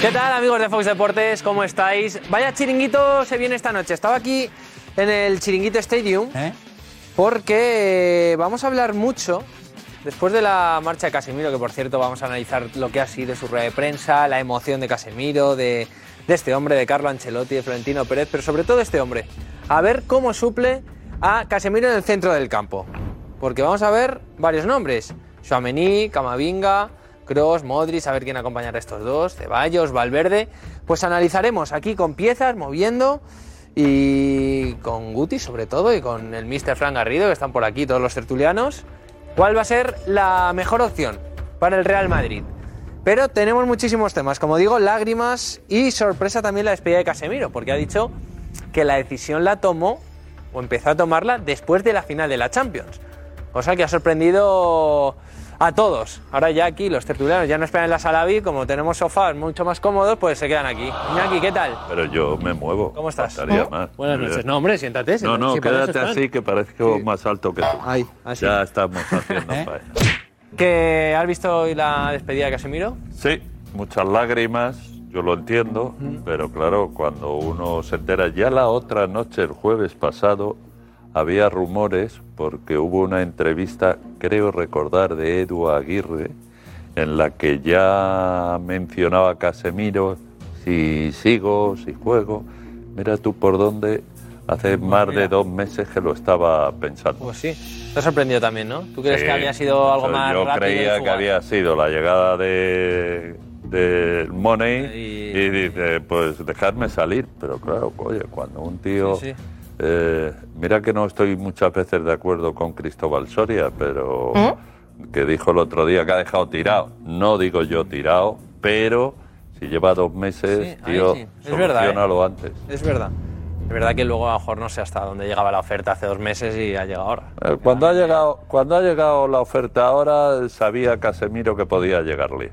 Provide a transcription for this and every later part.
¿Qué tal amigos de Fox Deportes? ¿Cómo estáis? Vaya chiringuito se viene esta noche. Estaba aquí en el Chiringuito Stadium porque eh, vamos a hablar mucho después de la marcha de Casemiro, que por cierto vamos a analizar lo que ha sido su rueda de prensa, la emoción de Casemiro, de, de este hombre, de Carlo Ancelotti, de Florentino Pérez, pero sobre todo de este hombre. A ver cómo suple a Casemiro en el centro del campo. Porque vamos a ver varios nombres. Suamení, Camavinga, Cross, Modric, a ver quién acompañará a estos dos, Ceballos, Valverde. Pues analizaremos aquí con piezas, moviendo y con Guti sobre todo y con el Mr. Fran Garrido, que están por aquí todos los tertulianos, cuál va a ser la mejor opción para el Real Madrid. Pero tenemos muchísimos temas, como digo, lágrimas y sorpresa también la despedida de Casemiro, porque ha dicho que la decisión la tomó o empezó a tomarla después de la final de la Champions. Cosa que ha sorprendido a todos. Ahora ya aquí los tertulianos ya no esperan en la sala VIP, como tenemos sofás mucho más cómodos, pues se quedan aquí. Iñaki, ¿qué tal? Pero yo me muevo. ¿Cómo estás? Faltaría ¿Cómo? más. Buenas noches. No, hombre, siéntate. No, siéntate, no, si para eso quédate están. así que parezco más alto que tú. así. Ya estamos haciendo faena. ¿Que has visto hoy la despedida de Casemiro? Sí, muchas lágrimas, yo lo entiendo, pero claro, cuando uno se entera, ya la otra noche, el jueves pasado, había rumores porque hubo una entrevista, creo recordar, de Edu Aguirre, en la que ya mencionaba a Casemiro, si sigo, si juego, mira tú por dónde, hace más de dos meses que lo estaba pensando. Pues sí. Te ha sorprendido también, ¿no? ¿Tú crees Sí. que había sido algo Yo- más Yo rápido? y creía que fugaz? había sido la llegada de del Money y, dice, pues dejarme salir. Pero claro, oye, cuando un tío... Sí, sí. eh, mira que no estoy muchas veces de acuerdo con Cristóbal Soria, pero que dijo el otro día que ha dejado tirado. No digo yo tirado, pero si lleva dos meses, Sí, ahí tío, sí. Es verdad, ¿eh? soluciónalo antes. Es verdad. Es verdad que luego a lo mejor no sé hasta dónde llegaba la oferta hace dos meses y ha llegado ahora. Eh, Cuando ha llegado, cuando ha llegado la oferta ahora, sabía Casemiro que podía llegarle.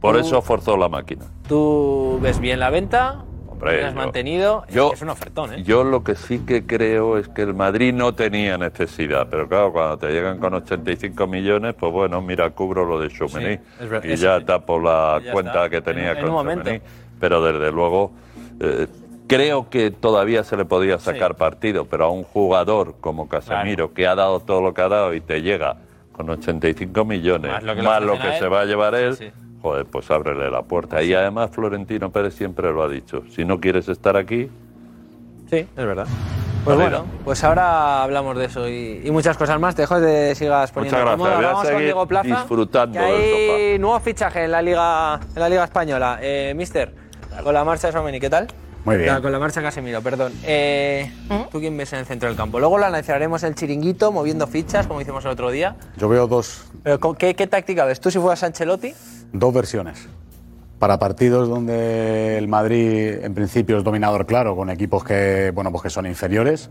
Por Tú- eso forzó la máquina. ¿Tú ves bien la venta? Hombre, ¿La has Pues yo- mantenido? Es yo- que es un ofertón, ¿eh? Yo lo que sí que creo es que el Madrid no tenía necesidad, pero claro, cuando te llegan con 85 millones, pues bueno, mira, cubro lo de Chouameni es ver- y eso ya sí. tapo la Y ya cuenta está. que tenía En- en con un momento. Tchouaméni, pero desde luego eh, creo que todavía se le podía sacar partido, pero a un jugador como Casemiro, que ha dado todo lo que ha dado y te llega con 85 millones, Más lo que más lo que, le ofrecen a él. se va a llevar él, joder, pues ábrele la puerta. Y además Florentino Pérez siempre lo ha dicho, si no quieres estar aquí, Sí, es verdad. Pues Valera. bueno, pues ahora hablamos de eso y, y muchas cosas más. Te dejo de sigas poniendo Muchas cómodo. gracias. Ahora Voy a vamos con seguir Diego Plaza. disfrutando que hay del nuevo fichaje en la Liga, en la liga Española. Eh, mister, con la marcha de Suameni, ¿qué tal? Muy bien. Ah, con la marcha de Casemiro, perdón. Eh, ¿Tú quién ves en el centro del campo? Luego lo analizaremos el chiringuito, moviendo fichas, como hicimos el otro día. Yo veo dos, Pero, ¿con ¿qué, qué táctica ves? ¿Tú si fueras Ancelotti? dos versiones. Para partidos donde el Madrid en principio es dominador claro, con equipos que, bueno, pues que son inferiores,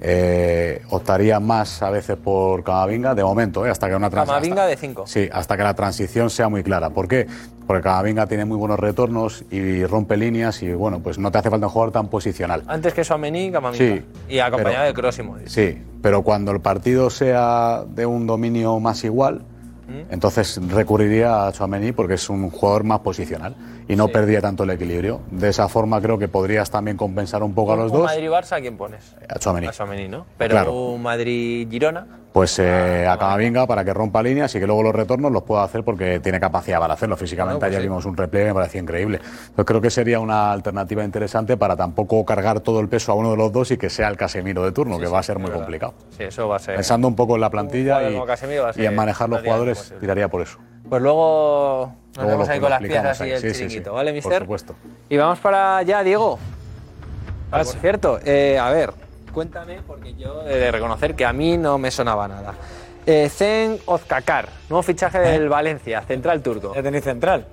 eh, optaría más a veces por Camavinga, de momento, eh, hasta que una trans- Camavinga hasta- de 5. Sí, hasta que la transición sea muy clara. ¿Por qué? Porque Camavinga tiene muy buenos retornos y rompe líneas y bueno, pues no te hace falta un jugador tan posicional. Antes que Suameni, Camavinga. Sí, y acompañado pero- de Kroos y Modric. Sí, pero cuando el partido sea de un dominio más igual, ¿Mm? entonces recurriría a Chouameni porque es un jugador más posicional y no perdía tanto el equilibrio. De esa forma creo que podrías también compensar un poco a los Un dos. Madrid-Barça, ¿quién pones? A Chouameni. A Suameni, ¿no? Pero Ah, Claro. un Madrid-Girona. Pues eh, a Camavinga para que rompa líneas y que luego los retornos los pueda hacer porque tiene capacidad para hacerlo. Físicamente Bueno, pues ayer sí. vimos un repliegue, me parecía increíble. Entonces creo que sería una alternativa interesante para tampoco cargar todo el peso a uno de los dos y que sea el Casemiro de turno, que va a ser muy complicado. Sí, eso va a ser. Pensando un poco en la plantilla jugador y, como Casemiro va a y ser en manejar los prácticamente jugadores, imposible. tiraría por eso. Pues luego nos Luego vemos lo- ahí lo con las explicamos piezas y ahí. el Sí, sí, sí. chiringuito, ¿vale, Por mister? supuesto. Y vamos para allá, Diego. Ah, por cierto, eh, a ver, cuéntame, porque yo he de reconocer que a mí no me sonaba nada. ¿Eh? Eh, Zen Ozkakar, nuevo fichaje del Valencia, central turco. Ya tenéis central.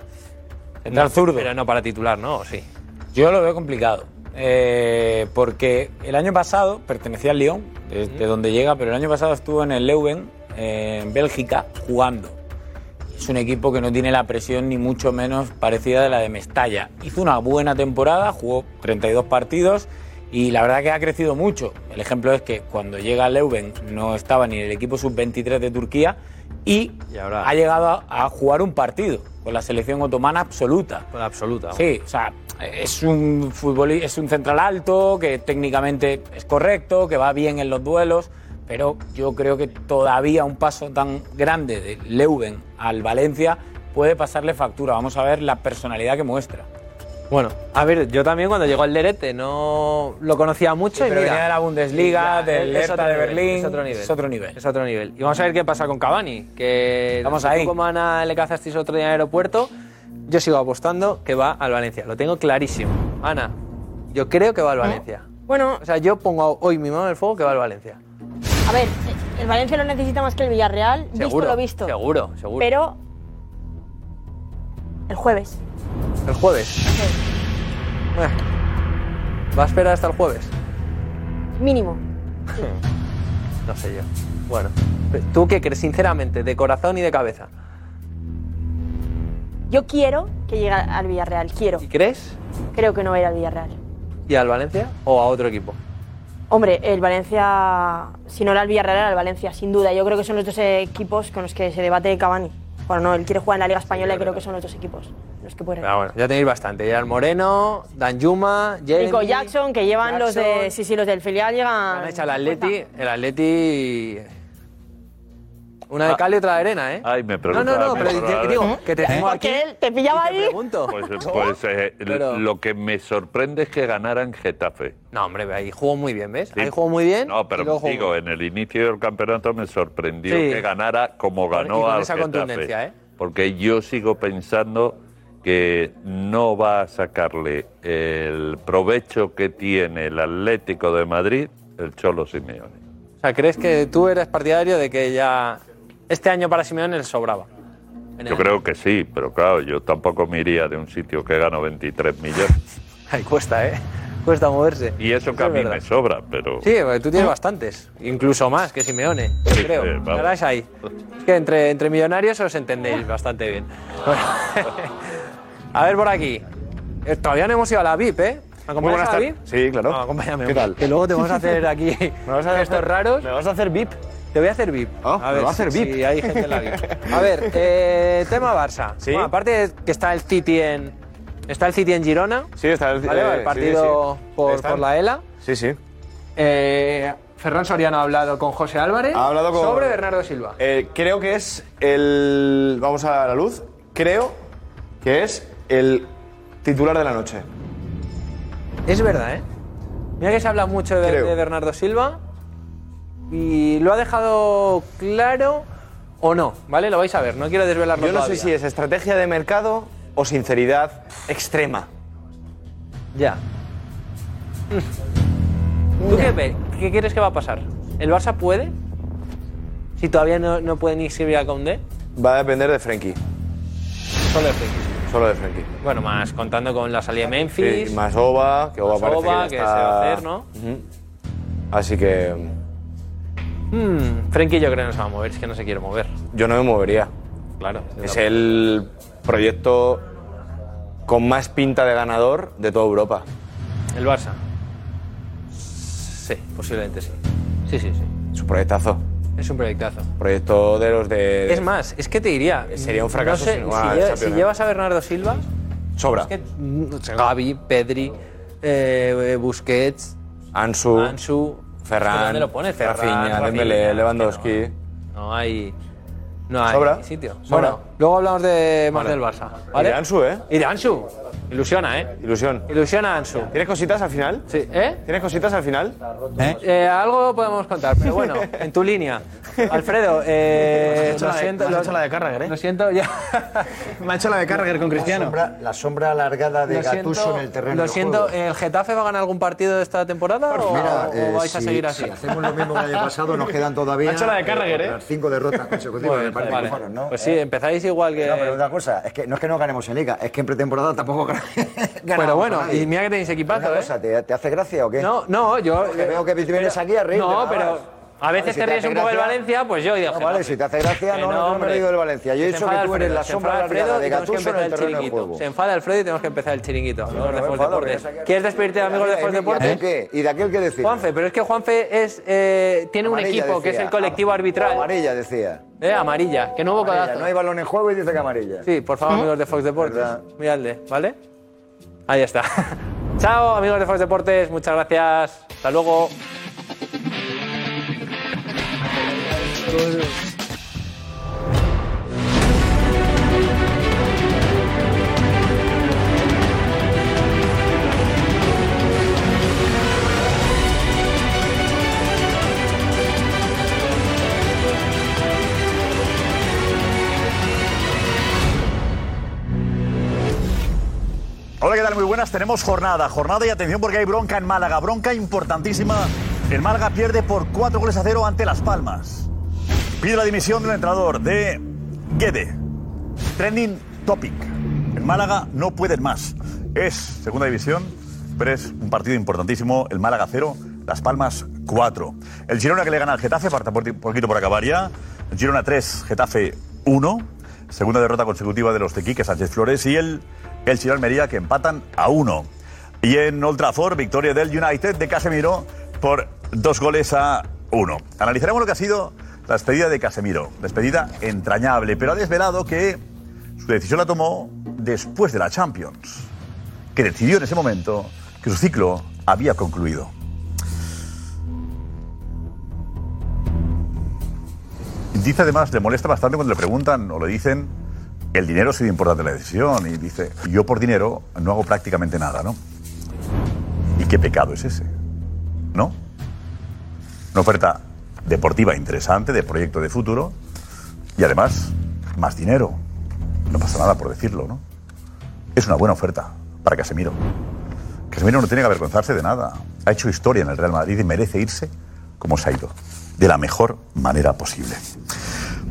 Central zurdo. Pero no para titular, ¿no? Sí. Yo lo veo complicado. eh, porque el año pasado pertenecía al Lyon, desde donde llega, pero el año pasado estuvo en el Leuven, eh, en Bélgica, jugando. Es un equipo que no tiene la presión ni mucho menos parecida de la de Mestalla. Hizo una buena temporada, jugó 32 partidos y la verdad que ha crecido mucho. El ejemplo es que cuando llega al Leuven no estaba ni en el equipo sub-23 de Turquía y ha llegado a, a jugar un partido con la selección otomana absoluta. Con la absoluta. Sí, o sea, es un futbolista, es un central alto que técnicamente es correcto, que va bien en los duelos, pero yo creo que todavía un paso tan grande de Leuven al Valencia puede pasarle factura. Vamos a ver la personalidad que muestra. Bueno, a ver, yo también cuando llegó el Lerete no lo conocía mucho y pero Pues mira, venía de la Bundesliga, Sí, del es Hertha otro de nivel, Berlín, es otro nivel. es otro nivel. Es otro nivel. Y vamos a ver qué pasa con Cavani, que Vamos como ahí. Comana le cazasteis otro día en el aeropuerto. Yo sigo apostando que va al Valencia, lo tengo clarísimo. Ana, yo creo que va al Valencia. Bueno, O sea, yo pongo hoy mi mano en el fuego que va al Valencia. a ver, el Valencia lo necesita más que el Villarreal, Seguro. visto lo visto. Seguro, seguro. Pero el jueves. El jueves. Bueno, va a esperar hasta el jueves. Mínimo. No sé yo. Bueno, ¿tú qué crees, sinceramente, de corazón y de cabeza? Yo quiero que llegue al Villarreal, quiero. ¿Crees? Creo que no va a ir al Villarreal. ¿Y al Valencia o a otro equipo? Hombre, el Valencia, si no era el Villarreal, era el Valencia, sin duda. Yo creo que son los dos equipos con los que se debate Cavani. Bueno, no, él quiere jugar en la Liga Española y creo que son los dos equipos los que pueden. Pero Ah, bueno, ya tenéis bastante. Gerard Moreno, Dan Yuma, Jeremy. Nico Jackson, que llevan los de. Jackson. Sí, sí, los del filial llegan. Han hecho al Atleti. El Atleti. Una de cal y otra de arena, ¿eh? Ay, No, me no, preguntaba. no, me pero preguntaba- te- digo, que te tengo aquí. Porque él te pillaba ahí. Pues, pues, eh, lo que me sorprende es que ganaran Getafe. No, hombre, ahí jugó muy bien, ¿ves? Ahí jugó muy bien. No, pero y luego jugó- digo, en el inicio del campeonato me sorprendió Sí. que ganara como Con- y ganó con al esa Getafe. contundencia, ¿eh? Porque yo sigo pensando que no va a sacarle el provecho que tiene el Atlético de Madrid el Cholo Simeone. O sea, ¿crees que tú eras partidario de que ya. Este año para Simeone le sobraba? Yo creo que sí, pero claro, yo tampoco me iría de un sitio que gano 23 millones. Ahí cuesta, ¿eh? Cuesta moverse. Y eso que Eso a es mí verdad. me sobra, pero... Pues Sí, porque tú tienes ¿Ah? bastantes. Incluso más que Simeone, yo Sí, creo. eh, sí, vamos. Ahora es ahí. Es que entre, entre millonarios os entendéis bastante bien. Bueno, a ver por aquí. Eh, Todavía no hemos ido a la VIP, ¿eh? ¿Me Muy acompañas buenas a la tardes. VIP? Sí, claro. acompáñame. ¿Qué tal? Que luego te vamos a hacer aquí gestos raros. ¿Me vas a hacer VIP? Ah, Te voy a hacer VIP. a me va a hacer si- VIP. si hay gente en la VIP. A ver, eh, tema Barça. Bueno, aparte de que está el City en... Está el City en Girona. Sí, está el, Vale, eh, el partido sí, sí. Por, Están- por la E ELA. Sí, sí. Eh, Ferran Soriano ha hablado con José Álvarez Ha hablado con- sobre Bernardo Silva. Eh, creo que es el. Vamos a la luz. Creo que es el titular de la noche. Es verdad, ¿eh? Mira que se habla mucho de, Creo. de Bernardo Silva y lo ha dejado claro o no, ¿vale? Lo vais a ver, no quiero desvelarlo Yo no sé todavía. si es estrategia de mercado o sinceridad extrema. Ya. ¿Tú qué, ve- qué crees que va a pasar? ¿El Barça puede? Si todavía no, no puede ni exhibir a Koundé, Va a depender de Frenkie. solo el Frenkie. Solo de Frenkie. Bueno, más contando con la salida de Memphis. Sí, más Oba, que Oba más parece Pues Oba, que, que ya se está- va a hacer, ¿no? Ujú. Así que Mm, Frenkie yo creo que no se va a mover, es que no se quiere mover. yo no me movería. Claro. Es el proyecto con más pinta de ganador de toda Europa. ¿El Barça? Sí, posiblemente sí. Sí, sí, sí. Es un proyectazo. Es un proyectazo. Proyecto de los de. Es más, es que te diría. Eh, Sería un fracaso no sé, si no si, va al lle- Champions, si ¿eh? llevas a Bernardo Silva, Sobra. es que mm, Gavi, Pedri, eh, eh, Busquets, Ansu, Ansu, Ferran, es que ¿dónde lo pones? Ferran, Rafinha, Dembélé, Lewandowski. No hay, no hay Sobra. sitio. Sobra. Bueno, luego hablamos de más Vale. del Barça, ¿vale? Y de Ansu, ¿eh? Y de Ansu. Ilusiona, ¿eh? Ilusión. Ilusiona a Ansu. ¿Tienes cositas al final? Sí, ¿eh? ¿Tienes cositas al final? Eh, algo podemos contar, pero bueno, en tu línea. Alfredo, eh, lo siento. lo- la de Carragher, ¿eh? lo siento, ya. Me ha hecho la de Carragher con Cristiano. La sombra, alargada de Lo Gattuso siento, en el terreno lo de siento, juego. ¿el Getafe va a ganar algún partido de esta temporada o, o eh, vais a si- seguir así? Si hacemos lo mismo que el año pasado, nos quedan todavía Ha hecho la de Carragher, eh, ¿eh? las cinco derrotas consecutivas Muy me bien, parece vale. que fueron, ¿no? Eh, Pues sí, empezáis igual que. No, pero una cosa, es que no es que no ganemos en Liga, es que en pretemporada tampoco gan- ganamos. Pero bueno, con nadie. y mira que tenéis equipazo, Una ¿eh? cosa, ¿te, te hace gracia o qué? No, no, yo. Que veo que te vienes aquí a reírte, No, nada pero. más. A veces Vale, si te te ríes hace un poco del gracia- Valencia, pues yo digo. No, vale, si te hace gracia, Ah, no, no, no me he reído del Valencia. Yo he dicho que tú eres la sombra de la brigada de Gattuso en el terreno de chiringuito. juego. Se enfada Alfredo y tenemos que empezar el chiringuito. amigos no de me Fox enfado, Deportes. pero ya sé que- ¿Quieres despedirte de amigos de Fox ¿Y de aquel Deportes? qué? ¿eh? ¿Y de aquel qué decir? Juanfe, pero es que Juanfe es, eh, tiene un Amarilla, equipo que es decía. Ah, el colectivo arbitral. Amarilla, decía. Eh, amarilla, que no hubo Amarilla, codazo. No hay balón en juego y dice que amarilla. Sí, por favor, amigos de Fox Deportes. ¿Verdad? Miradle, ¿vale? Ahí está. Chao, amigos de Fox Deportes. Muchas gracias. Hasta luego. Hola, ¿qué tal? Muy buenas. Tenemos jornada. Jornada y atención porque hay bronca en Málaga. Bronca importantísima. El Málaga pierde por 4 goles a 0 ante Las Palmas. Pide la dimisión del entrenador de Guede. Trending topic. El Málaga no puede más. Es segunda división, pero es un partido importantísimo. El Málaga 0, Las Palmas 4. El Girona que le gana al Getafe, falta por- poquito por acabar ya. Girona 3, Getafe 1. Segunda derrota consecutiva de los Tequique Sánchez Flores y el el Chile Almería que empatan a uno. Y en Old Trafford, victoria del United de Casemiro por dos goles a uno. Analizaremos lo que ha sido la despedida de Casemiro. Despedida entrañable, pero ha desvelado que su decisión la tomó después de la Champions, que decidió en ese momento que su ciclo había concluido. Dice además, le molesta bastante cuando le preguntan o le dicen, el dinero ha sido importante en la decisión. Y dice, yo por dinero no hago prácticamente nada, ¿no? ¿Y qué pecado es ese? ¿No? Una oferta deportiva interesante, de proyecto de futuro, y además, más dinero. No pasa nada por decirlo, ¿no? Es una buena oferta para Casemiro. Casemiro no tiene que avergonzarse de nada. Ha hecho historia en el Real Madrid y merece irse como se ha ido, de la mejor manera posible.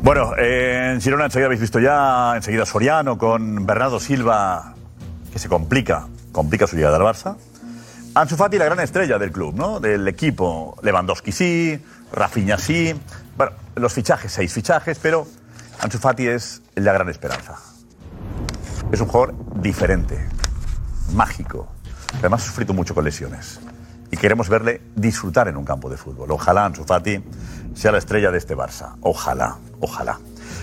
Bueno, eh, en Girona enseguida habéis visto ya, enseguida Soriano con Bernardo Silva, que se complica, complica su llegada al Barça. Ansu Fati, la gran estrella del club, ¿no? Del equipo. Lewandowski sí, Rafinha sí. Bueno, los fichajes, seis fichajes, pero Ansu Fati es la gran esperanza. Es un jugador diferente, mágico. que Además, ha sufrido mucho con lesiones. Y queremos verle disfrutar en un campo de fútbol. Ojalá Ansu Fati sea la estrella de este Barça. Ojalá, ojalá.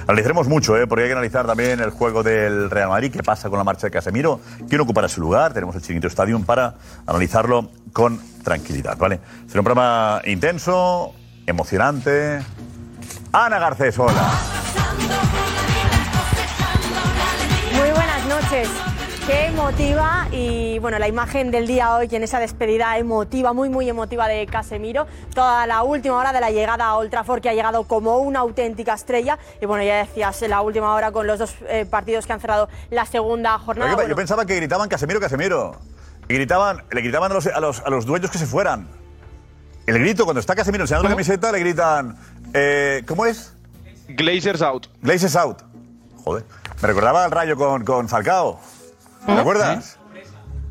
Analizaremos mucho, ¿eh? porque hay que analizar también el juego del Real Madrid, qué pasa con la marcha de Casemiro, quién ocupará su lugar. Tenemos el Chiringuito Stadium para analizarlo con tranquilidad. ¿vale? Será un programa intenso, emocionante. Ana Garcés, hola. Muy buenas noches. Qué emotiva y bueno, la imagen del día hoy en esa despedida emotiva, muy muy emotiva de Casemiro, toda la última hora de la llegada a Old Trafford que ha llegado como una auténtica estrella y bueno, ya decías la última hora con los dos eh, partidos que han cerrado la segunda Pero jornada. que- Bueno, Yo pensaba que gritaban Casemiro, Casemiro. Y gritaban, le gritaban a los, a, los, a los dueños que se fueran. El grito, cuando está Casemiro enseñando la camiseta, le gritan. eh, ¿Cómo es? Glazers out. Glazers out. Joder. Me recordaba al rayo con, con Falcao. ¿Te ¿Ah? acuerdas?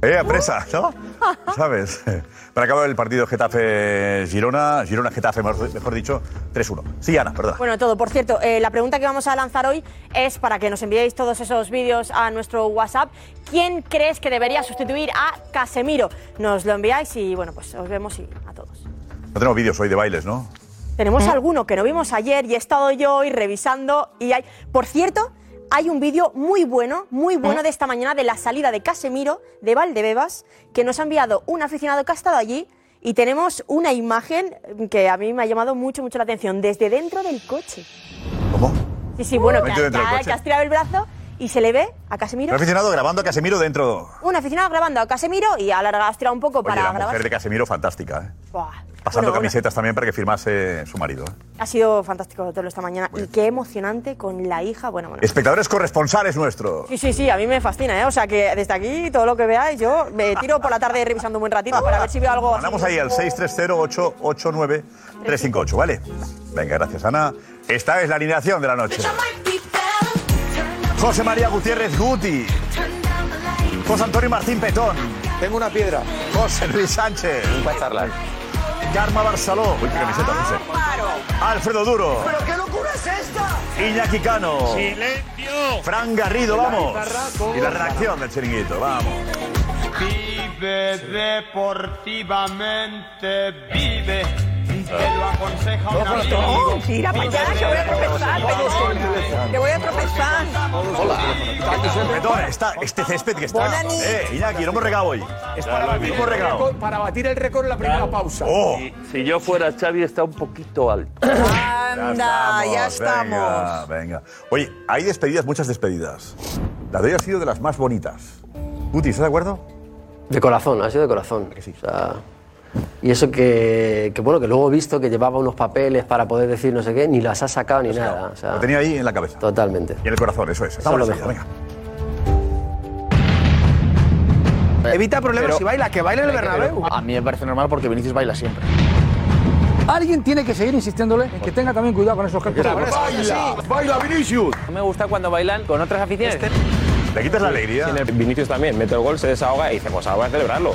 Eh, a presa, ¿no? ¿Sabes? Para acabar el partido Getafe-Girona, Girona-Getafe, mejor mejor dicho, 3-1. Sí, Ana, perdón. Bueno, todo. Por cierto, eh, la pregunta que vamos a lanzar hoy es para que nos enviéis todos esos vídeos a nuestro WhatsApp. ¿Quién crees que debería sustituir a Casemiro? Nos lo enviáis y bueno, pues os vemos y a todos. No tenemos vídeos hoy de bailes, ¿no? Tenemos alguno que no vimos ayer y he estado yo hoy revisando y hay... Por cierto, hay un vídeo muy bueno, muy bueno de esta mañana de la salida de Casemiro de Valdebebas que nos ha enviado un aficionado que ha estado allí y tenemos una imagen que a mí me ha llamado mucho, mucho la atención desde dentro del coche. ¿Cómo? Sí, sí, bueno, que, Metido dentro del que- coche. que has tirado el brazo y se le ve a Un Casemiro. aficionado grabando a Casemiro dentro. Un aficionado grabando a Casemiro y a la larga has tirado un poco Oye, para la grabar. mujer de Casemiro, fantástica, ¿eh? Buah. Pasando Bueno, bueno. camisetas también para que firmase su marido. ¿eh? Ha sido fantástico todo esta mañana y qué emocionante con la hija. Bueno, bueno. Espectadores corresponsales nuestros. Sí, sí, sí, a mí me fascina, ¿eh? O sea, que desde aquí, todo lo que veáis, yo me tiro por la tarde revisando un buen ratito para ver si veo algo así. Mandamos ahí al 630-889-358, ¿vale? Venga, gracias, Ana. Esta es la alineación de la noche. José María Gutiérrez Guti. José Antonio Martín Petón. Tengo una piedra. José Luis Sánchez. Karma Barceló. Uy, qué camiseta, José. Alfredo Duro. ¿Pero qué locura es esta? Iñaki Cano. Silencio. Fran Garrido, La vamos. guitarra con- Y la redacción del chiringuito, vamos. Vive deportivamente, vive. Te lo aconseja un amigo. No, mira para allá, que voy a tropezar, Peñón. Que voy a tropezar. Petón, está este césped que está. Bonani. Eh, Iñaki, lo hemos regado hoy. Es para batir el récord- Para batir el récord en la primera pausa. Si, si yo fuera Xavi está un poquito alto. Anda, ya estamos. Venga, venga. Oye, hay despedidas, muchas despedidas. La de hoy ha sido de las más bonitas. Guti, ¿estás de acuerdo? De corazón, ha sido de corazón. O sea, y eso que, que, bueno, que luego he visto que llevaba unos papeles para poder decir no sé qué, ni las ha sacado ni nada. o sea, Lo tenía ahí en la cabeza. Totalmente. Y en el corazón, eso es. Eso es lo Estamos mejor. venga. Evita problemas Pero- si baila, que baile en el Pero Bernabéu. A mí me parece normal porque Vinicius baila siempre. Alguien tiene que seguir insistiéndole en que tenga también cuidado con esos gestos. ¡Baila, Vinicius! No me gusta cuando bailan con otras aficiones. Este. ¿Le quitas la alegría? Vinicius también mete el gol, se desahoga y dice, pues ahora voy a celebrarlo.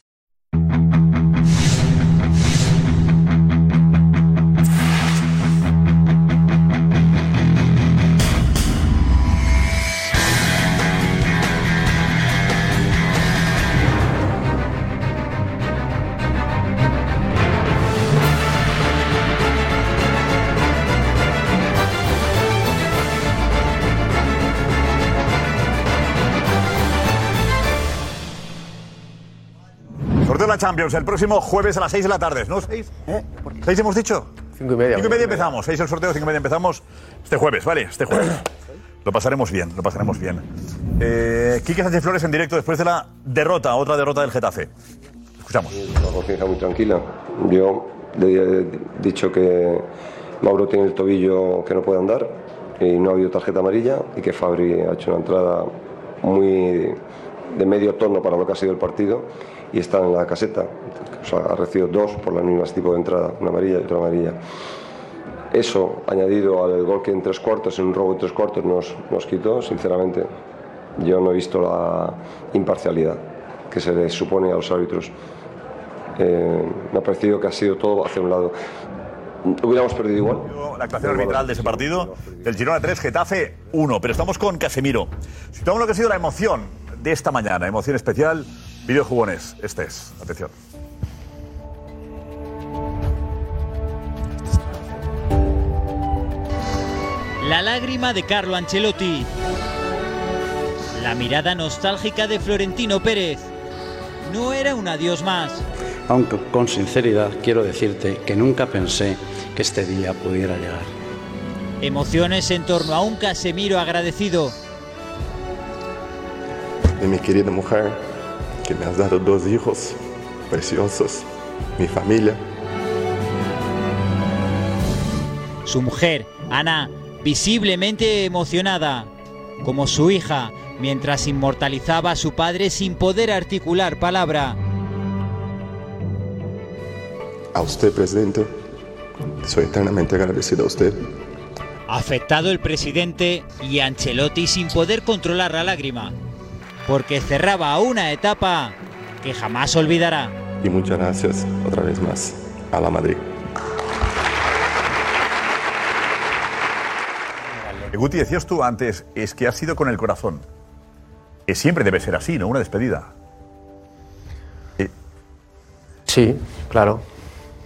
Sorteo de la Champions el próximo jueves a las 6 de la tarde, ¿no? ¿6? ¿6 hemos dicho? 5 y media. 5 y media empezamos. 6 el sorteo, 5 y media empezamos. Este jueves, ¿vale? Este jueves. lo pasaremos bien, lo pasaremos bien. Eh, Quique Sánchez Flores en directo después de la derrota, otra derrota del Getafe. Escuchamos. Una conciencia muy tranquila. Yo le he dicho que Mauro tiene el tobillo que no puede andar y no ha habido tarjeta amarilla y que Fabri ha hecho una entrada muy de medio tono para lo que ha sido el partido y está en la caseta. O sea, ha recibido dos por las mismas tipo de entrada, una amarilla y otra amarilla. Eso, añadido al gol que en tres cuartos, en un robo en tres cuartos, nos, nos quitó, sinceramente, yo no he visto la imparcialidad que se le supone a los árbitros. Eh, me ha parecido que ha sido todo hacia un lado. Hubiéramos perdido igual. La actuación arbitral de ese partido, del Girona 3, Getafe 1. Pero estamos con Casemiro. Situamos lo que ha sido la emoción de esta mañana, emoción especial, videojugones. Este es, atención. La lágrima de Carlo Ancelotti. La mirada nostálgica de Florentino Pérez. No era un adiós más. Aunque con sinceridad quiero decirte que nunca pensé que este día pudiera llegar. Emociones en torno a un Casemiro agradecido. de mi querida mujer, que me has dado dos hijos preciosos, mi familia. Su mujer, Ana, visiblemente emocionada. Como su hija, mientras inmortalizaba a su padre sin poder articular palabra. A usted, presidente, soy eternamente agradecido a usted. Afectado el presidente y Ancelotti sin poder controlar la lágrima. Porque cerraba una etapa que jamás olvidará. Y muchas gracias otra vez más a la Madrid. Eh, Guti, decías tú antes, es que has sido con el corazón. Eh, siempre debe ser así, ¿no? Una despedida. Sí, claro.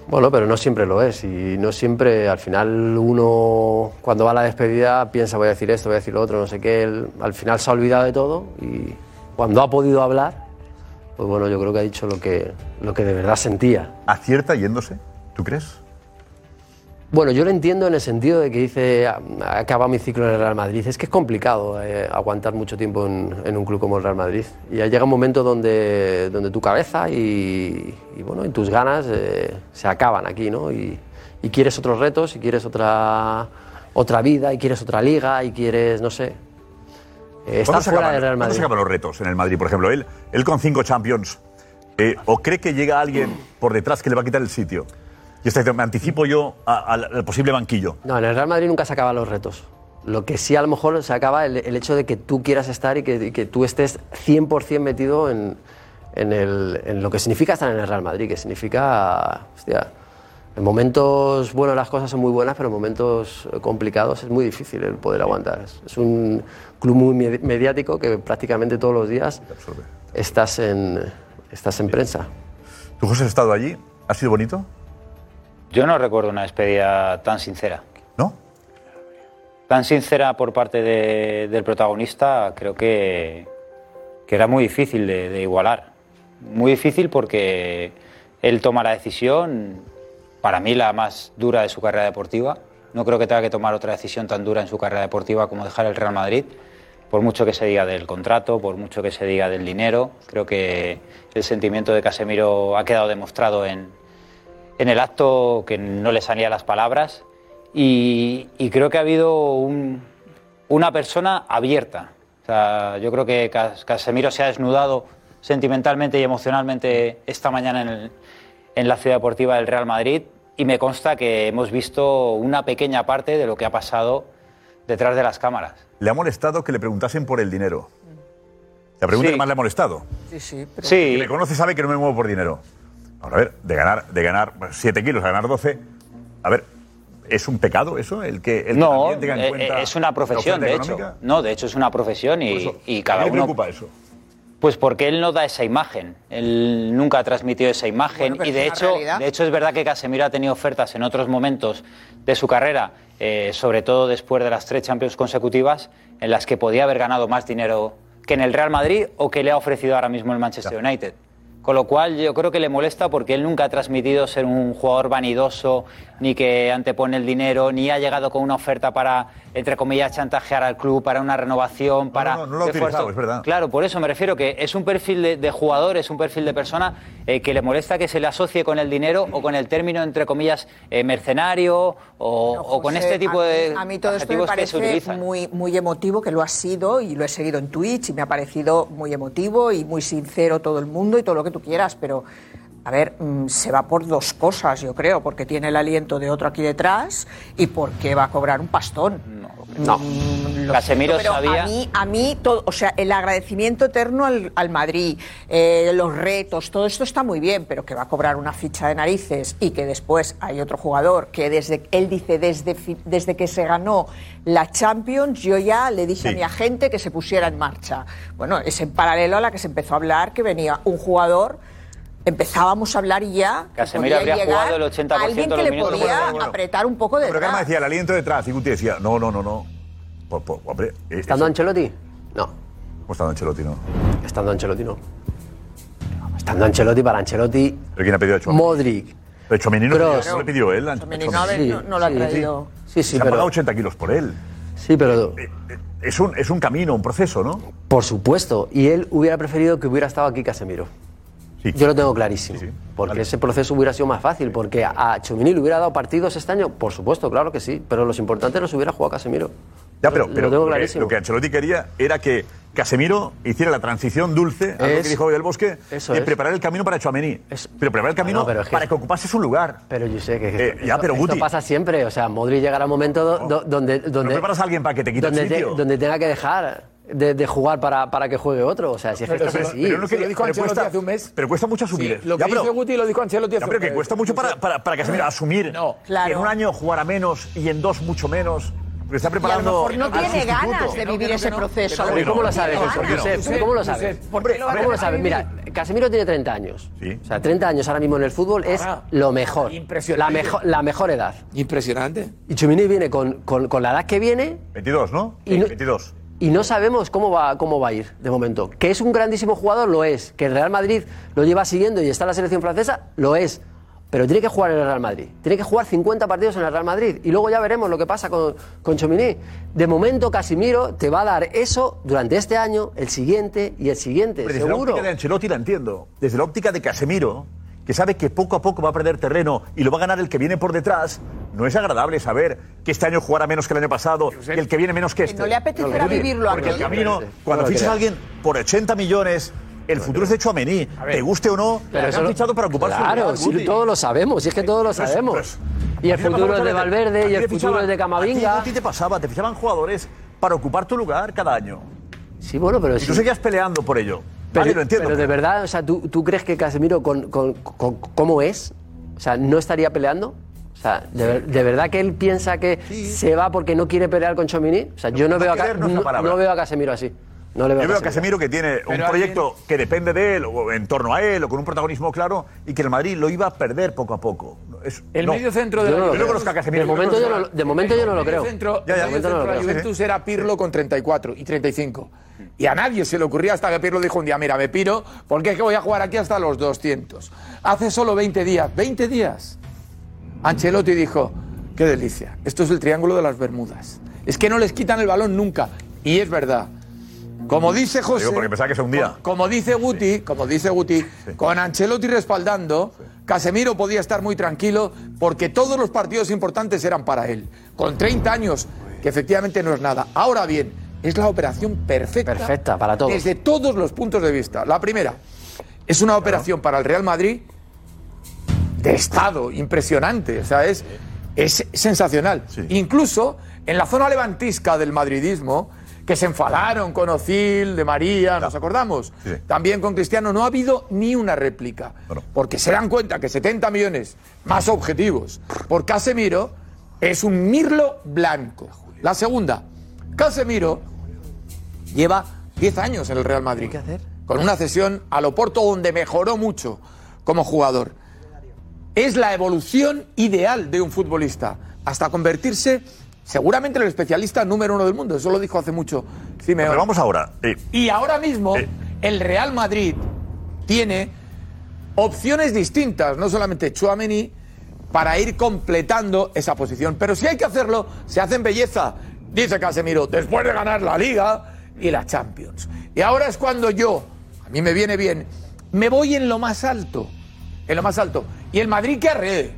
Bueno, pero no siempre lo es y no siempre al final uno cuando va a la despedida piensa voy a decir esto, voy a decir lo otro, no sé qué, Él, al final se ha olvidado de todo y cuando ha podido hablar, pues bueno, yo creo que ha dicho lo que, lo que de verdad sentía. ¿Acierta yéndose? ¿Tú crees? Bueno, yo lo entiendo en el sentido de que dice, "Ah, acaba mi ciclo en el Real Madrid. Es que es complicado eh, aguantar mucho tiempo en, en un club como el Real Madrid. Y ahí llega un momento donde, donde tu cabeza y, y, bueno, y tus ganas eh, se acaban aquí, ¿no? Y, y quieres otros retos, y quieres otra, otra vida, y quieres otra liga, y quieres, no sé. Eh, ¿Cuándo estar se fuera acaban- del Real cuándo Madrid. se acaban los retos en el Madrid, por ejemplo? Él, él con cinco Champions, eh, ¿o cree que llega alguien por detrás que le va a quitar el sitio? Y está diciendo, me anticipo yo a- al al posible banquillo. No, en el Real Madrid nunca se acaban los retos. Lo que sí a lo mejor se acaba el, el hecho de que tú quieras estar y que, y que tú estés 100% metido en, en el- en lo que significa estar en el Real Madrid, que significa, hostia, en momentos, bueno, las cosas son muy buenas, pero en momentos eh, complicados es muy difícil el poder aguantar. Es, es un club muy medi- mediático que prácticamente todos los días estás en, estás en prensa. ¿Tú, José, has estado allí? ¿Ha sido bonito? Yo no recuerdo una despedida tan sincera. ¿No? Tan sincera por parte de- del protagonista, creo que, que era muy difícil de, de igualar. Muy difícil porque él toma la decisión, para mí la más dura de su carrera deportiva. No creo que tenga que tomar otra decisión tan dura en su carrera deportiva como dejar el Real Madrid, por mucho que se diga del contrato, por mucho que se diga del dinero. Creo que el sentimiento de Casemiro ha quedado demostrado en, en el acto que no le salían las palabras y, y creo que ha habido un- una persona abierta. O sea, yo creo que Cas- Casemiro se ha desnudado sentimentalmente y emocionalmente esta mañana en, el- en la ciudad deportiva del Real Madrid y me consta que hemos visto una pequeña parte de lo que ha pasado detrás de las cámaras. ¿Le ha molestado que le preguntasen por el dinero? La pregunta Sí. que más le ha molestado. Sí, sí. Quien me conoce sabe que no me muevo por dinero. Ahora, a ver, de ganar, de ganar 7 kilos a ganar 12, a ver, ¿es un pecado eso? El que el que No, también tenga en eh, cuenta eh, es una la profesión, oferta de económica? hecho. No, de hecho es una profesión y, y cada ¿A uno... quién le preocupa eso? Pues porque él no da esa imagen. Él nunca ha transmitido esa imagen. Bueno, pero y de es una hecho, realidad. de hecho, es verdad que Casemiro ha tenido ofertas en otros momentos de su carrera, eh, sobre todo después de las tres Champions consecutivas, en las que podía haber ganado más dinero que en el Real Madrid o que le ha ofrecido ahora mismo el Manchester United. Con lo cual yo creo que le molesta porque él nunca ha transmitido ser un jugador vanidoso, ni que antepone el dinero, ni ha llegado con una oferta para, entre comillas, chantajear al club, para una renovación, para... no, no lo ha refuerzo. utilizado, es verdad. Claro, por eso me refiero que es un perfil de, de jugador, es un perfil de persona eh, que le molesta que se le asocie con el dinero o con el término, entre comillas, eh, mercenario o, o con José, este tipo a mí- de a mí todo esto me adjetivos que se parece utilizan. muy, muy emotivo, que lo ha sido y lo he seguido en Twitch y me ha parecido muy emotivo y muy sincero todo el mundo y todo lo que tú quieras, pero a ver, mm, se va por dos cosas, yo creo, porque tiene el aliento de otro aquí detrás y porque va a cobrar un pastón. Mm, No. Casemiro Pero sabía... A mí, a mí todo, o sea, el agradecimiento eterno al, al Madrid, eh, los retos, todo esto está muy bien, pero que va a cobrar una ficha de narices y que después hay otro jugador que desde, él dice, desde, fi- desde que se ganó la Champions, yo ya le dije a mi agente que se pusiera en marcha. Bueno, es en paralelo a la que se empezó a hablar que venía un jugador. Empezábamos a hablar y ya. que Casemiro podía habría llegar jugado el 80% Alguien de que los le minutos. podía Bueno, bueno. apretar un poco de Pero Karma más. decía, el aliento detrás, y Guti decía, no, no, no, no. Po- po- hombre, eh, ¿Estando Ancelotti? No. ¿Cómo está Ancelotti, no? Estando Ancelotti, no. Estando Ancelotti, para Ancelotti, ¿Pero quién ha pedido a Chouameni? Modric. Pero Chouameni no, Kroos. no le pidió él. a Chouameni no, Chouameni. a ver, no- no lo ha Sí, traído. sí. Sí, sí, Se han pero- pagado 80 kilos por él. Eh, Sí, pero... Es un, es un camino, un proceso, ¿no? Por supuesto. Y él hubiera preferido que hubiera estado aquí Casemiro. Yo lo tengo clarísimo. Porque ese proceso hubiera sido más fácil. Porque a Chomini le hubiera dado partidos este año. Por supuesto, claro que sí. Pero los importantes los hubiera jugado Casemiro. Ya, pero, Lo- pero lo tengo que- clarísimo. lo que Ancelotti quería era que Casemiro hiciera la transición dulce a lo que Es- dijo hoy el Bosque eso de es. preparar el camino para Chouameni. Pero preparar el camino No, pero es para que ocupase su lugar. Pero yo sé que Eh, esto, ya, pero esto Guti. Oh. pasa siempre. O sea, Modri llegará un momento do- do- donde, donde... preparas a alguien para que te quite el donde sitio? donde tenga que dejar de, de jugar para, para que juegue otro. O sea, si es que Pero- esto es pero- así. pero no Sí, quería- dijo pero Ancelotti cuesta- hace un mes. Pero cuesta mucho asumir. lo que Ya, pero- dice Guti lo dijo Ancelotti Ya, pero que cuesta mucho para, para, para Casemiro asumir que en un año jugará menos y en dos mucho menos. Porque está Y a lo preparando. mejor no al tiene sustituto. ganas de vivir ese proceso. no, Pero que ¿Cómo no. lo sabes, ¿Por qué no? Josep? Josep, ¿Cómo lo Josep, sabes? ¿por qué lo van a ¿Cómo lo dejar sabes? Mira, Casemiro tiene 30 años. O sea, 30 años ahora mismo en el fútbol es lo mejor. La mejor, la mejor edad. Impresionante. Y Chumini viene con, con- con la edad que viene 22, ¿no? Y no- 22. y no sabemos cómo va, cómo va a ir de momento. Que es un grandísimo jugador, lo es. Que el Real Madrid lo lleva siguiendo y está en la selección francesa, lo es. pero tiene que jugar en el Real Madrid. Tiene que jugar 50 partidos en el Real Madrid y luego ya veremos lo que pasa con, con Chomini. De momento, Casimiro te va a dar eso durante este año, el siguiente y el siguiente, Hombre, desde la seguro. óptica de Ancelotti la entiendo. Desde la óptica de Casemiro, que sabe que poco a poco va a perder terreno y lo va a ganar el que viene por detrás, no es agradable saber que este año jugará menos que el año pasado y el que viene menos que este. no le apetecerá Porque- vivirlo Porque el aquí. camino, No lo cuando creo. fichas a alguien por 80 millones, el futuro es de Chouameni, te guste o no, Pero pero eso han lo- fichado para ocuparse Claro, sí, todos lo sabemos, Eh, si es que todos lo sabemos. y el futuro es de Valverde, y el futuro es de A Camavinga. ti te pasaba, te fichaban jugadores para ocupar tu lugar cada año. Sí, bueno, pero y tú sí. seguías peleando por ello. Vale, lo entiendo. pero de verdad, o sea, ¿tú, tú crees que Casemiro, con, con- con- cómo es, o sea, no estaría peleando? O sea, ¿de, ver- de verdad que él piensa que se va porque no quiere pelear con Chomini? O sea, yo no, veo a, Ca- querer no es la no- palabra. no veo a Casemiro así. No le veo Yo veo a Casemiro. Casemiro que tiene un Pero proyecto que depende de él, o en torno a él, o con un protagonismo claro, y que el Madrid lo iba a perder poco a poco. Es- El no. medio centro de la Yo no Juventus- conozco a Casemiro. De momento yo no lo- de momento yo no lo El creo. mediocentro- Ya, ya. el mediocentro de la Juventus era Pirlo con 34 y 35. Y a nadie se le ocurría hasta que Pirlo dijo un día, mira, me piro, porque es que voy a jugar aquí hasta los 200. Hace solo 20 días, 20 días, Ancelotti dijo, qué delicia, esto es el Triángulo de las Bermudas. Es que no les quitan el balón nunca. Y es verdad. Como dice Lo José... digo porque pensaba que es un día. Como, como dice Guti, como dice Guti, con Ancelotti respaldando, Casemiro podía estar muy tranquilo porque todos los partidos importantes eran para él. Con 30 años, que efectivamente no es nada. Ahora bien, es la operación perfecta. Perfecta, para todos. Desde todos los puntos de vista. La primera, es una operación para el Real Madrid de estado impresionante. O sea, es, es sensacional. Incluso en la zona levantisca del madridismo, que se enfadaron con Ocil, de María, ¿nos acordamos? También con Cristiano, no ha habido ni una réplica. Porque se dan cuenta que 70 millones más objetivos por Casemiro es un mirlo blanco. La segunda, Casemiro lleva 10 años en el Real Madrid. Con una cesión al Oporto donde mejoró mucho como jugador es la evolución ideal de un futbolista, hasta convertirse seguramente en el especialista número uno del mundo. Eso lo dijo hace mucho Simeone. Pero vamos ahora. eh, Y ahora mismo el Real Madrid tiene opciones distintas, no solamente Chuameni, para ir completando esa posición. Pero si hay que hacerlo, se hace en belleza, dice Casemiro, después de ganar la Liga y la Champions. Y ahora es cuando yo, a mí me viene bien, me voy en lo más alto, en lo más alto. Y el Madrid que arree.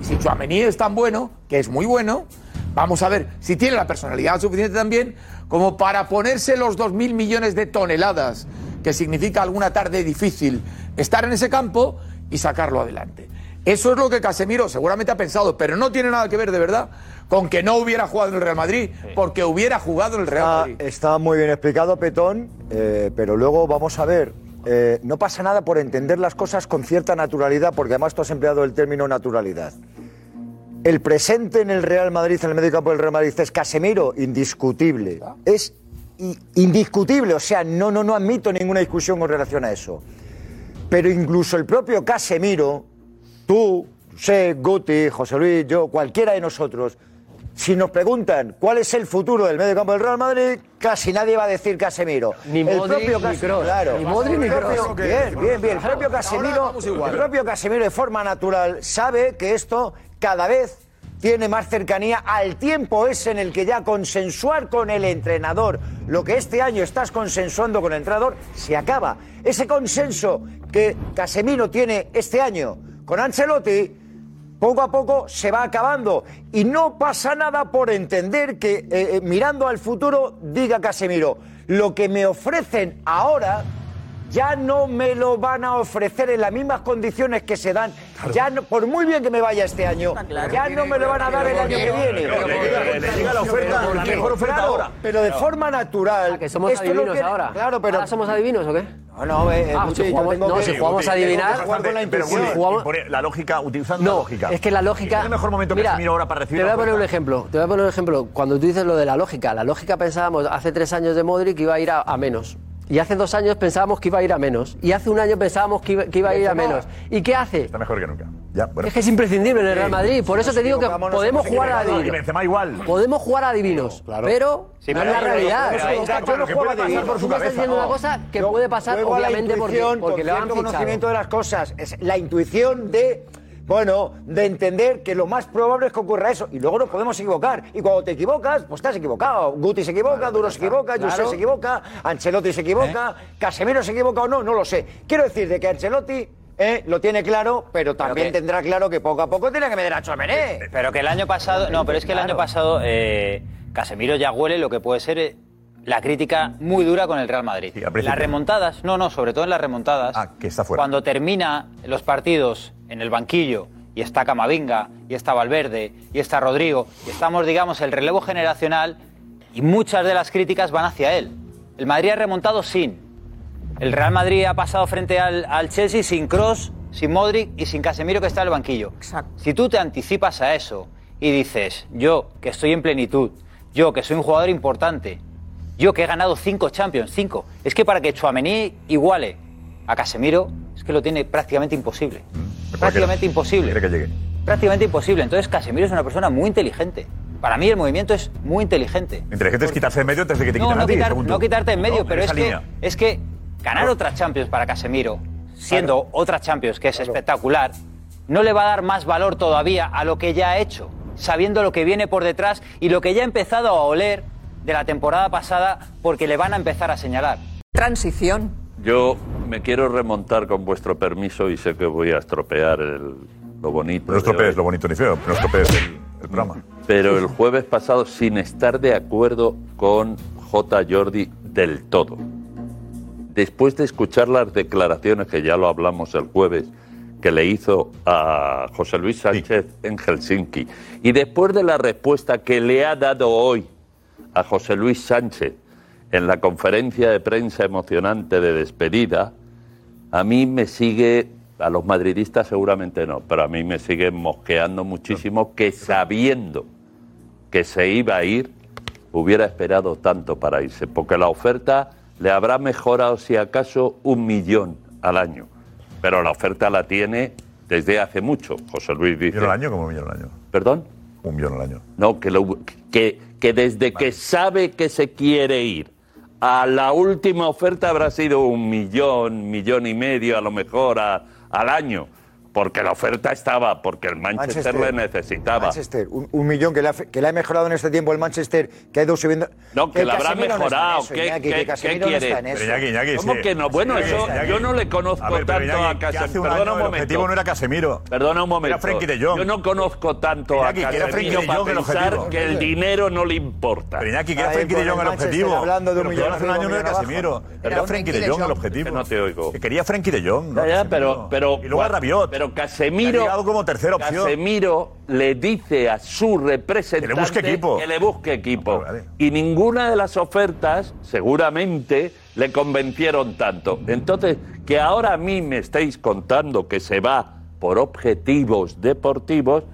Y si Chuamení es tan bueno, que es muy bueno, vamos a ver si tiene la personalidad suficiente también como para ponerse los 2.000 millones de toneladas, que significa alguna tarde difícil, estar en ese campo y sacarlo adelante. Eso es lo que Casemiro seguramente ha pensado, pero no tiene nada que ver de verdad con que no hubiera jugado en el Real Madrid, porque hubiera jugado en el Real Está, Madrid. está muy bien explicado, Petón, eh, pero luego vamos a ver. eh, no pasa nada por entender las cosas con cierta naturalidad, porque además tú has empleado el término naturalidad. El presente en el Real Madrid, en el medio campo del Real Madrid, es Casemiro, indiscutible. Es i- indiscutible, o sea, no, no, no admito ninguna discusión con relación a eso. Pero incluso el propio Casemiro, tú, José, Guti, José Luis, yo, cualquiera de nosotros, si nos preguntan cuál es el futuro del medio campo del Real Madrid, casi nadie va a decir Casemiro. Ni el Modric, propio ni Cas- Kroos. Claro. Ni Modric, ni El propio- Kroos. Bien, bien, bien. El Claro. propio Casemiro, vamos igual. el propio Casemiro de forma natural sabe que esto cada vez tiene más cercanía al tiempo ese en el que ya consensuar con el entrenador lo que este año estás consensuando con el entrenador se acaba. Ese consenso que Casemiro tiene este año con Ancelotti poco a poco se va acabando y no pasa nada por entender que eh, eh, mirando al futuro diga Casemiro, lo que me ofrecen ahora ya no me lo van a ofrecer en las mismas condiciones que se dan, ya no- por muy bien que me vaya este año, ya no me lo van a dar el año que viene. llega la oferta, la mejor oferta Claro, ahora. Pero de forma natural. Ah, Que somos esto no adivinos tiene- ahora. Claro, pero ¿Ahora somos adivinos o qué? No, no, eh, eh, Ah, Guti, si yo jugamos, tengo no, que- si jugamos a tengo que adivinar. jugar con la Pero intuición. Willy, Jugamos- impone la lógica, utilizando la No, lógica. es que la lógica. Es el mejor momento Mira, Casemiro ahora para recibir Te voy la a poner un oferta. ejemplo. Te voy a poner un ejemplo. Cuando tú dices lo de la lógica, la lógica pensábamos hace tres años de Modric que iba a ir a, a menos. Y hace dos años pensábamos que iba a ir a menos. Y hace un año pensábamos que iba, que iba a ir a menos. ¿Y qué hace? Está mejor que nunca. Ya, bueno. Es que es imprescindible en el Real Sí, Madrid. Por si eso nos te digo que equivocamos, nos podemos hemos jugar a equivocado. adivinos. Y Benzema igual. Podemos jugar a adivinos. Pero Sí, no pero es la ahí- realidad. pero ahí- claro, Tú me que puede estás pasar por su cabeza, diciendo no. una cosa que Yo puede pasar juego a la obviamente porque, intuición, porque con le han cierto fichado. conocimiento de las cosas. Es la intuición de bueno, de entender que lo más probable es que ocurra eso. Y luego nos podemos equivocar. Y cuando te equivocas, pues estás equivocado. Guti se equivoca, Duro se equivoca, Claro. José se equivoca, Ancelotti se equivoca, Casemiro se equivoca o no, no lo sé. Quiero decir de que Ancelotti eh, lo tiene claro, pero también que- tendrá claro que poco a poco tiene que meter a Chouameni. Pero que el año pasado, no, pero es que el año pasado eh, Casemiro ya huele lo que puede ser eh, la crítica muy dura con el Real Madrid. principio. Ah, las remontadas, no, no, sobre todo en las remontadas. que está fuera. Cuando termina los partidos en el banquillo y está Camavinga, y está Valverde, y está Rodrigo, y estamos, digamos, el relevo generacional y muchas de las críticas van hacia él. El Madrid ha remontado sin. El Real Madrid ha pasado frente al, al Chelsea sin Cross, sin Modric y sin Casemiro que está en el banquillo. Si tú te anticipas a eso y dices, yo que estoy en plenitud, yo que soy un jugador importante, yo que he ganado cinco Champions, cinco, es que para que Chuamení iguale a Casemiro, es que lo tiene prácticamente imposible. Prácticamente imposible. Prácticamente imposible. Entonces Casemiro es una persona muy inteligente. Para mí el movimiento es muy inteligente Inteligente es quitarse en medio antes de que te no, quitan no a ti, quitar- según tú. no quitarte en medio, No, pero es esa que, línea. es que ganar otra Champions para Casemiro, siendo otra Champions que es espectacular, no le va a dar más valor todavía a lo que ya ha hecho, sabiendo lo que viene por detrás y lo que ya ha empezado a oler de la temporada pasada, porque le van a empezar a señalar. Transición. Yo me quiero remontar con vuestro permiso y sé que voy a estropear el- lo bonito. No estropees lo bonito ni feo, no estropees el, el programa. Pero el jueves pasado, sin estar de acuerdo con J. Jordi del todo. Después de escuchar las declaraciones, que ya lo hablamos el jueves, que le hizo a José Luis Sánchez en Helsinki, y después de la respuesta que le ha dado hoy a José Luis Sánchez en la conferencia de prensa emocionante de despedida, a mí me sigue, a los madridistas seguramente no, pero a mí me sigue mosqueando muchísimo que sabiendo que se iba a ir, hubiera esperado tanto para irse, porque la oferta le habrá mejorado si acaso un millón al año, pero la oferta la tiene desde hace mucho, José Luis dice. ¿Millón al año? ¿Cómo un millón al año? ¿Perdón? Un millón al año. No, que, lo- que, que desde que sabe que se quiere ir a la última oferta habrá sido un millón, millón y medio a lo mejor a- al año. Porque la oferta estaba, porque el Manchester, Manchester. le necesitaba. Manchester, un, un millón que le, ha, fe- que le ha mejorado en este tiempo el Manchester, que ha ido subiendo. No, que El la habrá Casemiro no está en mejorado. eso, ¿Qué, Iñaki, qué- que qué Casemiro no quiere? está en eso. ¿Cómo que no? Bueno, eso yo no le conozco tanto a que hace Casemiro. un año Perdona un el momento. objetivo no era Casemiro. Perdona un momento. Era Frenkie de Jong. Yo no conozco tanto Iñaki, a que era Frenkie de Casemiro para Jong el pensar objetivo. que el dinero no le importa. Pero Iñaki, que era Frenkie de Jong el objetivo. Pero que hace un año no era Casemiro. Era Frenkie de Jong el objetivo. no te oigo. Que quería Frenkie de Jong. no Ya, ya, Casemiro. pero, pero, Y luego a Rabiot. Pero Que ha Casemiro. llegado como tercera opción. Casemiro le dice a su representante. Que le busque equipo. que le busque equipo. Y ninguna de las ofertas, seguramente, le convencieron tanto. Entonces, que ahora a mí me estáis contando que se va por objetivos deportivos,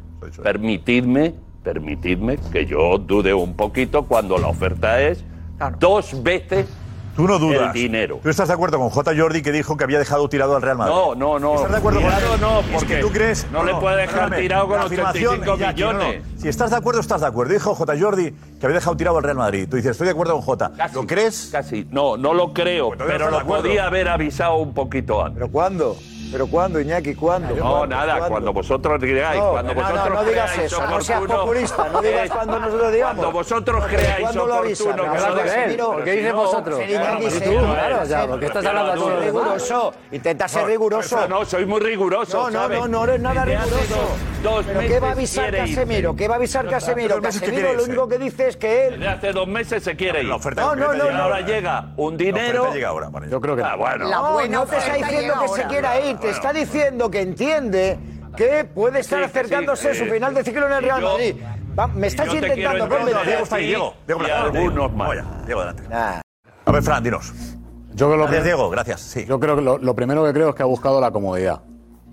permitidme, permitidme que yo dude un poquito cuando la oferta es dos veces Tú no dudas. el dinero. ¿Tú estás de acuerdo con J. Jordi que dijo que había dejado tirado al Real Madrid? No, no, no. ¿Estás de acuerdo con Tirado él? no, Es porque que tú crees. no le puede dejar perdóname, tirado con la afirmación, 85 Iñaki, no, no. millones. Si estás de acuerdo, estás de acuerdo. Dijo J. Jordi que había dejado tirado al Real Madrid. Tú dices, estoy de acuerdo con J. ¿Lo crees? Casi. No, no lo creo, no pero estás de lo acuerdo. podía haber avisado un poquito antes. ¿Pero cuándo? ¿Pero cuándo, Iñaki? ¿Cuándo? No, ¿Cuándo? nada, ¿Cuándo? cuando vosotros digáis, No, cuando no, no, vosotros no digas creáis eso, no seas oportuno- populista, no digas Eh, cuando nosotros digamos. Cuando vosotros Porque creáis ¿cuándo lo avisan? oportuno que Hablando lo de él, hagáis. porque Pero si dices no, vosotros. ser Claro, Iñaki y tú, Serra, claro, eh, ya, sí, porque estás pero hablando no, de no, ser riguroso, no, intenta ser no, riguroso. No, no, soy muy riguroso. No, no, ¿sabes? no, no eres nada Desde hace riguroso. Dos, dos ¿Pero qué va a meses avisar quiere irse. Casemiro? ¿Qué va a avisar Pero hace Casemiro? dos meses que Casemiro quiere lo irse. único que dice es que él Desde hace dos meses se quiere ir. oferta- No, la oferta no, llega no, ahora ahora. llega un dinero. llega ahora, Yo creo que ah, bueno. no, no te está diciendo que se quiera ir, te está diciendo que entiende que puede estar Sí, que sí, acercándose a eh, su final de ciclo en el y Real yo- Madrid. Va, me estás yo te quiero intentando entender convencer. a ti y a algunos más. Diego, adelante. A ver, Fran, dinos. Yo creo que lo Gracias, pri- Diego, gracias. Sí. Yo creo que lo, lo primero que creo es que ha buscado la comodidad.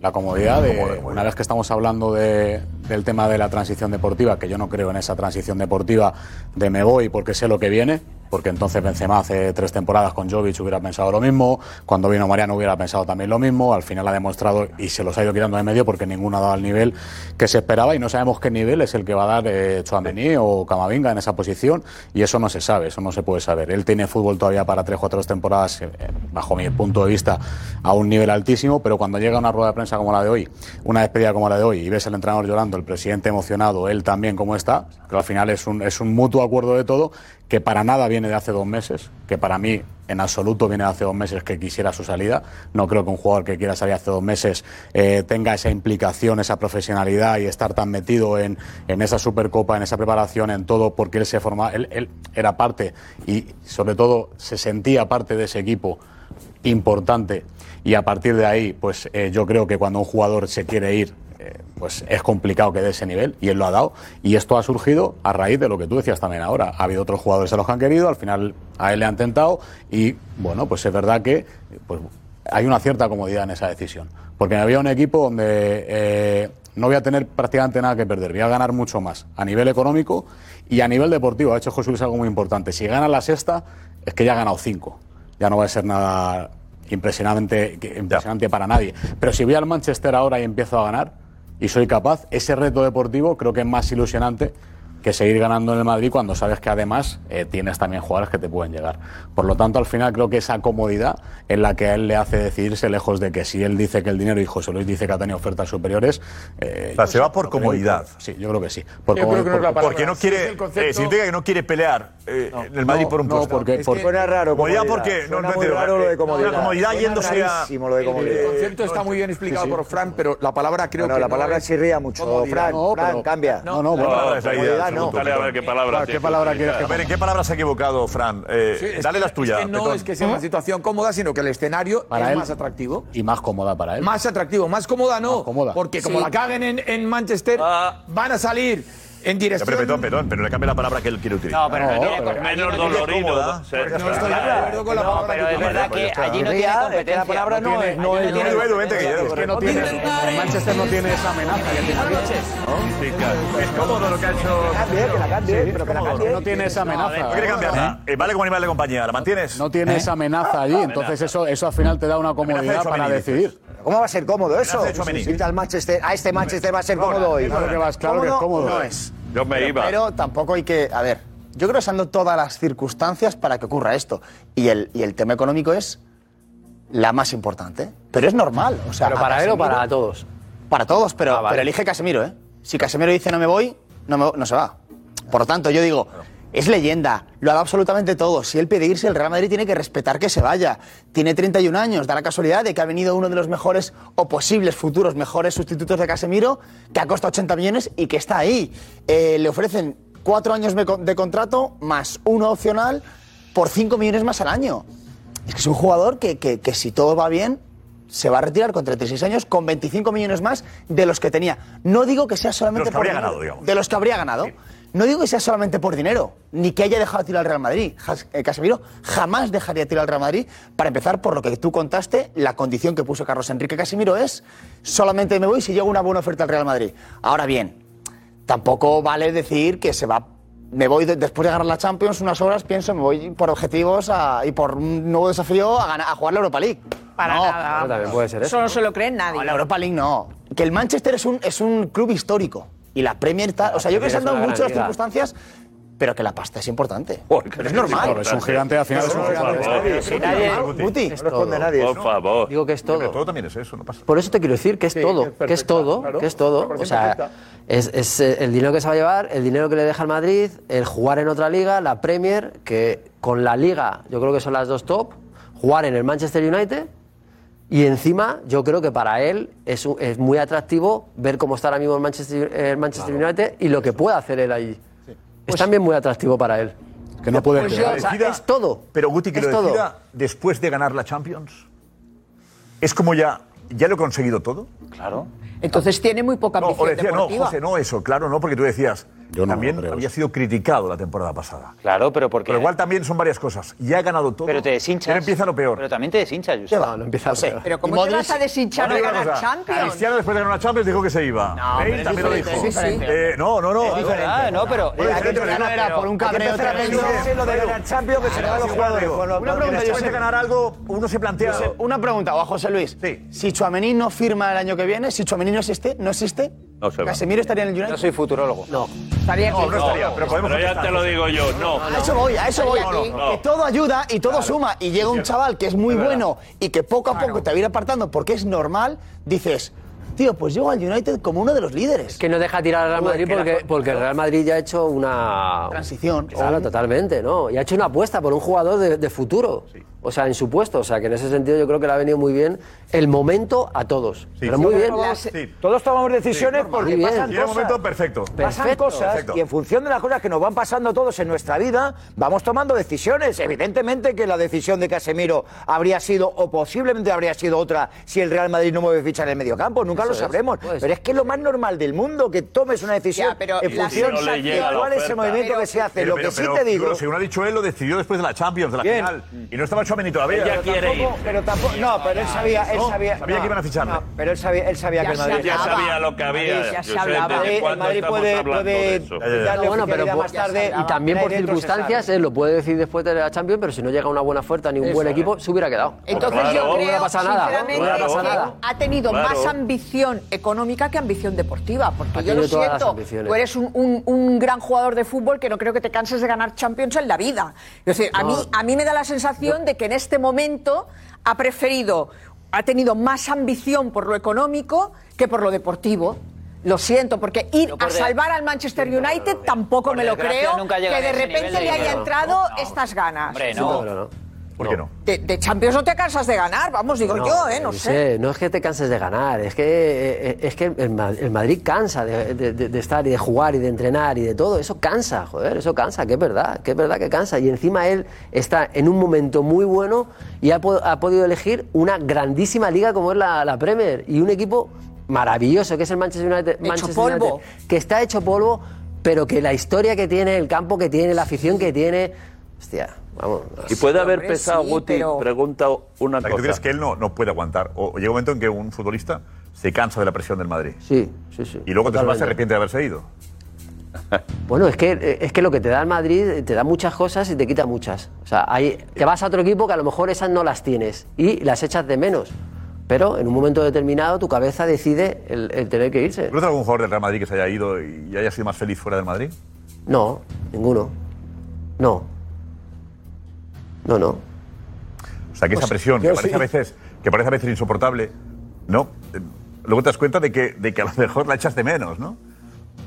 La comodidad de, una vez que estamos hablando de- del tema de la transición deportiva, que yo no creo en esa transición deportiva de me voy porque sé lo que viene, porque entonces Benzema hace tres temporadas con Jovic hubiera pensado lo mismo, cuando vino Mariano hubiera pensado también lo mismo, al final ha demostrado y se los ha ido quitando de medio porque ninguno ha dado el nivel que se esperaba y no sabemos qué nivel es el que va a dar eh, Tchouaméni o Camavinga en esa posición y eso no se sabe, eso no se puede saber. Él tiene fútbol todavía para tres o cuatro temporadas, eh, bajo mi punto de vista, a un nivel altísimo, pero cuando llega una rueda de prensa como la de hoy, una despedida como la de hoy y ves al entrenador llorando, el presidente emocionado, él también como está, que al final es un, es un mutuo acuerdo de todo que para nada viene de hace dos meses, que para mí en absoluto viene de hace dos meses que quisiera su salida. No creo que un jugador que quiera salir hace dos meses eh, tenga esa implicación, esa profesionalidad y estar tan metido en, en esa Supercopa, en esa preparación, en todo, porque él se forma, él, él era parte y sobre todo se sentía parte de ese equipo importante y a partir de ahí, pues eh, yo creo que cuando un jugador se quiere ir, eh, pues es complicado que dé ese nivel y él lo ha dado. Y esto ha surgido a raíz de lo que tú decías también ahora. Ha habido otros jugadores a los que han querido, al final a él le han tentado y bueno, pues es verdad que pues, hay una cierta comodidad en esa decisión. Porque había un equipo donde eh, no voy a tener prácticamente nada que perder, voy a ganar mucho más a nivel económico y a nivel deportivo. Ha hecho José Luis algo muy importante. Si gana la sexta, es que ya ha ganado cinco. Ya no va a ser nada impresionante, que- impresionante para nadie. Pero si voy al Manchester ahora y empiezo a ganar y soy capaz, ese reto deportivo creo que es más ilusionante que seguir ganando en el Madrid cuando sabes que además eh, tienes también jugadores que te pueden llegar. Por lo tanto, al final creo que esa comodidad en la que a él le hace decidirse lejos de que si él dice que el dinero y José Luis dice que ha tenido ofertas superiores... eh, yo se sí, va por yo creo que- comodidad. Sí, yo creo que sí. Por Yo creo que no es la comodidad, por- palabra. Porque no quiere- Es el concepto- eh, significa que no quiere pelear eh, en el Madrid por un no, puesto. porque, Es porque- que- Comodidad porque Suena no, no muy entiendo, raro lo de eh, comodidad. Una comodidad Suena yéndose a eh, rarísimo lo de comodidad. El concepto está muy bien explicado por Fran, pero la palabra creo no, que la no palabra es chirría mucho. comodidad. Fran, No, Fran, pero- cambia. No, no, bueno, palabra es la idea? Comodidad, no. Pregúntale a ver qué palabra. ¿qué palabra quieres que A ver, ¿en qué palabra se ha equivocado, Fran? Eh, Sí, es dale que- las tuyas. Es que no Petón. es que sea una situación cómoda, sino que el escenario Para es él- más atractivo. y más cómoda para él. Más atractivo, más cómoda no. Porque como Sí. la caguen en, en Manchester, van a salir en Ya, dirección. Pero, perdón, perdón, pero le cambia la palabra que él quiere utilizar. No, pero no, no, pero- Menos dolorido. ¿eh? cómoda. Se- No estoy se- de acuerdo con la No, palabra pero que es tú verdad pones. que allí Ría, no tiene es que la competencia. palabra no es- no es- no es- Edu, vente, que ¿eh? ya- Es que no tiene, el Manchester no tiene esa amenaza que tiene aquí. Es cómodo lo que ha hecho. Que la cambie, pero que la cambie. No tiene esa amenaza. No quiere cambiarla. Eh, Vale como animal de compañía, ¿la mantienes? No tiene esa amenaza allí, entonces eso, eso al final te da una comodidad Amenaza de para Tchouaméni, decidir. ¿Cómo va a ser cómodo eso? hace Tchouaméni. Ir al Manchester, a este Manchester va a ser cómodo hoy. Claro que vas, claro que es cómodo. No es. Yo me Pero, iba. pero tampoco hay que. A ver, yo creo que se han dado todas las circunstancias para que ocurra esto. Y el, y el tema económico es la más importante. Pero es normal. O sea, ¿Pero a para él o Casemiro- para todos? Para todos, pero, Ah, vale. pero elige Casemiro, ¿eh? Si Casemiro dice no me voy, no, me- no se va. Por lo tanto, yo digo. Es leyenda, lo ha dado absolutamente todo. Si él pide irse, el Real Madrid tiene que respetar que se vaya. Tiene 31 años, da la casualidad de que ha venido uno de los mejores o posibles futuros mejores sustitutos de Casemiro, que ha costado 80 millones y que está ahí. Eh, le ofrecen cuatro años de con- de contrato más uno opcional por 5 millones más al año. Es que es un jugador que, que- que si todo va bien, se va a retirar con 36 años, con 25 millones más de los que tenía. No digo que sea solamente De los que por habría dinero. ganado, digamos. De los que habría ganado. No digo que sea solamente por dinero, ni que haya dejado de tirar al Real Madrid. Jas- eh, Casemiro jamás dejaría de tirar al Real Madrid. Para empezar, por lo que tú contaste, la condición que puso Carlos Enrique Casemiro es solamente me voy si llega una buena oferta al Real Madrid. Ahora bien, tampoco vale decir que se va. Me voy de- después de ganar la Champions unas horas, pienso, me voy por objetivos a- y por un nuevo desafío a, ganar, a jugar la Europa League. Para No, nada. claro, vamos. Eso no se lo cree nadie. no, la Europa League no. Que el Manchester es un, es un club histórico. Y la Premier tal. O sea, yo creo que se han dado Premier mucho es una las gran circunstancias, pero que la pasta es importante. pero es Claro, normal. es un gigante, al final es un gigante. Guti, no responde nadie. Por favor. Digo que es todo. Todo también es eso, no pasa. Por eso te quiero decir que es todo, que es todo, que es todo. O sea, es, es, eh, el dinero que se va a llevar, el dinero que le deja al Madrid, el jugar en otra liga, la Premier, que con la liga yo creo que son las dos top, jugar en el Manchester United y encima yo creo que para él es, un- es muy atractivo ver cómo está ahora mismo el Manchester, el Manchester United y lo que puede hacer él allí. es también muy atractivo para él. Pues Que no puede Pues yo, o sea, es todo. Pero Guti, que Es lo todo. decida después de ganar la Champions, es como ya, ya lo he conseguido todo. Claro. Entonces tiene muy poca No, o ambición decía, no, deportiva. José, no eso, claro, no, porque tú decías, no también lo creo, había sido criticado la temporada pasada. Claro, pero porque. Pero igual también son varias cosas. Ya ha ganado todo. Pero te deshinchas. Pero empieza lo peor. Pero también te deshinchas, Josep. No, no empieza lo peor. Pero ¿cómo te vas a deshinchar de Bueno, ganar una cosa, Champions? Cristiano después de ganar una Champions dijo que se iba. No, ¿Eh? pero es También lo diferente, dijo. es diferente. Eh, no, no, no. Es Ah, verdad, Ah, no, Bueno, pero- Oye, diferente, pero pero- no era por un cabreo Hay que empezar a tremendo. pensar en lo de Pero- ganar Champions, que se Claro, van los sí, jugadores. claro. Una pregunta, después de ganar algo, uno se plantea... Josep, Una pregunta, o a José Luis. Si Chuamení no firma el año que viene, si Chuamení no existe, no existe, No se va. Casemiro estaría en el United. No soy futurólogo. No. Estaría aquí. No, no estaría, pero podemos ya te lo digo yo, no. A eso voy, a eso voy. Que todo ayuda y todo suma. Y llega un chaval que es muy bueno y que poco a poco te va a ir apartando porque es normal, dices, tío, pues llego al United como uno de los líderes. Que no deja tirar al Real Joder, Madrid que la- porque, porque el Real Madrid ya ha hecho una. Transición. Claro, totalmente, ¿no? Y ha hecho una apuesta por un jugador de, de futuro. O sea, en su puesto. O sea, que en ese sentido yo creo que le ha venido muy bien el momento a todos. Pero muy bien. eh, Todos tomamos decisiones porque Muy bien. pasan Y cosas. era un momento perfecto. Pasan Perfecto. cosas Perfecto. y en función de las cosas que nos van pasando a todos en nuestra vida, vamos tomando decisiones. Evidentemente que la decisión de Casemiro habría sido, o posiblemente habría sido otra, si el Real Madrid no mueve ficha en el mediocampo. Nunca Eso lo es, sabremos. pues. pero es que es lo más normal del mundo que tomes una decisión Ya, pero en la función Si no le llega de la cuál es el oferta. movimiento Pero- que se hace. Pero- lo pero- que sí pero, te digo... Juro, según ha dicho él, lo decidió después de la Champions, de la Bien. final. Y no estaba Chouameni todavía. Pero tampoco- Pero tampoco, no, pero él sabía, él No, sabía, sabía no, que iban a ficharle. no, pero él sabía, él sabía Ya que el se Madrid hablaba. Ya sabía lo que había, Madrid- Ya se Josep, hablaba. ¿desde Madrid- El cuándo Madrid estamos puede, hablando de puede eso? Eh, darle No, bueno, pero oficialidad por- más tarde y también por ahí dentro se circunstancias, él lo puede decir después de la Champions, pero si no llega una buena oferta ni un Eso buen es. equipo, se hubiera quedado. Entonces yo no creo, hubiera pasado nada. No sinceramente, hubiera pasado que nada. ha tenido Claro. más ambición económica que ambición deportiva. Porque Ha yo lo tenido todas las siento, ambiciones. tú eres un, un- un gran jugador de fútbol que no creo que te canses de ganar Champions en la vida. Es decir, a, No. mí, a mí me da la sensación de que en este momento ha preferido, ha tenido más ambición por lo económico que por lo deportivo. Lo siento, porque ir por a de- salvar al Manchester United tampoco Por me lo desgracia, creo nunca que llegará de a ese repente nivel de le haya dinero. entrado estas ganas. Hombre, No, no. no, no. ¿Por qué no? De, de Champions no te cansas de ganar, vamos, digo yo, ¿eh? No sé. No es que te canses de ganar, es que, eh, es que el, Ma- el Madrid cansa de, de- de- de estar y de jugar y de entrenar y de todo. Eso cansa, joder, eso cansa, que es verdad, que es verdad que cansa. Y encima él está en un momento muy bueno y ha, po- ha podido elegir una grandísima liga como es la, la Premier y un equipo maravilloso que es el Manchester United. Manchester polvo. United, que está hecho polvo, pero que la historia que tiene, el campo que tiene, la afición que tiene. Hostia, vamos. Y puede haber Hombre, pesado, sí, Guti, pero- pregunta una O sea, cosa. ¿Tú crees que él no, no puede aguantar? O o llega un momento en que un futbolista se cansa de la presión del Madrid. Sí, sí, sí. Y luego después Totalmente. se arrepiente de haberse ido. Bueno, es que, es que lo que te da el Madrid eh, te da muchas cosas y te quita muchas. O sea, ahí te vas a otro equipo que a lo mejor esas no las tienes y las echas de menos. Pero en un momento determinado tu cabeza decide el, el tener que irse. ¿Conoces algún jugador del Real Madrid que se haya ido y haya sido más feliz fuera del Madrid? No, ninguno. No. No, no. O sea, que esa Pues, presión que yo parece, sí. a veces, que parece a veces insoportable, ¿no? Eh, Luego te das cuenta de que, de que a lo mejor la echas de menos, ¿no?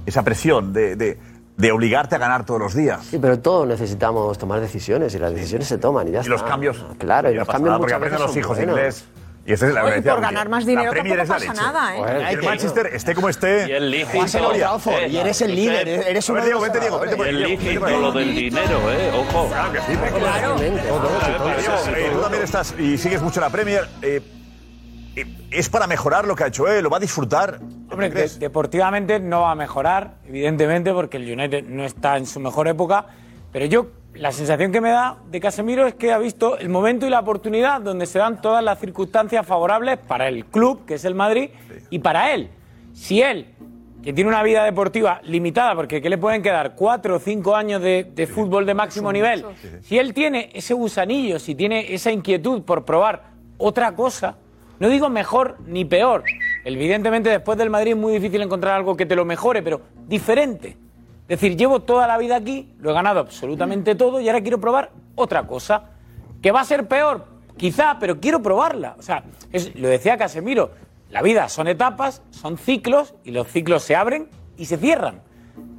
Esa presión de, de- de obligarte a ganar todos los días. Sí, pero todos necesitamos tomar decisiones y las decisiones se toman y ya Y los está. cambios. Claro, y y los pasa cambios nada, porque muchas veces aprenden los son hijos buenos. inglés. Y esa es la Oye, verdad. por ganar más dinero la Premier tampoco es la pasa leche. nada, ¿eh? Joder, el United. Manchester, esté como esté. Y el Leeds. Juegas en Gloria. Old Trafford, y eres el Eh, líder, Josep. eres A ver, uno de Diego, los vente, Diego, vente por El aquí, vente lícito, por aquí. lo del dinero, ¿eh? Ojo. Claro que sí, claro. Eh, Tú también estás y sigues mucho la Premier. eh, eh, ¿Es para mejorar lo que ha hecho él? ¿Lo va a disfrutar? Hombre, de- deportivamente no va a mejorar, evidentemente, porque el United no está en su mejor época. Pero yo, la sensación que me da de Casemiro es que ha visto el momento y la oportunidad donde se dan todas las circunstancias favorables para el club, que es el Madrid, y para él. Si él, que tiene una vida deportiva limitada, porque ¿qué le pueden quedar? Cuatro o cinco años de, de fútbol de máximo Son nivel. muchos. Sí, sí. Si él tiene ese gusanillo, si tiene esa inquietud por probar otra cosa, no digo mejor ni peor. Evidentemente, después del Madrid es muy difícil encontrar algo que te lo mejore, pero diferente. Es decir, llevo toda la vida aquí, lo he ganado absolutamente todo y ahora quiero probar otra cosa. Que va a ser peor, quizá, pero quiero probarla. O sea, es- lo decía Casemiro, la vida son etapas, son ciclos y los ciclos se abren y se cierran.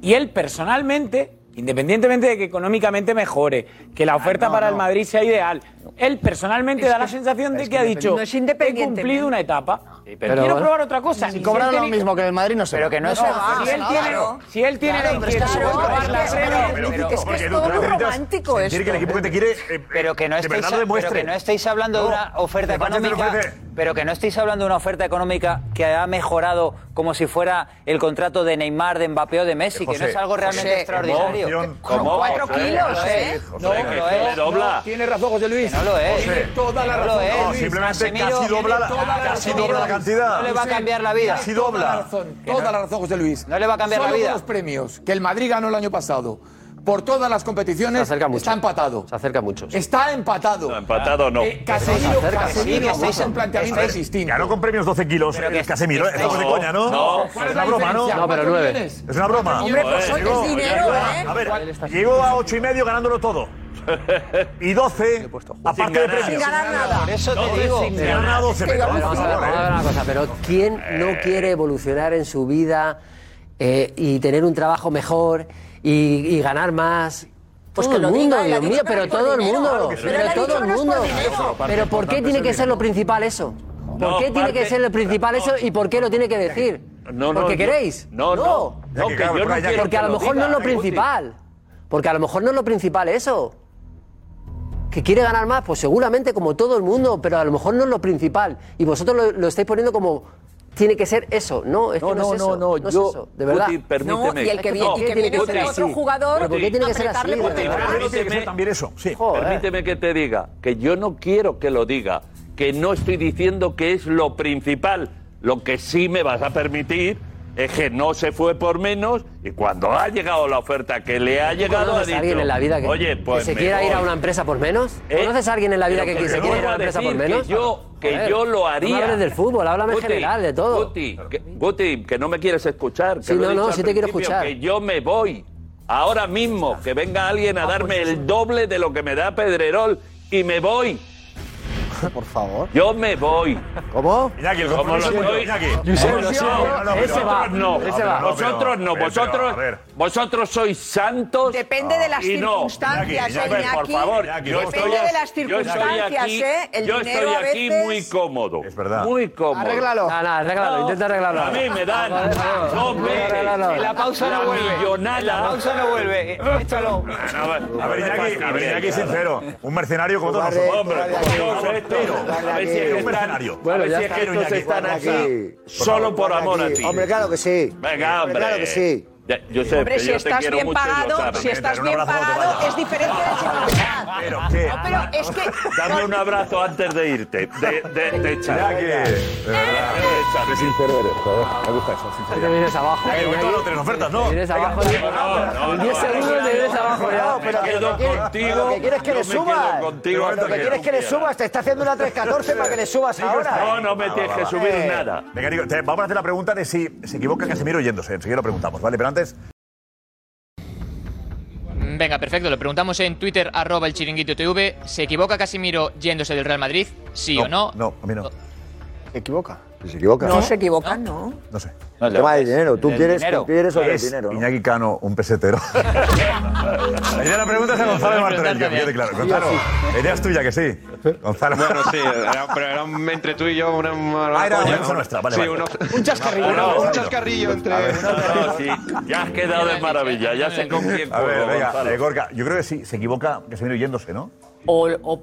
Y él personalmente, independientemente de que económicamente mejore, que la oferta para el Madrid sea ideal, él personalmente da la sensación de que, ha dicho, no es he cumplido una etapa, pero quiero probar otra cosa. Si Y cobra él lo tiene- mismo que el Madrid, no se Pero va. que no se va, se si él va, tiene- claro. si él tiene la Claro, pero es que inquietud se va, por es que la se Premier, va, pero- pero- es que porque es tú todo necesitas romántico sentir esto, que el equipo que te quiere. eh, Pero que no de estáis verdad lo a- demuestre. pero que no estáis hablando de una oferta el Manchester económica. ofrece Pero que no estéis hablando de una oferta económica que ha mejorado como si fuera el contrato de Neymar, de Mbappé o de Messi, que José, no es algo realmente José, extraordinario. emoción, Con como cuatro José, kilos, José, ¿eh? José, No, que no se le es. dobla. No, Tiene razón José Luis. No lo es. Tiene toda la No lo razón. es. Luis. Casemiro tiene toda la razón. No le va a cambiar la vida. Tiene Toda la razón, toda la razón, José Luis. No le va a cambiar la vida. los premios que el Madrid ganó el año pasado por todas las competiciones está empatado. Se acerca mucho. sí. Está empatado. No, empatado no. Eh, Casemiro, Se acerca, Casemiro sí, que estáis es un en- planteamiento estáis- distinto. Ganó con premios 12 kilos Pero que eh, Casemiro. estáis- Estamos de coña, ¿no? No. Es una broma, ¿no? No, pero nueve. Es una broma. Hombre, pues Joder, oye, es dinero, llegó ¿eh? a- A ver, llegó a 8 y medio ganándolo todo. Y 12, aparte de premios. Por eso te digo. Sin ganar 12, pero vamos, por a ver, Eh. favor, vamos a ver ¿eh? una cosa, pero ¿quién no quiere evolucionar en su vida eh, y tener un trabajo mejor y, y ganar más? Pues todo que lo el mundo, diga, él ha Dios dicho mío, que no pero es por todo el dinero. mundo, Claro que sí. Pero él ha pero todo dicho el que no es mundo. por dinero. Pero ¿por qué Parte tiene que es ser lo principal eso? No, ¿Por qué tiene que parte- ser lo principal eso y por qué lo tiene que decir? No, no, ¿Porque yo- queréis? no, no. No, que yo no quiero Porque a que lo lo mejor no diga, es lo Guti. principal. Porque a lo mejor no es lo principal eso. ¿Que quiere ganar más? Pues seguramente como todo el mundo, pero a lo mejor no es lo principal. Y vosotros lo, lo estáis poniendo como tiene que ser eso. No, es que no, No, no, es no, eso. no, es yo- eso, de verdad. Guti, permíteme. No, y el que Es viene- ¿por y qué que tiene viene ser otro así? jugador, ¿Pero ¿Por qué tiene que ser así? apretarle de por verdad? detrás. Pero tiene que ser también eso. Sí. Permíteme que te diga, que yo no quiero que lo diga, que no estoy diciendo que es lo principal. Lo que sí me vas a permitir es que no se fue por menos y cuando ha llegado la oferta que le ha ¿Tú llegado ha ¿Conoces dicho, a alguien en la vida que, oye, que pues se me quiera ir a voy". una empresa por menos? ¿Eh? ¿Conoces a alguien en la vida Pero que, se te quiera ir a vuelvo una empresa por decir menos? Que yo, que Joder, yo lo No haría. me hables del fútbol, háblame en Guti, general, de todo. Guti, que, Guti, que no me quieres escuchar. que Sí, lo he no, dicho no, al sí te quiero principio, escuchar. Que yo me voy. Ahora mismo, que venga alguien Ah, a darme pues el doble de lo que me da Pedrerol y me voy. Por favor. Yo me voy. ¿Cómo? Iñaki, el Como lo ¿Eh? compromiso es estoy- tuyo, Iñaki. Como lo Ese estoy- va, no, ese va, no, ese va. Vosotros Pero, no, pero, vosotros, a ver. vosotros sois santos. Depende de las Ah, y no. circunstancias, Iñaki, Iñaki, Iñaki. por favor, yo Depende estoy, de las yo estoy circunstancias, aquí, ¿eh? El yo dinero estoy a aquí veces- muy cómodo. Es verdad. Muy cómodo. Arréglalo. No, no, arréglalo, intenta arreglarlo. A mí me dan Arréglalo. dos Arréglalo. veces. En la pausa la no vuelve. millonada. En la pausa no vuelve. Échalo. A ver, Iñaki, a ver, Iñaki, sincero. Un mercenario como todos Hombre, nosotros. por Dios, esto. A ver aquí. si es Un mercenario. A ver si es que estos están aquí. Solo por amor a ti. Hombre, claro que sí. Venga, hombre. Claro que sí. Ya, Yo sé, Hombre, que si yo te estás quiero bien mucho y lo pagado, sabes. si estás bien pagado, es diferente de generosidad. Pero qué. No, pero es que. Dame un abrazo antes de irte. De, de, de echar. Qué sincero eres, joder. Me gusta eso, Ya Te vienes abajo. Eh, eh, bueno, no, tres ofertas, no. Te vienes abajo. no, En 10 segundos te vienes abajo ya. pero Me quedo contigo. Lo que quieres que yo le me quedo subas. contigo Lo hasta que que quieres tú que le quieras. subas. Te está haciendo una 314 para que le subas pues, ahora. ¿eh? Ah, No, no me tienes que subir nada. Venga, Nico, te- vamos a hacer la pregunta de si se equivoca Casemiro yéndose. Enseguida lo preguntamos, ¿vale? Pero antes, Venga, perfecto. Lo preguntamos en Twitter, arroba el chiringuito TV. ¿Se equivoca Casimiro yéndose del Real Madrid? ¿Sí o no? No, a mí no. Se equivoca. Se equivoca. No se equivocan, ¿no? No sé. No, el tema del dinero. ¿Tú Del quieres, dinero. tú quieres sobre el Es dinero? Iñaki Cano, un pesetero. La idea de la pregunta es a Gonzalo Martorell, que quede claro. Gonzalo, la idea es tuya, que sí. Gonzalo. Bueno, sí, era- pero era un- entre tú y yo una... una Ah, era coña, una cosa nuestra, vale, Sí, vale. uno- Un chascarrillo. uno- Vale, un vale. chascarrillo entre... No, sí, ya has quedado de maravilla. Ya sé con quién A ver, juego, venga, Gonzalo. eh, Gorka, yo creo que sí, se equivoca Casemiro yéndose, ¿no? O, o-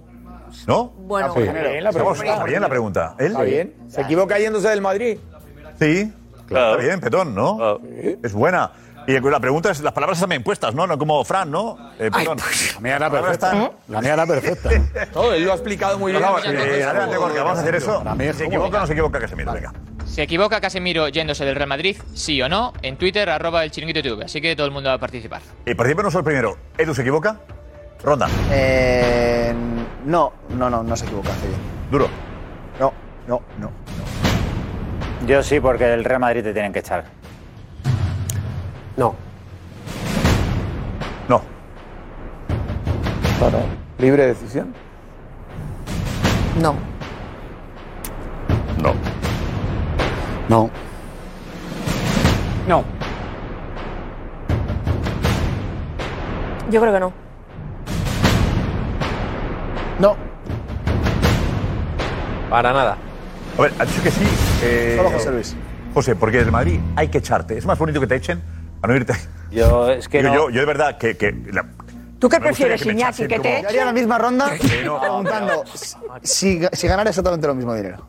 ¿No? Bueno, Sí. está bien la Estamos- pregunta. está bien la pregunta. ¿Él? Está bien. Se equivoca yéndose del Madrid. Sí. Está bien, Petón, ¿no? Es buena. Y la pregunta es, las palabras están bien puestas, ¿no? No como Fran, ¿no? Eh, Petón. pues, La mía era perfecta. La mía era perfecta. ¿Eh? Todo, él lo ha explicado muy bien. Vamos, eh, adelante, Gorka, vamos a hacer eso. ¿Se equivoca o no se equivoca Casemiro? Venga. ¿Se equivoca Casemiro yéndose del Real Madrid? ¿Sí o no? En Twitter, arroba el chiringuito TV. Así que todo el mundo va a participar. Y participemos nosotros primero. ¿Edu se equivoca? Ronda. Eh, no, no, no, no se equivoca. hace bien. Duro. No, no, no. Yo sí, porque del Real Madrid te tienen que echar. Claro. Libre decisión. No. No. No. No. Yo creo que no. No. Para nada. A ver, ha dicho que sí. eh, Solo José Luis. José, porque del Madrid hay que echarte. Es más bonito que te echen a no irte. Yo, es que yo, Yo, de verdad, que... que la- ¿Tú qué Me gustaría prefieres, que me Iñaki, echasen que te como- echen? Yo haría la misma ronda Que no. preguntando si, si ganara exactamente lo mismo dinero.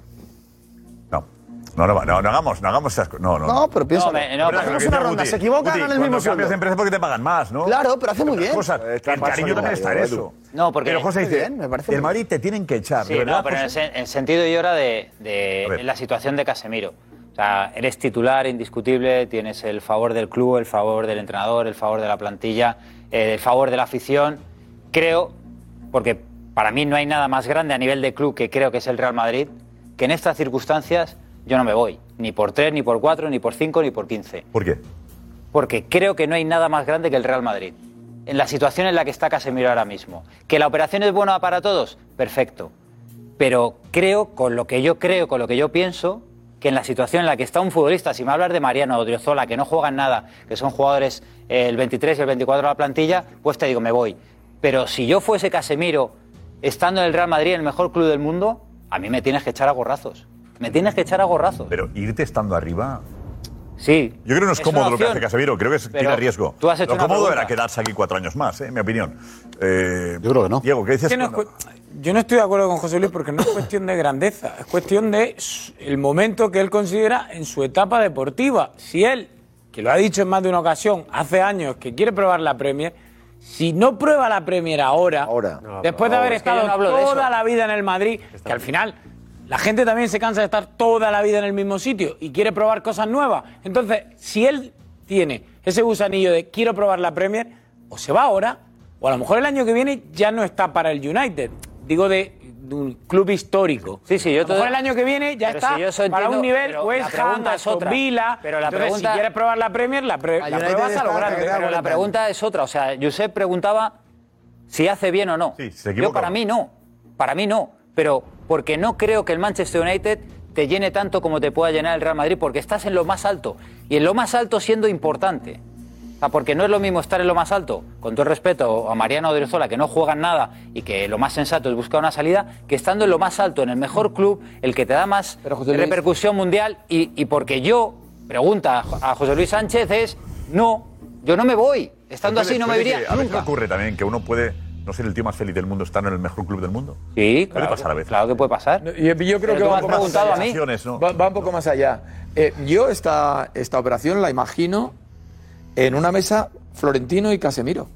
No, no, no, no hagamos, no hagamos esas cosas. No, no. No, pero piénsalo. No, me- no, pero- es hacemos una ronda, se equivoca, gana el mismo Cuando sueldo. cambias de empresa porque te pagan más, ¿no? Claro, pero hace muy bien. Cosas. Eh, El está más cariño también está en solidario, eso. Edu. No, porque- Pero José Muy dice, bien, me parece el muy Madrid te tienen que echar, Sí, ¿de no, verdad, Pues pero en José? el, sen- en sentido yo era de, de- en la situación de Casemiro. O sea, eres titular indiscutible, tienes el favor del club, el favor del entrenador, el favor de la plantilla, eh, el favor de la afición. Creo, porque para mí no hay nada más grande a nivel de club que creo que es el Real Madrid, que en estas circunstancias yo no me voy. Ni por tres, ni por cuatro, ni por cinco, ni por quince. ¿Por qué? Porque creo que no hay nada más grande que el Real Madrid. En la situación en la que está Casemiro ahora mismo. ¿Que la operación es buena para todos? Perfecto. Pero creo, con lo que yo creo, con lo que yo pienso, que en la situación en la que está un futbolista, si me hablas de Mariano o Driozola, que no juegan nada, que son jugadores eh, el 23 y el 24 de la plantilla, pues te digo, me voy. Pero si yo fuese Casemiro, estando en el Real Madrid, en el mejor club del mundo, a mí me tienes que echar a gorrazos. Me tienes que echar a gorrazos. Pero irte estando arriba. Sí. Yo creo que no es, Es cómodo una lo que opción. hace Casemiro, creo que es- Pero tiene riesgo. tú has hecho lo una cómodo pregunta. era quedarse aquí cuatro años más, ¿eh? en mi opinión. Yo creo que no. Diego, ¿qué dices? Que no es cuando- cu- yo no estoy de acuerdo con José Luis porque no es cuestión de grandeza, es cuestión de s- el momento que él considera en su etapa deportiva. Si él, que lo ha dicho en más de una ocasión, hace años que quiere probar la Premier, si no prueba la Premier ahora, después de No, haber es que yo estado no hablo de toda eso. la vida en el Madrid, que al final la gente también se cansa de estar toda la vida en el mismo sitio y quiere probar cosas nuevas. Entonces, si él tiene ese gusanillo de quiero probar la Premier, o se va ahora, o a lo mejor el año que viene ya no está para el United. Digo de, de un club histórico. Sí, sí, yo a lo te- mejor el año que viene ya Pero está si yo eso para un entiendo, nivel pero pues, West la Ham, pregunta es Aston otra. Villa. Pero la Entonces, pregunta- si quieres probar la Premier, la, pre- la pruebas a lo grande. Pero la pregunta es otra. O sea, Josep preguntaba si hace bien o no. se Yo equivoca. para mí no. Para mí no. Pero porque no creo que el Manchester United te llene tanto como te pueda llenar el Real Madrid, porque estás en lo más alto. Y en lo más alto siendo importante. O sea, porque no es lo mismo estar en lo más alto, con todo el respeto a Mariano Odriozola, que no juegan nada y que lo más sensato es buscar una salida, que estando en lo más alto, en el mejor club, el que te da más Luis. repercusión mundial. Y, y porque yo, pregunta a Jo- a José Luis Sánchez, es, no, yo no me voy. Estando Puede- así no me puede iría que A veces nunca. ocurre también que uno puede no ser el tío más feliz del mundo estando en el mejor club del mundo. Sí, Puede pasar a veces. Claro que puede pasar. Yo, yo creo que va un poco más allá. Va, va un poco más allá. Eh, yo esta, esta operación la imagino en una mesa Florentino y Casemiro.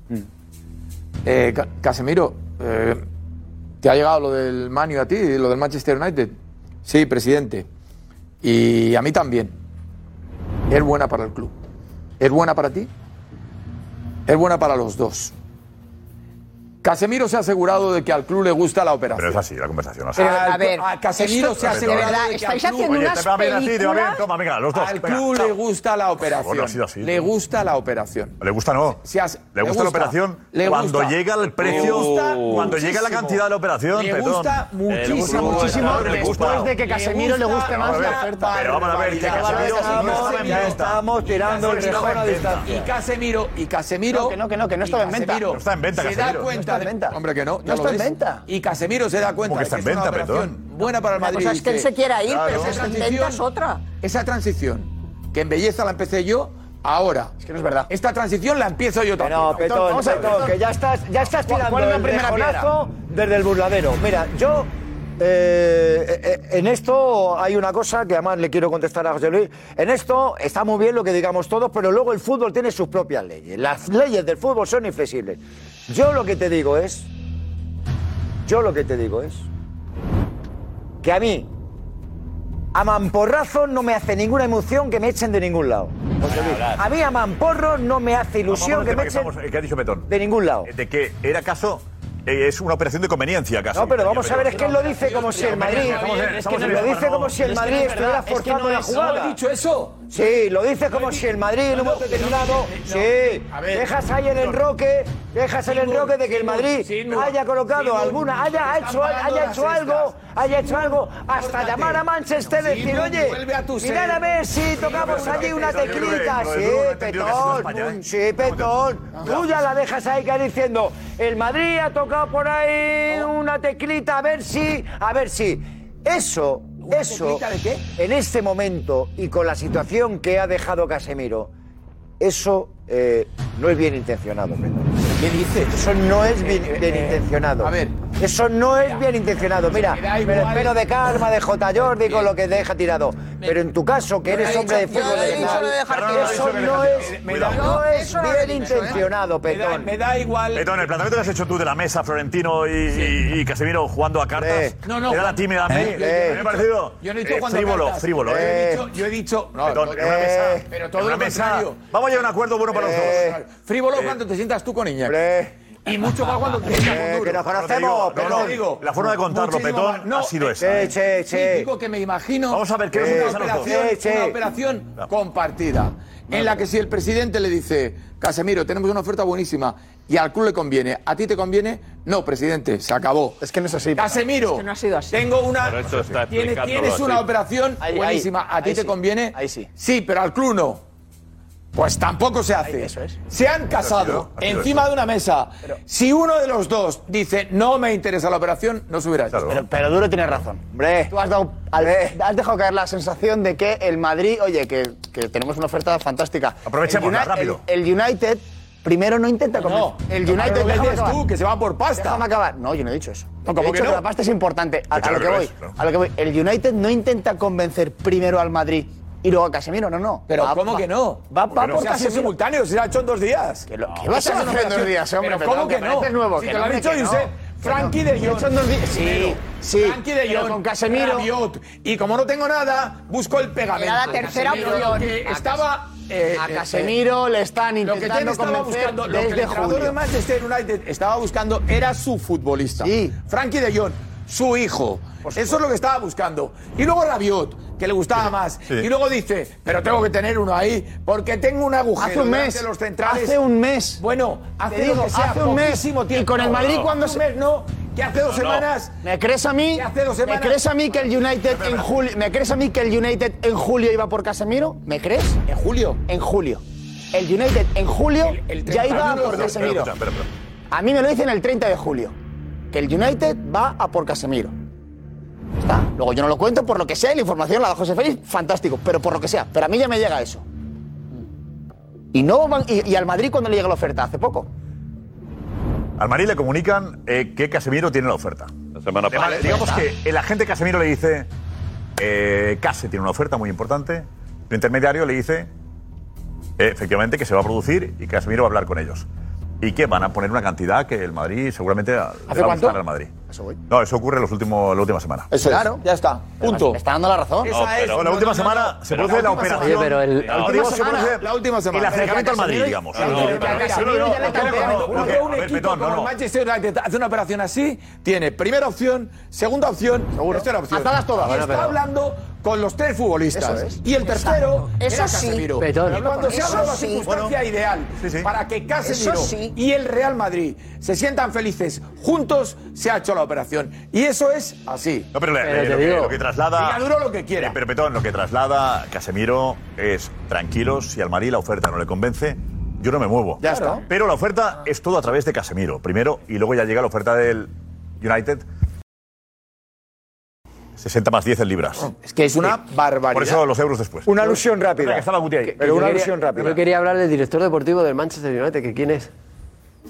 Eh, Ca- Casemiro, eh, ¿te ha llegado lo del Manu a ti, lo del Manchester United? Sí, presidente. Y a mí también. Es buena para el club. Es buena para ti. Es buena para los dos. Casemiro se ha asegurado de que al club le gusta la operación. Pero es así la conversación. así. Pero al- A ver, a Casemiro esto- se ha Pero, celebrado a ver, de que estáis al club- haciendo Oye, unas te va bien así, te va bien, películas- toma, venga, los dos. Al venga, club chao. le gusta la operación. favor, no ha sido así. le gusta la operación. Le gusta no. Se hace- Le gusta Oh. la operación le cuando gusta. llega el Le precio, Uh. gusta cuando llega la muchísimo. cantidad de la operación. Le perdón. Eh, gusta muchísimo, muchísimo. Después de que Casemiro le guste más la oferta. Pero vamos a ver, que Casemiro Ya estamos tirando el rejón a Y distancia. Casemiro, y Casemiro. No, que no, que no, que no estaba y en venta. Casemiro No está en venta, Se Casemiro. da No cuenta. está en de- venta. Hombre, que no. No ya lo está en ves. venta. Y Casemiro se da cuenta. ¿Cómo que de está en es una venta, operación Buena para el Una Madrid. cosa es que él dice, se quiera ir, esa pero si está en transición- venta es otra. Esa transición, que en belleza la empecé yo, ahora. Es que no es verdad. Esta transición la empiezo yo también. No, Petón, Vamos a- Petón, que ya estás, ya estás ¿Cuál- tirando cuál es la el primera rejonazo desde el burladero. Mira, yo eh, eh, en esto hay una cosa que además le quiero contestar a José Luis. En esto está muy bien lo que digamos todos, pero luego el fútbol tiene sus propias leyes. Las leyes del fútbol son inflexibles. Yo lo que te digo es, yo lo que te digo es que a mí a mamporrazo no me hace ninguna emoción que me echen de ningún lado. José Luis, A mí a mamporro no me hace ilusión Vamos al que tema me que echen estamos- que ha dicho Petón? Eh, de ningún lado. De que era caso. eh, es una operación de conveniencia, casi. No, pero vamos a ver, es que él lo No, dice como si el Madrid. estamos en- estamos en- Lo dice como si el Es que no es Madrid estuviera verdad, es que forzando no la es- ¿no jugada. he dicho eso? Sí, lo dice como si el Madrid en un momento determinado. Sí, dejas ahí el enroque, dejas el enroque de que el Madrid haya colocado alguna, haya hecho, haya hecho algo, haya hecho algo, hasta llamar a Manchester y decir, oye, mirad a ver si tocamos allí una teclita. Sí, petón, sí, petón. Tú ya la dejas ahí caer diciendo, el Madrid ha tocado por ahí una teclita, a ver si, a ver si. Eso, eso, teclita de en este momento y con la situación que ha dejado Casemiro, eso eh, no es bien intencionado. Pedro. ¿Qué dices? Eh, Eso no es bien, bien intencionado. A ver, Eso no es bien intencionado. Mira, me lo espero de calma, de J. Jordi, con lo que deja tirado. Pero en tu caso, que Yo eres le he hombre de dicho- yo fútbol, le he dicho lo de dejar Eso tirado. eso no es, no es bien intencionado, Petón. igual. Petón, el planteamiento que has hecho tú de la mesa, Florentino y, y- y Casemiro jugando a cartas. No, no, Era Juan- la tímida a mí. Eh, ¿Te eh. ha parecido? Yo no he dicho eh, cuando Frívolo, cartas. frívolo. Yo he eh. dicho- yo he dicho. no, Petón, eh, no, en una mesa. Pero en todo una lo mesa. contrario. Vamos a llegar a un acuerdo bueno para los dos. Frívolo Eh. cuando te sientas tú con Iñaki. Y mucho más cuando te sientas con Duro. que nos conocemos, Pero te digo, Petón. te digo, La forma de contarlo, muchísimo Petón, más. ha sido esa, eh, eh. Che, che, che. sí, digo que me imagino Vamos a ver, ¿qué nos una interesa a nosotros? operación, Che, che. una operación compartida. En la que si el presidente le dice, Casemiro, tenemos una oferta buenísima y al club le conviene, ¿a ti te conviene? No, presidente, se acabó. Es que no es así. Casemiro, Es que no ha sido así. tengo una... Por eso está Tienes, explicándolo tienes así. una operación Ahí, ahí, buenísima, a ti ahí te sí, conviene. Ahí sí. Sí, pero al club no. Pues tampoco se hace. Se han casado ha sido encima de una mesa. si uno de los dos dice no me interesa la operación, no se hubiera hecho. Pero, pero Duro tiene razón. Hombre. Tú has, dado, al- has dejado caer la sensación de que el Madrid, oye, que, que tenemos una oferta fantástica. Aprovechémosla, El Uni- rápido. El, el United primero no intenta comer. el Pero United lo que déjame dices acabar. tú, que se va por pasta. Déjame acabar. No, yo no he dicho eso. No, Yo he ¿cómo dicho que que no? la pasta es importante. A, Vete a al lo que revés, voy, a lo que voy. El United no intenta convencer primero al Madrid y luego a Casemiro. No, no. Pero Va- ¿cómo va- que no? Va, va Pero por se hace Casemiro. simultáneo, se ha hecho en dos días. Que lo- que vas a hacer en dos días, hombre, Pero pero ¿cómo que que no? pareces nuevo, Si que te lo ha hombre, dicho que no. Josep, Que no. Frankie de Que Jong. lo ha hecho en dos días. Sí, Primero, sí, Frankie de pero Jong. con Casemiro- Rabiot. Y como no tengo nada, busco el pegamento. Era la tercera Casemiro, opción. que A Cas- estaba... eh, a eh, Casemiro le están Lo que Ten intentando estaba convencer buscando, lo que el desde entrenador julio. de Manchester United estaba buscando era su futbolista. Frankie de Jong, su hijo. Eso es lo que estaba buscando. Y luego Rabiot, que le gustaba más. Y luego dice, pero tengo que tener uno ahí porque tengo un agujero. Hace un delante mes, de los centrales. hace un mes. Bueno, hace, digo, lo que sea, hace un mes. poquísimo Y Tiempo. con el Madrid, ¿cuándo Hace se- un mes no, que hace dos No, no. semanas. ¿Me crees a mí? Que hace dos ¿Me semanas. crees a mí que el United en julio, ¿me crees a mí que el United en julio iba por Casemiro? ¿Me crees? ¿En julio? En julio. El United en julio ya iba por Perdón, Casemiro. perdón, perdón, perdón. A mí me lo dicen el 30 de julio. Que el United va a por Casemiro. Ya Está. Luego yo no lo cuento por lo que sea y la información la da José Félix, fantástico. Pero por lo que sea. Pero a mí ya me llega eso. Mm. Y, no van- y, y al Madrid cuando le llega la oferta, hace poco. Al Marí le comunican eh, que Casemiro tiene la oferta. La semana pasada. digamos que el agente Casemiro le dice, eh, Case tiene una oferta muy importante. El intermediario le dice, eh, efectivamente, que se va a producir y Casemiro va a hablar con ellos. Y que van a poner una cantidad que el Madrid seguramente le va a cuánto? gustar al Madrid. Eso voy. No, eso ocurre en los últimos, la última semana. Claro. Ya está. Punto. Me está dando la razón. No, pero la última semana se produce la operación. Oye, pero el- la última semana. La última semana. El acercamiento Pero que al a Madrid, Casemiro- digamos. No, no, pero a Casemiro ya le tantearon. Cuando un equipo como el Manchester United hace una operación así, tiene primera opción, segunda opción, tercera opción. Atadas todas. Y Bueno, está pero- hablando con los tres futbolistas. Eso es. Y el tercero Eso era sí. Casemiro. Petón. Y cuando se Eso habla de la sí. circunstancia Bueno. ideal para que Casemiro Eso sí. y el Real Madrid se sientan felices juntos, se ha hecho la operación. Y eso es así. No, pero, le- le- lo, que, lo que traslada. Diga duro lo que quiera. Eh, pero Petón, lo que traslada Casemiro es tranquilos. Si al Madrid la oferta no le convence, yo no me muevo. Ya está. Pero la oferta es todo a través de Casemiro, primero, y luego ya llega la oferta del United. 60 más 10 en libras. Es que es una barbaridad. Por eso los euros pues, después. Una alusión rápida. Espera, que estaba Guti ahí. Que yo quería- Yo quería hablar del director deportivo del Manchester United, que quién es.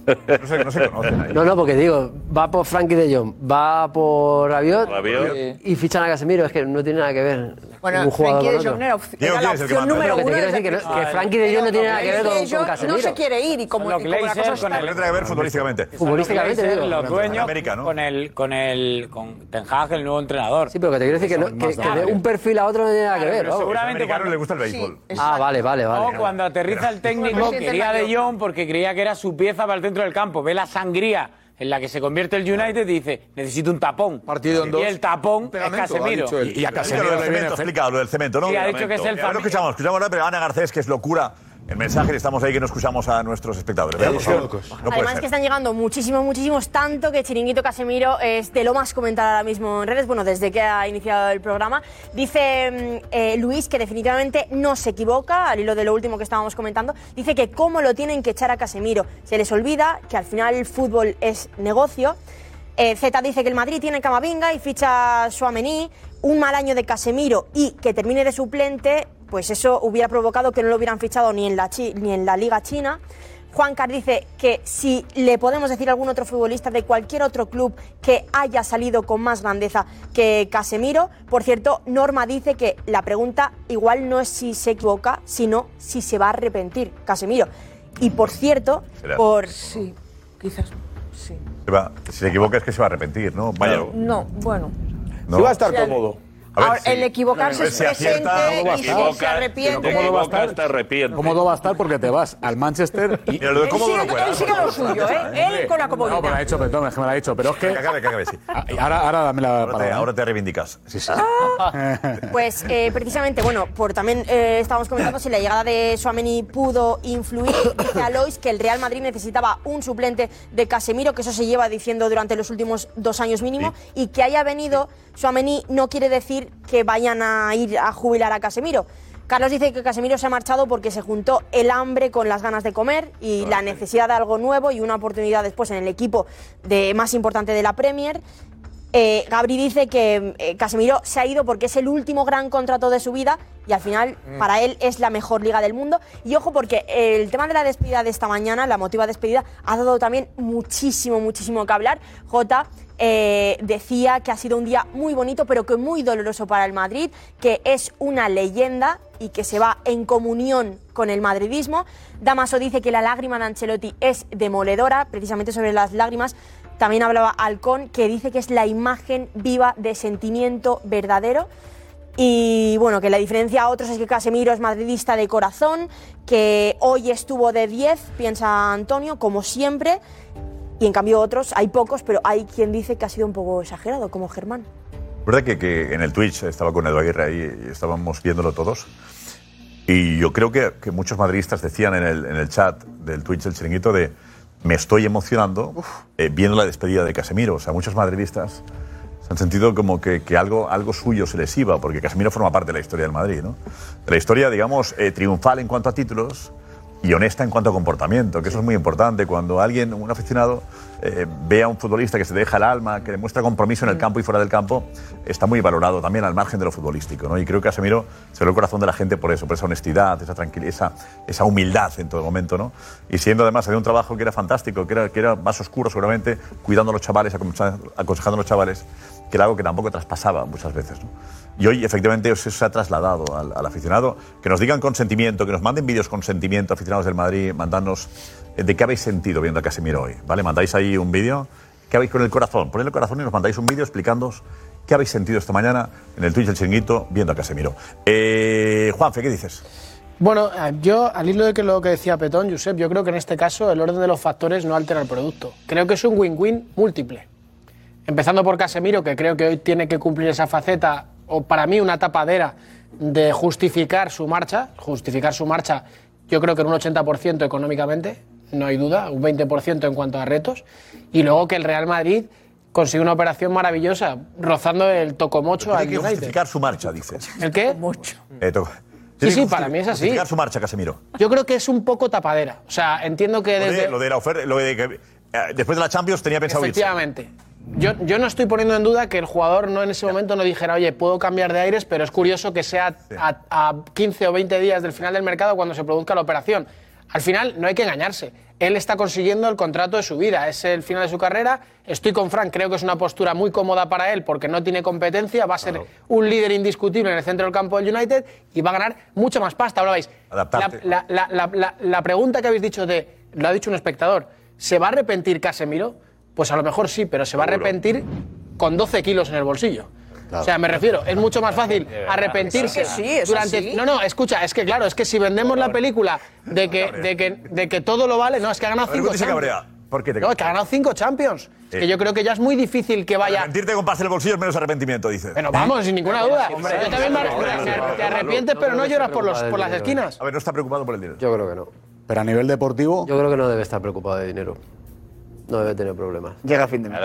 No se, no se conocen ahí. No, no, porque digo, va por Frankie de Jong, va por Rabiot, eh, Rabiot. Y, y fichan a Casemiro, es que no tiene nada que ver Bueno, un jugador Frankie con de Jong otro. no era opci- Diego, era ¿quién la es el que opción manda? número Lo que te uno quiero desde decir que, no- el que Frankie de Jong no tiene nada que ver con, Frankie de con Jong Casemiro. no se quiere ir y como, Los y como la cosa Glazers está... con el- No tiene nada que ver futbolísticamente. Futbolísticamente, Los digo. Glazers, los dueños América, con el con el con Ten Hag, el nuevo entrenador. Sí, pero que te quiero decir que, no- que- que de un perfil a otro no tiene nada que ver. vamos. seguramente cuando- ah, vale, vale, vale. O cuando aterriza el técnico, Presidente quería Mayor. de Jong porque creía que era su pieza para el centro del campo. Ve la sangría en la que se convierte el United y dice, necesito un tapón. Partido en Y dos. el tapón es Pegamento, ha Casemiro. dicho él. Y, y a Casemiro lo del cemento, explica lo del cemento, ¿no? Sí, ha dicho que es el Ya lo escuchamos, escuchamos ahora, pero Ana Garcés, que es locura. El mensaje, estamos ahí que no escuchamos a nuestros espectadores. ¿verdad? Por favor. No puede Además ser. que están llegando muchísimos, muchísimos, tanto que Chiringuito Casemiro es de lo más comentado ahora mismo en redes, bueno, desde que ha iniciado el programa. Dice mm, eh, Luis que definitivamente no se equivoca, al hilo de lo último que estábamos comentando, dice que cómo lo tienen que echar a Casemiro. Se les olvida que al final el fútbol es negocio. Eh, Z dice que el Madrid tiene Camavinga y ficha Suamení, un mal año de Casemiro y que termine de suplente, pues eso hubiera provocado que no lo hubieran fichado ni en la, chi- ni en la Liga China. Juan Car dice que si le podemos decir a algún otro futbolista de cualquier otro club que haya salido con más grandeza que Casemiro. Por cierto, Norma dice que la pregunta igual no es si se equivoca, sino si se va a arrepentir Casemiro. Y por cierto, Será. por... Sí, quizás sí. Se va- si se equivoca es que se va a arrepentir, ¿no? Vaya. No, bueno. ¿no? Sí va a estar cómodo. A ver, Ahora, si- el equivocarse a ver es si acierta, presente ¿cómo va a y si estar? se Equivoca, arrepiente- pero ¿cómo no va a estar? Te arrepientes. ¿Cómo va a estar? Porque te vas al Manchester y. Mira, lo de cómodo Él sigue- no puede, él sigue lo suyo, ¿eh? Él con la comodidad. No, pero ha dicho, perdón, es que me lo ha dicho. Pero es que. Que acabe, que acabe, sí. Ah, Ahora, ahora dame la te- palabra. ¿eh? ahora te reivindicas. Sí, sí. Pues eh, precisamente, bueno, por también eh, estábamos comentando si la llegada de Suameni pudo influir. Dice Alois que el Real Madrid necesitaba un suplente de Casemiro, que eso se lleva diciendo durante los últimos dos años mínimo, y que haya venido Suameni no quiere decir que vayan a ir a jubilar a Casemiro. Carlos dice que Casemiro se ha marchado porque se juntó el hambre con las ganas de comer y la necesidad de algo nuevo y una oportunidad después en el equipo de, más importante de la Premier. Eh, Gabri dice que eh, Casemiro se ha ido porque es el último gran contrato de su vida y al final Mm. para él es la mejor liga del mundo. Y ojo porque el tema de la despedida de esta mañana, la motiva despedida, ha dado también muchísimo, muchísimo que hablar. Jota eh, decía que ha sido un día muy bonito pero que muy doloroso para el Madrid, que es una leyenda y que se va en comunión con el madridismo. Damaso dice que la lágrima de Ancelotti es demoledora, precisamente sobre las lágrimas. También hablaba Alcón, que dice que es la imagen viva de sentimiento verdadero. Y bueno, que la diferencia a otros es que Casemiro es madridista de corazón, que hoy estuvo de 10, piensa Antonio, como siempre. Y en cambio otros, hay pocos, pero hay quien dice que ha sido un poco exagerado, como Germán. ¿Verdad que, que en el Twitch estaba con Edu Aguirre ahí y estábamos viéndolo todos? Y yo creo que, que muchos madridistas decían en el, en el chat del Twitch del chiringuito de me estoy emocionando eh, viendo la despedida de Casemiro. O sea, muchos madridistas se han sentido como que, que algo, algo suyo se les iba, porque Casemiro forma parte de la historia del Madrid, ¿no? De la historia, digamos, eh, triunfal en cuanto a títulos y honesta en cuanto a comportamiento, que eso es muy importante. Cuando alguien, un aficionado, eh, ve a un futbolista que se deja el alma, que demuestra compromiso en el campo y fuera del campo, está muy valorado también al margen de lo futbolístico. ¿no? Y creo que Casemiro se ve el corazón de la gente por eso, por esa honestidad, esa tranquilidad, esa, esa humildad en todo momento. ¿no? Y siendo además de un trabajo que era fantástico, que era, que era más oscuro seguramente, cuidando a los chavales, aconseja- aconsejando a los chavales, que era algo que tampoco traspasaba muchas veces. ¿no? Y hoy, efectivamente, eso se ha trasladado al, al aficionado. Que nos digan con sentimiento, que nos manden vídeos con sentimiento, aficionados del Madrid, mandadnos eh, de qué habéis sentido viendo a Casemiro hoy. ¿vale? Mandáis ahí un vídeo, qué habéis con el corazón. Poned el corazón y nos mandáis un vídeo explicándoos qué habéis sentido esta mañana en el Twitch del Chinguito viendo a Casemiro. Eh, Juanfe, ¿qué dices? Bueno, eh, yo, al hilo de que lo que decía Petón, Josep, yo creo que en este caso el orden de los factores no altera el producto. Creo que es un win-win múltiple. Empezando por Casemiro, que creo que hoy tiene que cumplir esa faceta, o para mí una tapadera, de justificar su marcha. Justificar su marcha, yo creo que en un 80% económicamente, no hay duda, un 20% en cuanto a retos. Y luego que el Real Madrid consigue una operación maravillosa, rozando el tocomocho al Tiene que United. justificar su marcha, dices. ¿El qué? Eh, to- Mm. Sí, tiene que sí, justi- para mí es así. Justificar su marcha, Casemiro. Yo creo que es un poco tapadera. O sea, entiendo que Lo de- desde. Lo de la oferta, lo de que eh, después de la Champions tenía pensado irse. Efectivamente. Yo, yo no estoy poniendo en duda que el jugador no en ese momento no dijera, oye, puedo cambiar de aires, pero es curioso que sea a, a 15 o 20 días del final del mercado cuando se produzca la operación. Al final no hay que engañarse. Él está consiguiendo el contrato de su vida, es el final de su carrera. Estoy con Frank, creo que es una postura muy cómoda para él porque no tiene competencia, va a ser un líder indiscutible en el centro del campo del United y va a ganar mucha más pasta. Ahora vais, Adaptarte. La, la- la- la- la pregunta que habéis dicho de, lo ha dicho un espectador, ¿se va a arrepentir Casemiro? Pues a lo mejor sí, pero se va a arrepentir con 12 kilos en el bolsillo. O sea, me refiero, es mucho más fácil arrepentirse Es que sí, es durante así. no no escucha es que claro es que si vendemos la película de que de que de que todo lo vale no es que ha ganado ver, cinco Guti se cabrea. Champions ¿Por qué te no es que ha ganado cinco Champions Es que yo creo que ya es muy difícil que vaya Arrepentirte con pase en el bolsillo es menos arrepentimiento, dices. Bueno, vamos, sin ninguna duda. Yo también me- Hombre, te arrepientes, pero no lloras por, los, por las dinero. esquinas. A ver, no está preocupado por el dinero. Yo creo que no. Pero a nivel deportivo. Yo creo que no debe estar preocupado de dinero. No debe tener problemas. Llega a fin de mes.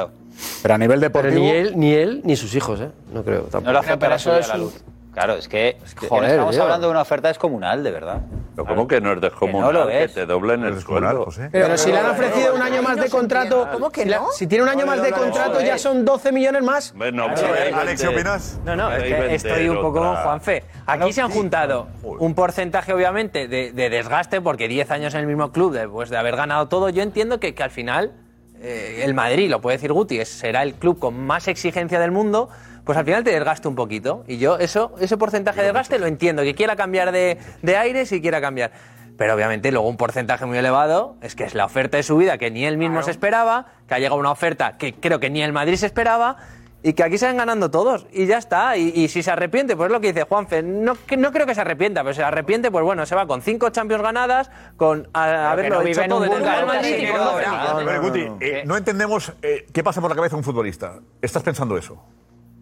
Pero a nivel Pero deportivo. ni él, ni él, ni sus hijos, ¿eh? No creo. Tampoco. No le afectará subir a la luz. Claro, es que, Joder, estamos tío. hablando de una oferta descomunal, de verdad. Pero ¿cómo que no es descomunal Que no lo que es. te doblen el sueldo? Pero si le han ofrecido un año más de contrato. ¿Cómo que no? eh. Si tiene un año más de contrato, ya son 12 millones más. Bueno, pues, Alex, pero- ¿qué opinas? No, no, es que Vender estoy un poco otra. con Juanfe. Aquí se han juntado un porcentaje, obviamente, de, de desgaste, porque 10 años en el mismo club, después de haber ganado todo, yo entiendo que, que al final eh, el Madrid, lo puede decir Guti, es- será el club con más exigencia del mundo, pues al final te desgaste un poquito. Y yo eso, ese porcentaje de desgaste lo entiendo, que quiera cambiar de, de aire si quiera cambiar. Pero obviamente luego un porcentaje muy elevado es que es la oferta de subida que ni él mismo se esperaba, que ha llegado una oferta que creo que ni el Madrid se esperaba y que aquí se van ganando todos y ya está. Y, y si se arrepiente, pues es lo que dice Juanfe, no, que- no creo que se arrepienta, pero si se arrepiente, pues bueno, se va con cinco Champions ganadas, con a- haberlo no hecho vive en un todo en el mundo Real en Madrid el y que con no doce. A ver, Guti, eh, no entendemos eh, qué pasa por la cabeza de un futbolista. ¿Estás pensando eso?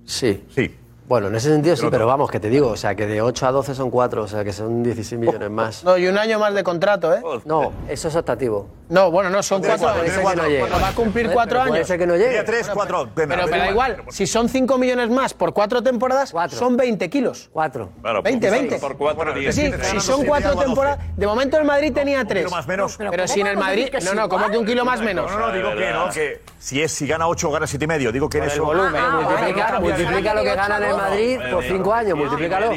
Sí. Sí. Bueno, en ese sentido sí, Pero pero vamos, que te digo, o sea, que de 8 a 12 son 4, o sea, que son 16 millones más. No, y un año más de contrato, ¿eh? No, eso es optativo. No, bueno, no, son Tiene cuatro cuatro, años. tiene cuatro, Bueno, cuatro. Va a cumplir Pero cuatro puede años. ser que no llegue. Día tres, cuatro. Pero, venga, pero venga. da igual, si son cinco millones más por cuatro temporadas, son 20 kilos. Cuatro. Claro, 20, por- 20. por cuatro, Sí, diez. sí, Te si ganan son doce, cuatro te ganan temporadas. De momento el Madrid tenía tres. más menos. Pero, si en el Madrid. No, no, como que un kilo más menos. No, no, digo que no, que si, es, si gana 8 gana siete y medio. Digo que en Por el eso. volumen, Ah, multiplica- vale, multiplica lo que gana en el Madrid por cinco años, multiplícalo.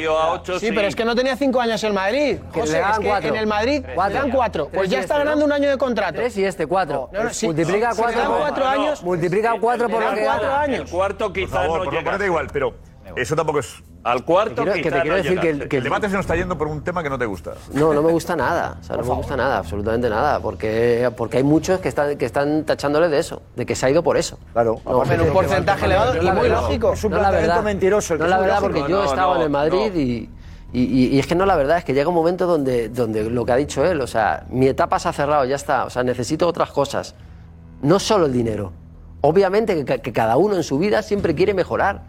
Sí, pero es que no tenía cinco años el Madrid. Que José, le es dan que cuatro. en el Madrid Cuatro. le dan cuatro. Tres Pues y ya está este, ganando un ¿no? año de contrato. Tres y este, cuatro. No, no, sí. multiplica Si le cuatro. dan por- cuatro años, Multiplica cuatro le por dan lo que cuatro gana. años. El cuarto quizá favor, no por llega. favor, da igual, pero eso tampoco es. Al cuarto Que te quiero- que quizá te quiero no decir que el- llegaste. que el el- debate se nos está yendo por un tema que no te gusta. No, no me gusta nada. O sea, no me gusta nada, absolutamente nada. Porque, porque hay muchos que están, que están tachándole de eso, de que se ha ido por eso. Claro. Pero un porcentaje elevado y muy lógico. No es la verdad. No es la verdad, porque yo estaba en el Madrid y, y- y- y es que no la verdad, es que llega un momento donde, donde lo que ha dicho él, o sea, mi etapa se ha cerrado, ya está, o sea, necesito otras cosas. No solo el dinero. Obviamente que, ca- que cada uno en su vida siempre quiere mejorar,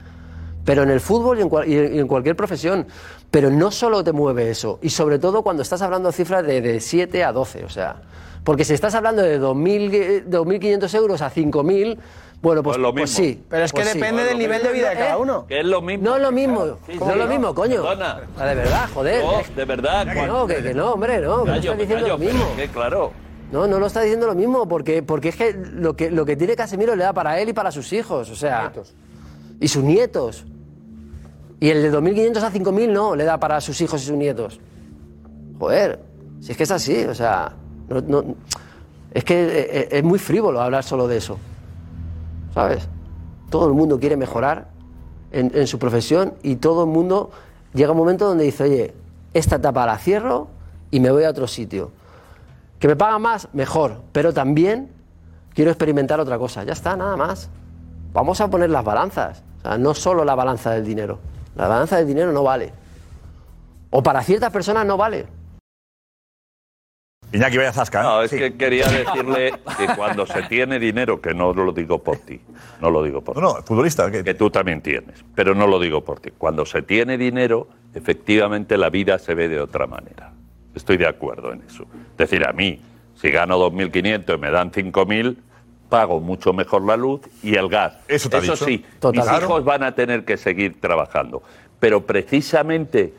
pero en el fútbol y en, cual- y en- y en cualquier profesión. Pero no solo te mueve eso, y sobre todo cuando estás hablando de cifras de, de 7 a 12, o sea. Porque si estás hablando de 2.000, eh, 2.500 euros a 5.000, bueno, pues, Pues lo pues mismo. sí. Pero es que pues sí. depende del nivel de vida de cada ¿Eh? uno. Que es lo mismo. No es lo mismo, no es sí, lo no. mismo, coño. Perdona. Ah, de verdad, joder. No, de verdad. Que no, que, que no, hombre, no, que no Callo, estás me diciendo callo, lo mismo. pero es que, claro. No, no lo está diciendo lo mismo, porque, porque es que lo, que lo que tiene Casemiro le da para él y para sus hijos, o sea. Y sus nietos. Y el de 2.500 a 5.000 no, le da para sus hijos y sus nietos. Joder, si es que es así, o sea. no- no- es que eh, eh, es muy frívolo hablar solo de eso. ¿Sabes? Todo el mundo quiere mejorar en, en su profesión y todo el mundo llega un momento donde dice, oye, esta etapa la cierro y me voy a otro sitio. Que me pagan más, mejor, pero también quiero experimentar otra cosa. Ya está, nada más. Vamos a poner las balanzas. O sea, no solo la balanza del dinero. La balanza del dinero no vale. O para ciertas personas no vale. Iñaki, vaya zasca. ¿eh? No, es que quería decirle que cuando se tiene dinero, que no lo digo por ti, no lo digo por ti. No, futbolista. Que... tú también tienes, pero no lo digo por ti. Cuando se tiene dinero, efectivamente la vida se ve de otra manera. Estoy de acuerdo en eso. Es decir, a mí, si gano 2.500 y me dan 5.000, pago mucho mejor la luz y el gas. Eso te ha dicho. sí, Total. mis Claro. hijos van a tener que seguir trabajando. Pero precisamente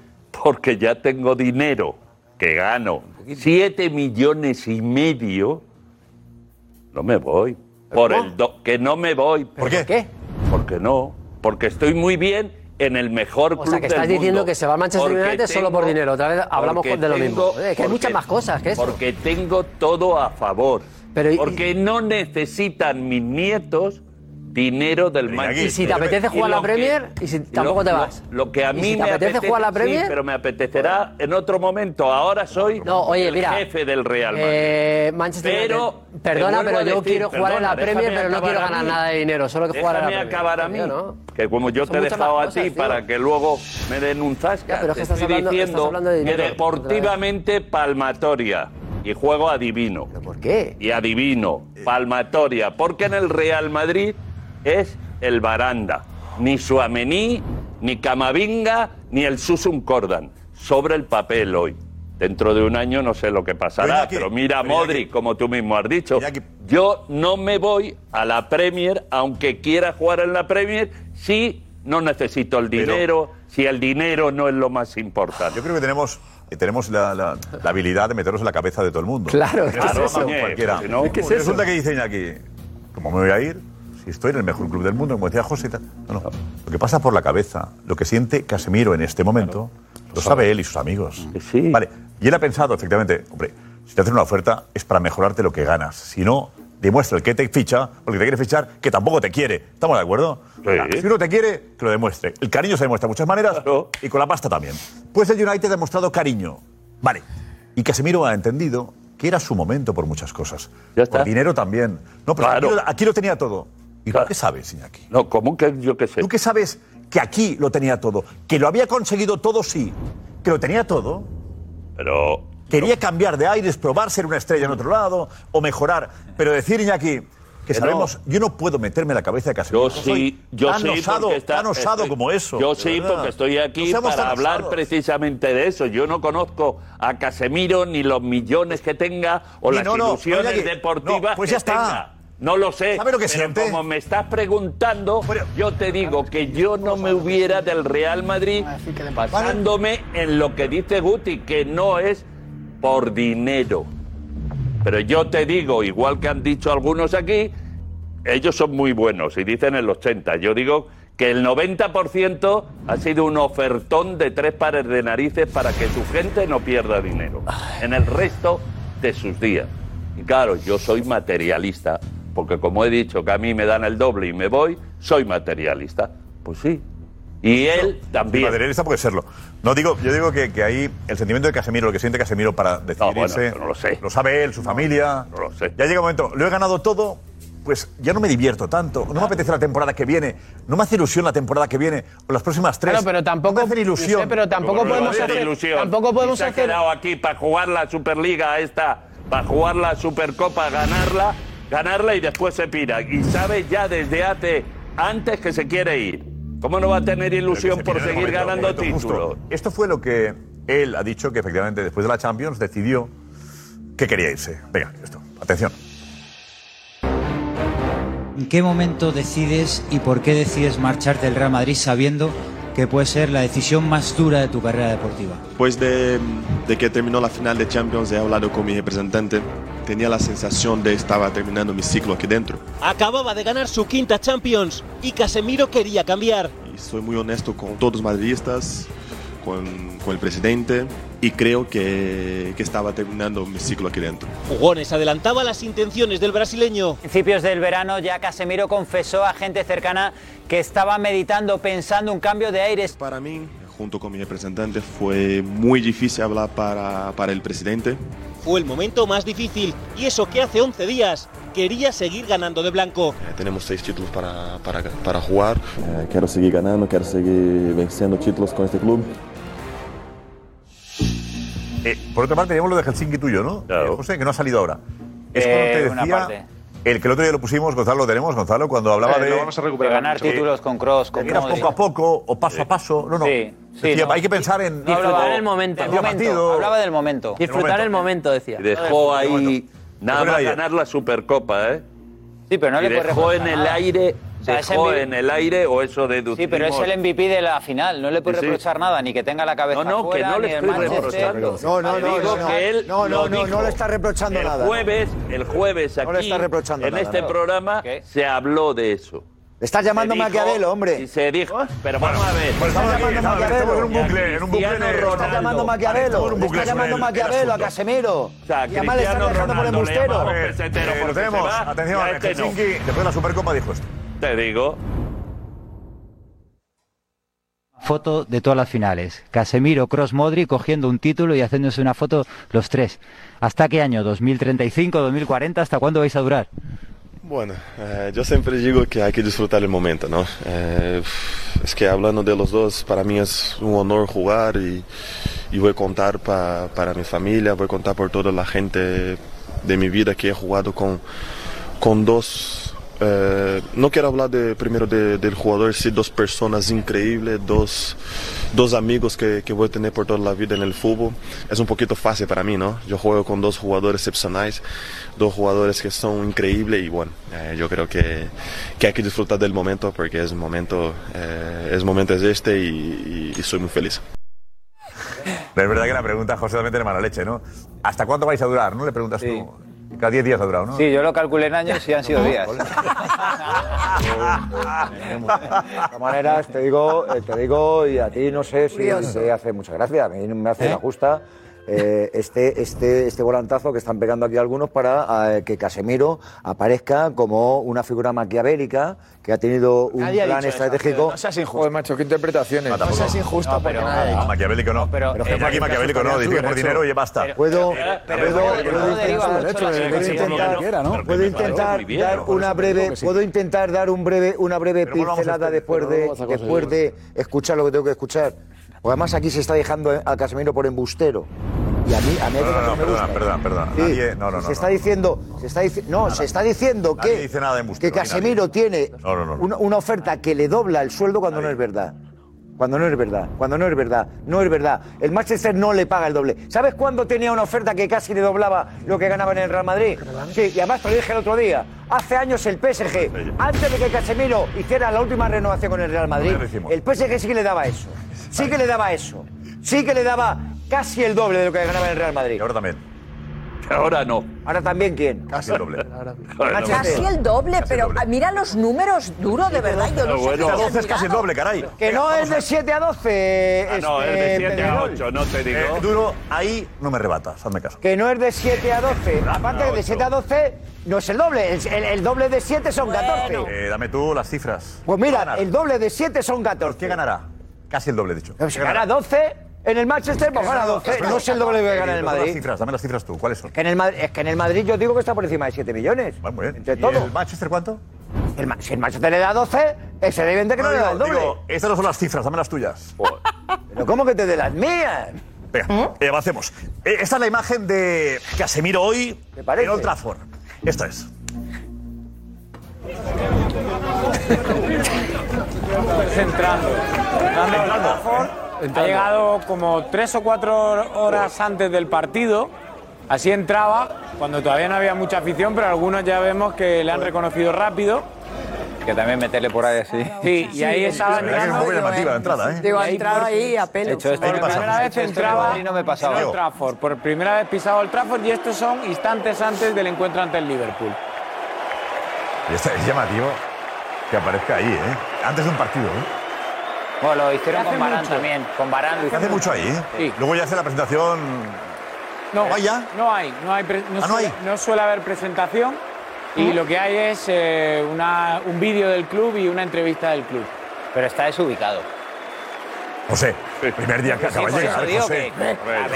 porque ya tengo dinero, que gano 7 millones y medio, no me voy. Por el do- que no me voy. ¿Por qué? Porque no. Porque estoy muy bien en el mejor O club sea, que estás del mundo. diciendo que se va al Manchester Porque United solo tengo- por dinero. Otra vez hablamos porque de lo mismo. tengo- Es que hay muchas porque- más cosas que eso. Porque tengo todo a favor. porque no necesitan mis nietos dinero del Manchester. Y si te apetece jugar Y la lo que- Premier, y si tampoco lo- te lo- vas. Lo, que a Y mí si te me apetece jugar la sí, Premier- pero me apetecerá en otro momento. Ahora soy oye, el mira, jefe del Real Madrid. Eh, Manchester Pero, United. te Perdona, vuelvo pero a yo decir, quiero jugar en la perdona, Premier, pero déjame no quiero acabar a ganar mí. nada de dinero. Solo que jugar en la Déjame Premier. acabar a mí, Yo no. que como yo Son te he muchas dejado más a ti cosas, tío. para que luego me den un zasca. Ya, pero es que te estás estoy hablando- estás diciendo hablando de dinero, que otra vez. deportivamente palmatoria y juego adivino. ¿Por qué? Y adivino, palmatoria, porque en el Real Madrid es el Baranda, ni Suamení, ni Camavinga, ni el Susun Cordan, sobre el papel hoy. Dentro de un año no sé lo que pasará, pero mira a Modric, como tú mismo has dicho. Yo no me voy a la Premier, aunque quiera jugar en la Premier, si no necesito el dinero, si el dinero no es lo más importante. Yo creo que tenemos eh, tenemos la, la- la habilidad de meternos en la cabeza de todo el mundo. Claro, Tenemos ¿qué es la eso? razón Cualquiera. Si no, Es que es resulta eso. que dicen aquí, ¿cómo me voy a ir? Si estoy en el mejor club del mundo, como decía José. y tal. No, no. Lo que pasa por la cabeza, lo que siente Casemiro en este momento, lo sabe él y sus amigos. Vale. Y él ha pensado, efectivamente, hombre, si te hacen una oferta es para mejorarte lo que ganas. Si no, demuestra el que te ficha, porque te quiere fichar, que tampoco te quiere. ¿Estamos de acuerdo? Ahora, Si uno te quiere, que lo demuestre. El cariño se demuestra de muchas maneras y con la pasta también. Pues el United ha demostrado cariño. Vale. Y Casemiro ha entendido que era su momento por muchas cosas. Por dinero también. No, pero Claro. aquí, lo, aquí lo tenía todo. ¿Y tú qué sabes, Iñaki? No, ¿cómo que yo qué sé? ¿Tú qué sabes que aquí lo tenía todo? Que lo había conseguido todo, sí. Que lo tenía todo. Pero Quería cambiar de aires, probar ser una estrella en otro lado o mejorar. Pero decir, Iñaki, que Que no. sabemos, yo no puedo meterme en la cabeza de Casemiro. Yo No soy sí, yo tan sí, osado, porque está- tan osado estoy- como eso. Yo de sí, verdad. porque estoy No aquí seamos tan para hablar osados. precisamente de eso. Yo no conozco a Casemiro ni los millones que tenga o Ni las no, no, ilusiones oye, deportivas no, pues ya que está. tenga. No lo sé. ¿Sabe lo que pero siente? Como me estás preguntando, yo te digo que yo no me hubiera del Real Madrid basándome en lo que dice Guti, que no es por dinero. Pero yo te digo, igual que han dicho algunos aquí, ellos son muy buenos y dicen el 80. Yo digo que el 90% ha sido un ofertón de tres pares de narices para que su gente no pierda dinero en el resto de sus días. Y claro, yo soy materialista, porque como he dicho que a mí me dan el doble y me voy, soy materialista. Pues sí. Y él también. Materialista pues puede serlo. No digo, yo digo que, que ahí el sentimiento de Casemiro, lo que siente Casemiro para decidirse, no lo sé. sabe él, su familia. No lo sé. Ya llega un momento, lo he ganado todo, pues ya no me divierto tanto, no me apetece la temporada que viene, no me hace ilusión la temporada que viene o las próximas tres. Claro, pero tampoco- no me hace ilusión. Josep, pero tampoco Como no podemos hace hacer- ilusión. tampoco podemos Y se hacer- ha quedado aquí para jugar la Superliga esta, para jugar la Supercopa, ganarla, ganarla y después se pira. Y sabe ya desde hace antes que se quiere ir. ¿Cómo no va a tener ilusión por Mira, en el seguir momento, ganando momento justo. títulos? Esto fue lo que él ha dicho que efectivamente después de la Champions decidió que quería irse. Venga, esto, atención. ¿En qué momento decides y por qué decides marcharte del Real Madrid sabiendo que puede ser la decisión más dura de tu carrera deportiva? Después Pues de, de que terminó la final de Champions he hablado con mi representante. Tenía la sensación de estaba terminando mi ciclo aquí dentro. Acababa de ganar su quinta Champions y Casemiro quería cambiar. Y soy muy honesto con todos los madridistas, con, con el presidente y creo que, que estaba terminando mi ciclo aquí dentro. Jugones adelantaba las intenciones del brasileño. principios del verano ya Casemiro confesó a gente cercana que estaba meditando, pensando un cambio de aires. Para mí, Junto con mi representante fue muy difícil hablar para, para el presidente. Fue el momento más difícil y eso que hace 11 días quería seguir ganando de blanco. Eh, Tenemos seis títulos para, para, para jugar. Eh, quiero seguir ganando, quiero seguir venciendo títulos con este club. Eh, por otra parte, teníamos lo de Helsinki tuyo, ¿no? Eh, José, que no ha salido ahora. Es Eh, cuando te una decía. parte. El que el otro día lo pusimos, Gonzalo, lo tenemos, Gonzalo, cuando Eh, Eh, hablaba de. De ganar títulos con Cross, con de ir a Modric. poco a poco o paso a paso. No, no. Sí, sí, Decía, no. Hay que pensar en. Hablaba del momento. Del momento, Hablaba del momento. Disfrutar el momento, decía. Y dejó ahí nada Pero más ayer. ganar la Supercopa, ¿eh? Sí, pero no y le puedes dejó en reprochar el nada. aire, O sea, es dejó MVP. en el aire o eso de Sí, pero es el MVP de la final, no le puedes Sí, sí. reprochar nada, ni que tenga la cabeza No, no, fuera, que no le ni el estoy Manchester. reprochando. No, no, Te no, digo no. que él No, no, lo no, no dijo. le está reprochando el nada, no. jueves, el jueves aquí, No le está reprochando en nada, este no. programa, se habló de eso. Estás llamando Se dijo- Maquiavelo, hombre. Y se dijo, pero vamos a ver. estamos Estamos llamando aquí, Maquiavelo. estamos Cristiano Está Ronaldo. llamando Maquiavelo. Estamos en un Está bucle llamando con el- el Maquiavelo a asunto. Casemiro. O sea, Y además le están Cristiano dejando por Ronaldo le embustero. llamaba pesetero Eh, lo porque se tenemos. va, Atención, y a este no. Helsinki, después de la Supercopa dijo esto. Te digo. Foto de todas las finales. Casemiro, Cross, Modri cogiendo un título y haciéndose una foto los tres. ¿Hasta qué año? ¿2035, 2040? ¿Hasta cuándo vais a durar? Bueno, eh, yo siempre digo que hay que disfrutar el momento, ¿no? Eh, es que hablando de los dos, para mí es un honor jugar y, y voy a contar pa- para mi familia, voy a contar por toda la gente de mi vida que he jugado con, con dos... eh, no quiero hablar de, primero de- del jugador, sí, dos personas increíbles, dos, dos amigos que, que voy a tener por toda la vida en el fútbol. Es un poquito fácil para mí, ¿no? Yo juego con dos jugadores excepcionales, dos jugadores que son increíbles y bueno, eh, yo creo que, que hay que disfrutar del momento porque es un momento, eh, es momento es este y- y- y soy muy feliz. Pero es verdad que la pregunta, José, también tiene mala leche, ¿no? ¿Hasta cuánto vais a durar? ¿No? Le preguntas tú. Cada 10 días ha durado, ¿no? Sí, yo lo calculé en años y han sido días. De todas maneras, te digo, eh, te digo, y a ti no sé si Curioso. te hace mucha gracia, a mí me hace la justa. eh, este, este, este volantazo que están pegando aquí algunos para eh, que Casemiro aparezca como una figura maquiavélica que ha tenido un Nadie ha plan dicho eso, estratégico. no seas injusto. Joder, macho, qué interpretaciones. No, tampoco. injusto No, pero- Ah, maquiavélico no. Pero, Pero, jefe, aquí maquiavélico no. tú, Dice que por derecho. dinero, oye, basta. pero- Puedo, puedo- pero- puedo pero- pero- intentar- pero- puedo pero- intentar- pero- pero- pero- puedo pero- puedo pero- intentar pero- dar pero- una pero- breve, pero- puedo intentar dar un breve, una breve Pero no lo vamos a pincelada hacer, después pero no lo de, vamos a conseguir. después de escuchar lo que tengo que escuchar. Porque además aquí se está dejando a Casemiro por embustero. Y a mí, a mí hay No, no, no, cosas que me perdona, gustan. perdona, perdona. Sí, Nadie, no, no, se no, está diciendo, se está dici- no, se está diciendo Nadie que, dice nada de embustero, que ni nadie. Casemiro tiene No, no, no, no. una, una oferta que le dobla el sueldo cuando no es verdad. Cuando no es verdad, cuando no es verdad, no es verdad. El Manchester no le paga el doble. ¿Sabes cuándo tenía una oferta que casi le doblaba lo que ganaba en el Real Madrid? Sí, y además te lo dije el otro día. Hace años el PSG, antes de que Casemiro hiciera la última renovación con el Real Madrid, Ya lo hicimos. el PSG sí que le daba eso. Sí que le daba eso. Sí que le daba casi el doble de lo que ganaba en el Real Madrid. ahora también. Ahora no. Ahora también quién? Casi el doble. Manchester. Casi el doble, pero ah, mira los números duro, de verdad. Yo no sé Bueno, cómo se 12 es casi el miraron. doble, caray. Que no es de 7 a 12. Ah, no, es de este, 7 a Pedrerol. Eh, 8, no te digo. duro, ahí no me rebatas, hazme caso. Que no es de 7 a 12. Aparte, de 7 a 12 no es el doble. El, el- el doble de 7 son 14. Eh, dame tú las cifras. Pues mira, el doble de 7 son 14. ¿Qué Pues ganará? Casi el doble, dicho. Si gana 12 en el Manchester, pues gana 12. No es el doble que gana en Dame el las Madrid. cifras, dame las cifras tú, ¿cuáles son? Que en el Madrid, es que en el Madrid yo digo que está por encima de 7 millones. Entre ¿Y todo. el Manchester cuánto? El, Ma- si el Manchester le da 12, ese debe que no, le da el doble. Digo, estas no son las cifras, dame las tuyas. Pero ¿cómo que te de las mías? Venga, eh, avancemos. Eh, esta es la imagen de Casemiro hoy en Old Trafford. Esta es. Entrando. Ah, Entrando al Trafford. Ha llegado como tres o cuatro horas antes del partido. Así entraba, cuando todavía no había mucha afición, pero algunos ya vemos que le han reconocido rápido. Que también meterle por ahí así. Sí, y ahí estaba entrando. Digo, ha Y ahí entrado por- ahí a pelo. Por primera vez entraba no me pasaba. en Old Trafford, por primera vez pisaba el Trafford y estos son instantes antes del encuentro ante el Liverpool. Y esta es llamativo que aparezca ahí, ¿eh? Antes de un partido, ¿eh? Bueno, lo hicieron Hace con Barán mucho. también. Con Barán lo Que Hace hicieron. mucho ahí, ¿eh? Luego ya hace la presentación. No, ¿Ah, Vaya. no hay, no hay, pre- no, Ah, no suele, no suele haber presentación y lo que hay es eh, una- un vídeo del club y una entrevista del club. Pero está desubicado. José, primer día que Sí, acaba de por eso llegar, digo José. que- A ver, A ver, José, no,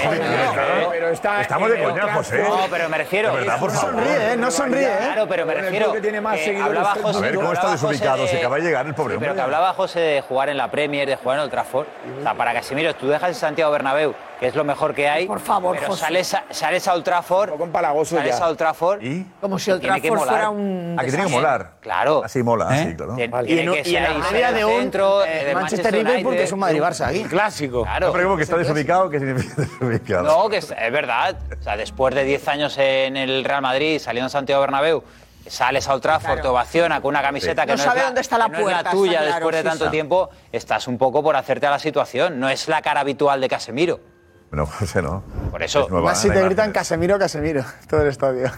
claro. no, pero está- Estamos de pero- coña, José. No, pero me refiero. De verdad, por No favor. sonríe, ¿eh? No sonríe, ¿eh? Claro, pero me Con el refiero club que tiene más que seguidores hablaba del José- mundo. A ver cómo está hablaba José desubicado, de- se acaba de llegar el pobre Sí, Pero hombre. que hablaba José de jugar en la Premier, de jugar en el Trafford. O sea, para Casemiro, tú dejas en Santiago Bernabéu, que es lo mejor que hay. Por favor, pero José. Sales a, sales a Old Trafford. Con Sales ya. a Old Trafford. ¿Y? Como si Old Tiene que Trafford molar. fuera un Aquí tiene que desastre. molar. Claro. Así mola, ¿Eh? sí, claro. Tien- Vale. tiene que ser ahí, ser el centro, eh, del United. Clásico. No preocupo que está desubicado, ¿qué significa desubicado? No, que es, es verdad. O sea, después de 10 años en el Real Madrid, saliendo en Santiago Bernabéu, sales a Old Trafford, te ovaciona con una camiseta Sí. que No no, sabe es la, dónde está la que no es puerta, tuya está después claro, de sí, tanto sí. tiempo, estás un poco por hacerte a la situación. No es la cara habitual de Casemiro. No, José, no. Por eso. Más si te gritan Casemiro, Casemiro, todo el estadio.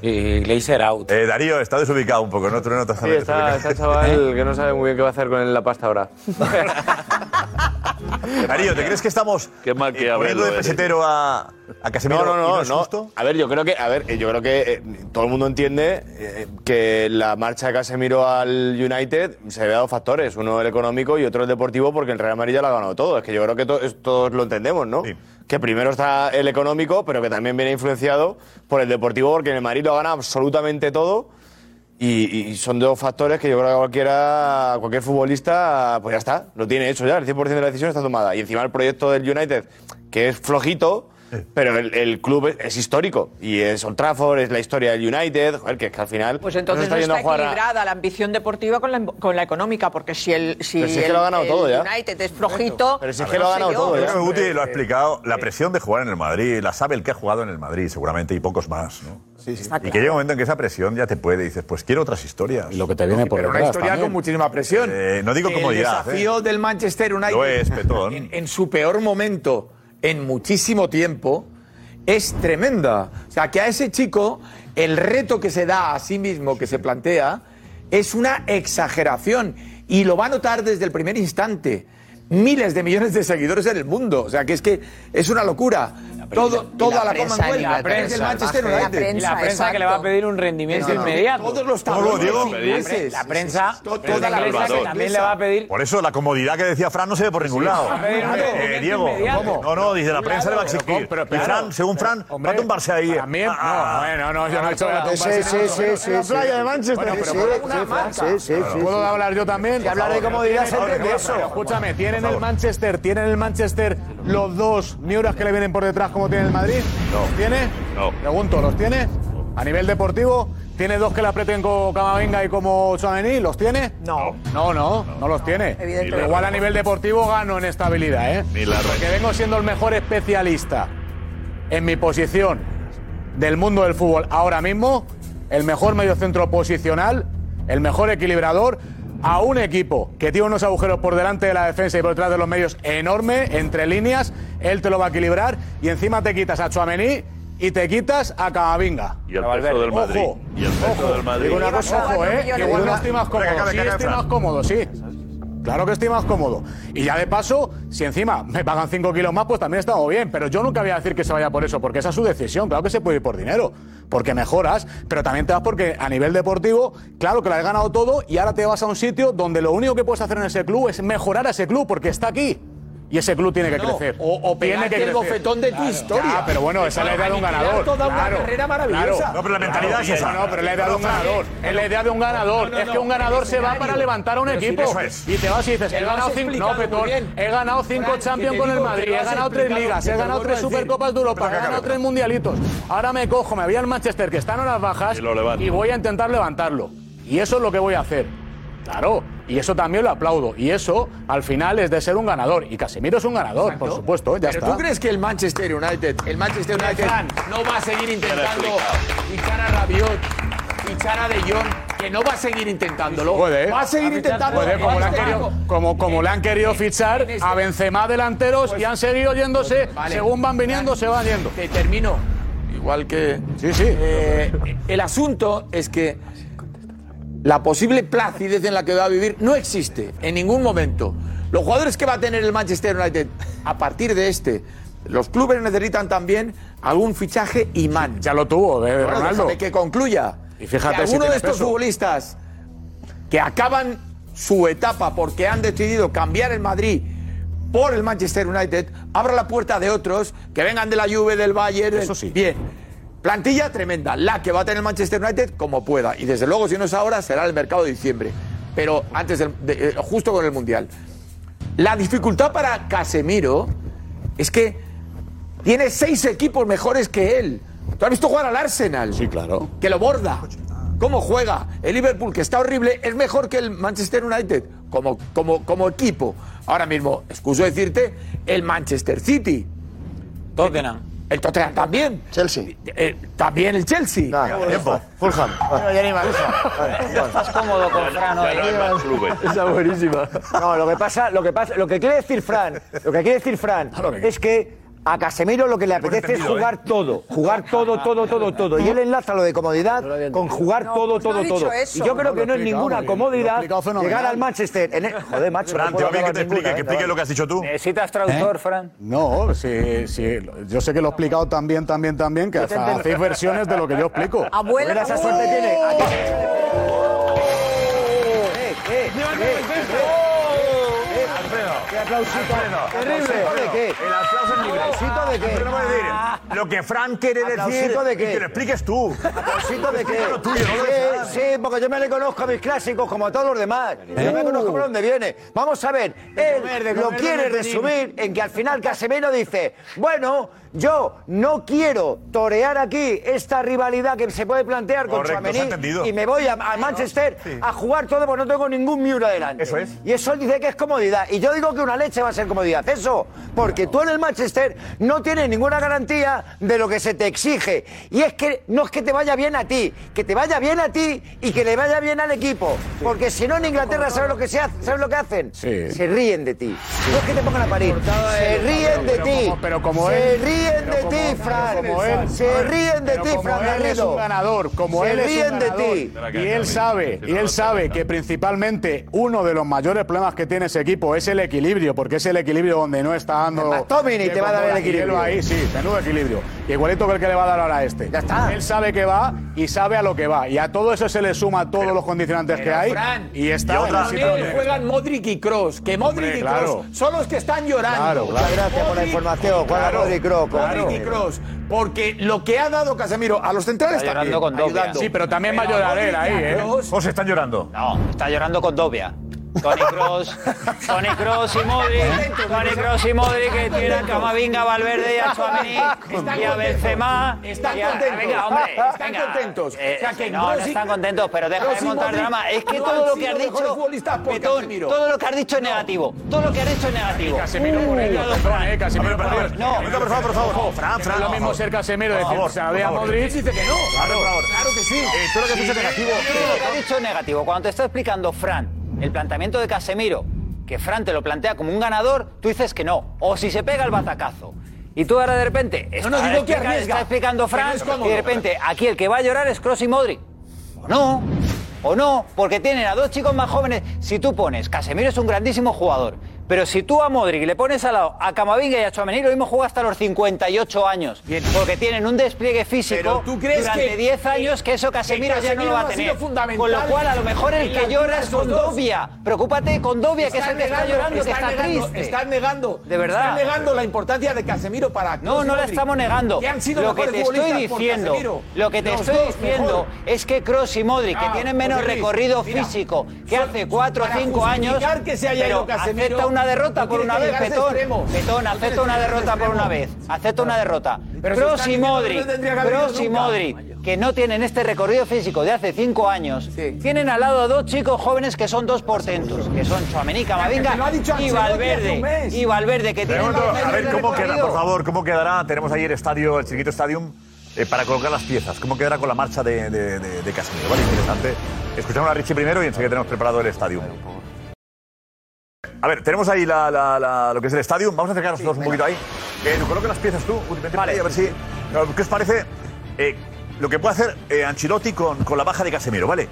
Y Glazer out. Eh, Darío, está desubicado un poco, ¿no? Tú no te has Sí, está, está el ¿Eh? chaval que no sabe muy bien qué va a hacer con la pasta ahora. Darío, ¿te crees que estamos Qué eh, poniendo de eres. pesetero a, a Casemiro? No, no, no, y es no. justo? A ver, yo creo que, a ver, eh, yo creo que eh, todo el mundo entiende eh, que la marcha de Casemiro al United se debe a dos factores, uno el económico y otro el deportivo, porque el Real Madrid ya lo ha ganado todo. Es que yo creo que to- es- todos lo entendemos, ¿no? Que primero está el económico, pero que también viene influenciado por el deportivo, porque en el Madrid lo gana absolutamente todo. Y, y son dos factores que yo creo que cualquiera, cualquier futbolista, pues ya está, lo tiene hecho ya, el 100% de la decisión está tomada. Y encima el proyecto del United, que es flojito, pero el, el club es, es histórico. Y es Old Trafford, es la historia del United, joder, que es que al final... Pues entonces no nos está, a jugar a- equilibrada la ambición deportiva con la, em- con la económica, porque si el, si Pero si es que el- lo ha ganado el todo ya. United es flojito... Pero si es A Eh, que lo ha no ganado sé yo. eh, todo, Yo ya. creo que Guti lo ha explicado, la presión de jugar en el Madrid, la sabe el que ha jugado en el Madrid, seguramente, y pocos más, ¿no? Está Y claro. que llega un momento en que esa presión ya te puede, dices, pues quiero otras historias. Y lo que te viene por Pero una historia con muchísima presión. Eh, no digo el comodidad, desafío del Manchester United Lo es, Petón. En, en su peor momento en muchísimo tiempo es tremenda. O sea, que a ese chico el reto que se da a sí mismo, que se plantea, es una exageración y lo va a notar desde el primer instante. Miles de millones de seguidores en el mundo. O sea, que es que es una locura. Todo, toda la, Commonwealth, La es prensa, el Manchester United. y la prensa que le va a pedir un rendimiento No, no, inmediato. todos los tablones Diego, ingleses. La prensa, To- pero toda la inglesa que prensa también le va a pedir. Por eso la comodidad que decía Fran no se ve por ningún Sí, lado. va a pedir un Eh, documento Diego, inmediato. ¿cómo? No, no, dice la Claro, prensa le va a pero exigir. pero Y claro, Fran, según Fran, va a tumbarse ahí. Ah, A mí, no, bueno, no, yo no he hecho nada. Sí, sí, sí, sí, En la sí. playa de Manchester. Bueno, pero Sí, por sí, alguna sí, marca. sí, sí, Claro. sí, ¿Puedo sí. hablar yo también? Que hablar de Por favor. comodidad Tienen- se entiende Escúchame, eso. Escúchame, ¿tienen Por el favor. Manchester, tienen el Manchester los dos Miuras que le vienen por detrás como tiene el Madrid? No. ¿Tiene? No. Pregunto, ¿los tiene? A nivel deportivo, ¿tiene dos que le aprieten como Camavinga y como Chouameni? ¿Los tiene? No. No, no, no, los tiene. Evidentemente. Igual a nivel deportivo gano en estabilidad, ¿eh? Ni la red. Porque vengo siendo el mejor especialista en mi posición del mundo del fútbol ahora mismo, el mejor mediocentro posicional, el mejor equilibrador, a un equipo que tiene unos agujeros por delante de la defensa y por detrás de los medios enorme, entre líneas, él te lo va a equilibrar y encima te quitas a Chuamení y te quitas a Camavinga. Y el peso del Madrid. Ojo, Y el peso del Madrid. Digo una cosa, ojo, eh, que igual no estoy más cómodo. Venga, Sí, venga, estoy Fran. más cómodo, sí. Claro que estoy más cómodo. Y ya de paso, si encima me pagan 5 kilos más, pues también estamos bien. Pero yo nunca voy a decir que se vaya por eso, porque esa es su decisión. Claro que se puede ir por dinero, porque mejoras, pero también te vas porque a nivel deportivo, claro que lo has ganado todo y ahora te vas a un sitio donde lo único que puedes hacer en ese club es mejorar a ese club, porque está aquí. Y ese club tiene que No, crecer. O, o tiene pegarte que el crecer. bofetón de tu historia. Ya, pero bueno, esa es la idea de un Aniquilar ganador. toda una claro, carrera maravillosa. claro. No, pero la mentalidad Claro, es esa. No, no, pero la idea de un Pero, Fran, ganador. Es la idea de un ganador. No, no, es que un no, ganador el se va para escenario. levantar a un Pero sí, equipo. eso es. Y te vas y dices, Te he lo has ganado cinco. explicado No, muy Petón, bien. he ganado cinco Fran, que te Champions digo con el que Madrid, lo he has ganado tres explicado, ligas, que he te lo ganado vuelvo a tres decir. Supercopas de Europa, Pero, he ganado pero, tres mundialitos. Ahora me cojo, me voy al Manchester, que está en horas bajas, Y lo levanto. y voy a intentar levantarlo. Y eso es lo que voy a hacer. Claro, y eso también lo aplaudo. Y eso, al final, es de ser un ganador. Y Casemiro es un ganador, por supuesto, ya Pero está. tú crees que el Manchester United, el Manchester United no va a seguir intentando fichar a Rabiot, fichar a De Jong, que no va a seguir intentándolo. Puede, Va a seguir intentando. Puede, Pues, eh, como, le han Este querido, año. como, como le han querido este fichar a Benzema delanteros y han seguido yéndose. Pues, Vale. Según van viniendo, se van yendo. Te termino. Igual que. Sí, sí. Eh, el asunto es que la posible placidez en la que va a vivir no existe en ningún momento. Los jugadores que va a tener el Manchester United a partir de este, los clubes necesitan también algún fichaje imán. Ya lo tuvo, eh, Bueno, Ronaldo. déjame que concluya. Y fíjate que si alguno tiene de estos peso. futbolistas que acaban su etapa porque han decidido cambiar el Madrid por el Manchester United, abra la puerta de otros que vengan de la Juve, del Bayern. Eso sí. Bien. Plantilla tremenda, la que va a tener el Manchester United como pueda. Y desde luego, si no es ahora, será el mercado de diciembre. Pero antes, del- de- eh, justo con el Mundial. La dificultad para Casemiro es que tiene seis equipos mejores que él. ¿Tú has visto jugar al Arsenal? Sí, claro. Que lo borda. ¿Cómo juega? El Liverpool, que está horrible, es mejor que el Manchester United como, como, como equipo. Ahora mismo, excuso decirte, el Manchester City. Tottenham. El Tottenham también. Eh, Chelsea. también el Chelsea. tiempo. Fulham. Ah. Bueno, ya ni más. Estás cómodo con Fran hoy. Esa buenísima. No, lo que pasa, lo que pasa, lo que quiere decir Fran, lo que quiere decir Fran es que a Casemiro lo que le apetece es entendido, jugar ¿eh? todo, jugar todo, todo, todo, todo. Y él enlaza lo de comodidad con jugar No, todo, pues no todo, he dicho todo. eso. Y yo creo No, lo que no he es explicado ninguna muy bien. Lo he comodidad explicado fenomenal. llegar al Manchester. en el- joder, macho. Fran, no te puedo va bien que acabar te ninguna, explique, ¿eh? que explique lo que has dicho tú. ¿Necesitas traductor, ¿Eh? Fran? No, sí, sí, yo sé que lo he explicado también, también, también, que hasta entiendo. hacéis versiones de lo que yo explico. Abuela, Mira esa suerte tiene. Aquí- ¡Eh, eh! ¡Eh! ¡Qué aplausito! Terrible. ¿Aplausito de qué? El aplauso es libre. ¿Aplausito de qué? Pero no puedes decir lo que Fran quiere decir ¿Aplausito de y qué? que lo expliques tú. ¿Aplausito de qué? Explica lo tuyo, no lo de Fran. Sí, sí, porque yo me le conozco a mis clásicos como a todos los demás. Yo me conozco por dónde viene. Vamos a ver, comer, él Uh. de lo comer, de quiere comer. resumir en que al final Casemiro dice, bueno, yo no quiero torear aquí esta rivalidad que se puede plantear con Correcto, se ha Tchouaméni entendido. y me voy a, a Manchester a jugar todo porque no tengo ningún Miura delante. Eso es. Y eso él dice que es comodidad. Y yo digo que una leche va a ser comodidad. Eso, porque tú en el Manchester no tienes ninguna garantía de lo que se te exige. Y es que no es que te vaya bien a ti, que te vaya bien a ti bien y que le vaya bien al equipo. Porque si no, en Inglaterra, ¿sabes lo que, se hace? ¿Sabes lo que hacen? Se ríen de ti. No es que te pongan a parir. Se ríen de pero ti. como- pero como Se él- ríen pero de como- ti, pero como Fran. él- Se ríen de pero ti, como Fran él es Garrido. un ganador, como Se él es un ríen de ganador, ti. Espera Y que él acabe, sabe, si no y lo él sabe que principalmente uno de los mayores problemas que tiene ese equipo es el equilibrio, porque es el equilibrio donde no está dando. McTominay Diego te va a dar el Cola. Y él equilibrio. Ahí, sí, menudo equilibrio. Y igualito que el que le va a dar ahora a este. Él sabe que va y sabe a lo que va. Y a todo eso se le suma todos los condicionantes que Pero, hay. Fran, y está con en la él situación que está. juegan Modric y Cross, que Modric Hombre, y claro. Cross son los que están llorando. Claro, claro. Muchas gracias por la información, Juan Modric y Kroos, Modric y claro. Kroos, porque lo que ha dado Casemiro a los centrales Está también, llorando con Dobia. ayudando. Sí, pero también va a llorar él ahí, ¿eh? Os están llorando. No, está llorando con Dobia. Tony Cross, Tony Cross y Modric, Tony Cross y Modric que tiran Camavinga, Valverde y a Tchouaméni y a Benzema. Están y a- contentos. Venga, hombre, Están venga. contentos. Eh, O sea, que no, no Kroos y- están contentos, pero deja Kroos de y montar Modric drama. Es que no todo han lo que sido has mejores dicho, futbolistas pues, por Betón, Casemiro. todo lo que has dicho es negativo. Todo lo que has dicho es negativo. Casemiro, Uh, por Dios, cuidado, Fran, Fran. eh, Casemiro, por Dios. No, Casemiro, por favor, por favor. Ojo, Fran, Fran, no lo mismo por ser favor. Casemiro, decir, se la ve a Modric. Dice que no. Claro, por favor. Claro que sí. Eh, tú lo que piensas negativo. Lo que ha dicho es negativo. Cuando te está explicando Fran el planteamiento de Casemiro, que Fran te lo plantea como un ganador, tú dices que no. O si se pega el batacazo. Y tú ahora de repente. No, no, digo que explica- arriesga. está explicando Que no Fran es cómodo. y de repente aquí el que va a llorar es Cross y Modric. O no. O no, porque tienen a dos chicos más jóvenes. Si tú pones, Casemiro es un grandísimo jugador, pero si tú a Modric le pones al lado a Camavinga y a Chouameni, lo mismo juega hasta los 58 años, porque tienen un despliegue físico tú crees durante que- 10 años que eso Casemiro ya no lo Casemiro va a ha sido tener. fundamental Con lo cual, a lo mejor en el que la llora vida de es esos con dos. Dobia. Preocúpate con Dobia, que es el que está llorando, que están está negando, triste. Están negando. De verdad. Están negando la importancia de Casemiro para No, Kroos y no la Modric, estamos negando. Que han sido lo que mejores te estoy futbolistas por Casemiro. diciendo, lo que te Los estoy dos diciendo mejor. es que Cross y Modric, que Ah, tienen menos José Luis, recorrido mira, físico que so- hace 4 o para 5 años, justificar que se haya pero ido Casemiro, acepta una derrota no por tiene una que vez, llegar a ese Petón. extremo. Petón, No tiene acepta una que llegar a ese derrota por extremo. una vez, acepta una derrota. Pero si Cross están diciendo y que no Modric, tendría que haber Cross ido y nunca. Modric, que no tienen este recorrido físico de hace 5 años, tienen al lado a dos chicos jóvenes que son dos portentos, que son Chouameni, Camavinga Que lo ha dicho Ah, y Ancelotti hace un Valverde. mes. Y Valverde, que tiene Pregunto, dos a meses ver, de ¿cómo queda, recorrido. por favor, cómo quedará? Tenemos ahí el estadio, el chiquito stadium, eh, para colocar las piezas. ¿Cómo quedará con la marcha de, de, de- de Casemiro? Vale, interesante. Escuchamos a Richie primero y enseguida tenemos preparado el estadio. A ver, tenemos ahí la, la- la- lo que es el estadio. Vamos a acercarnos todos un poquito ahí. Eh, lo coloca las piezas tú, Guti, vente por ahí, a ver si. ¿Qué os parece eh, lo que puede hacer eh, Ancelotti con, con la baja de Casemiro, vale?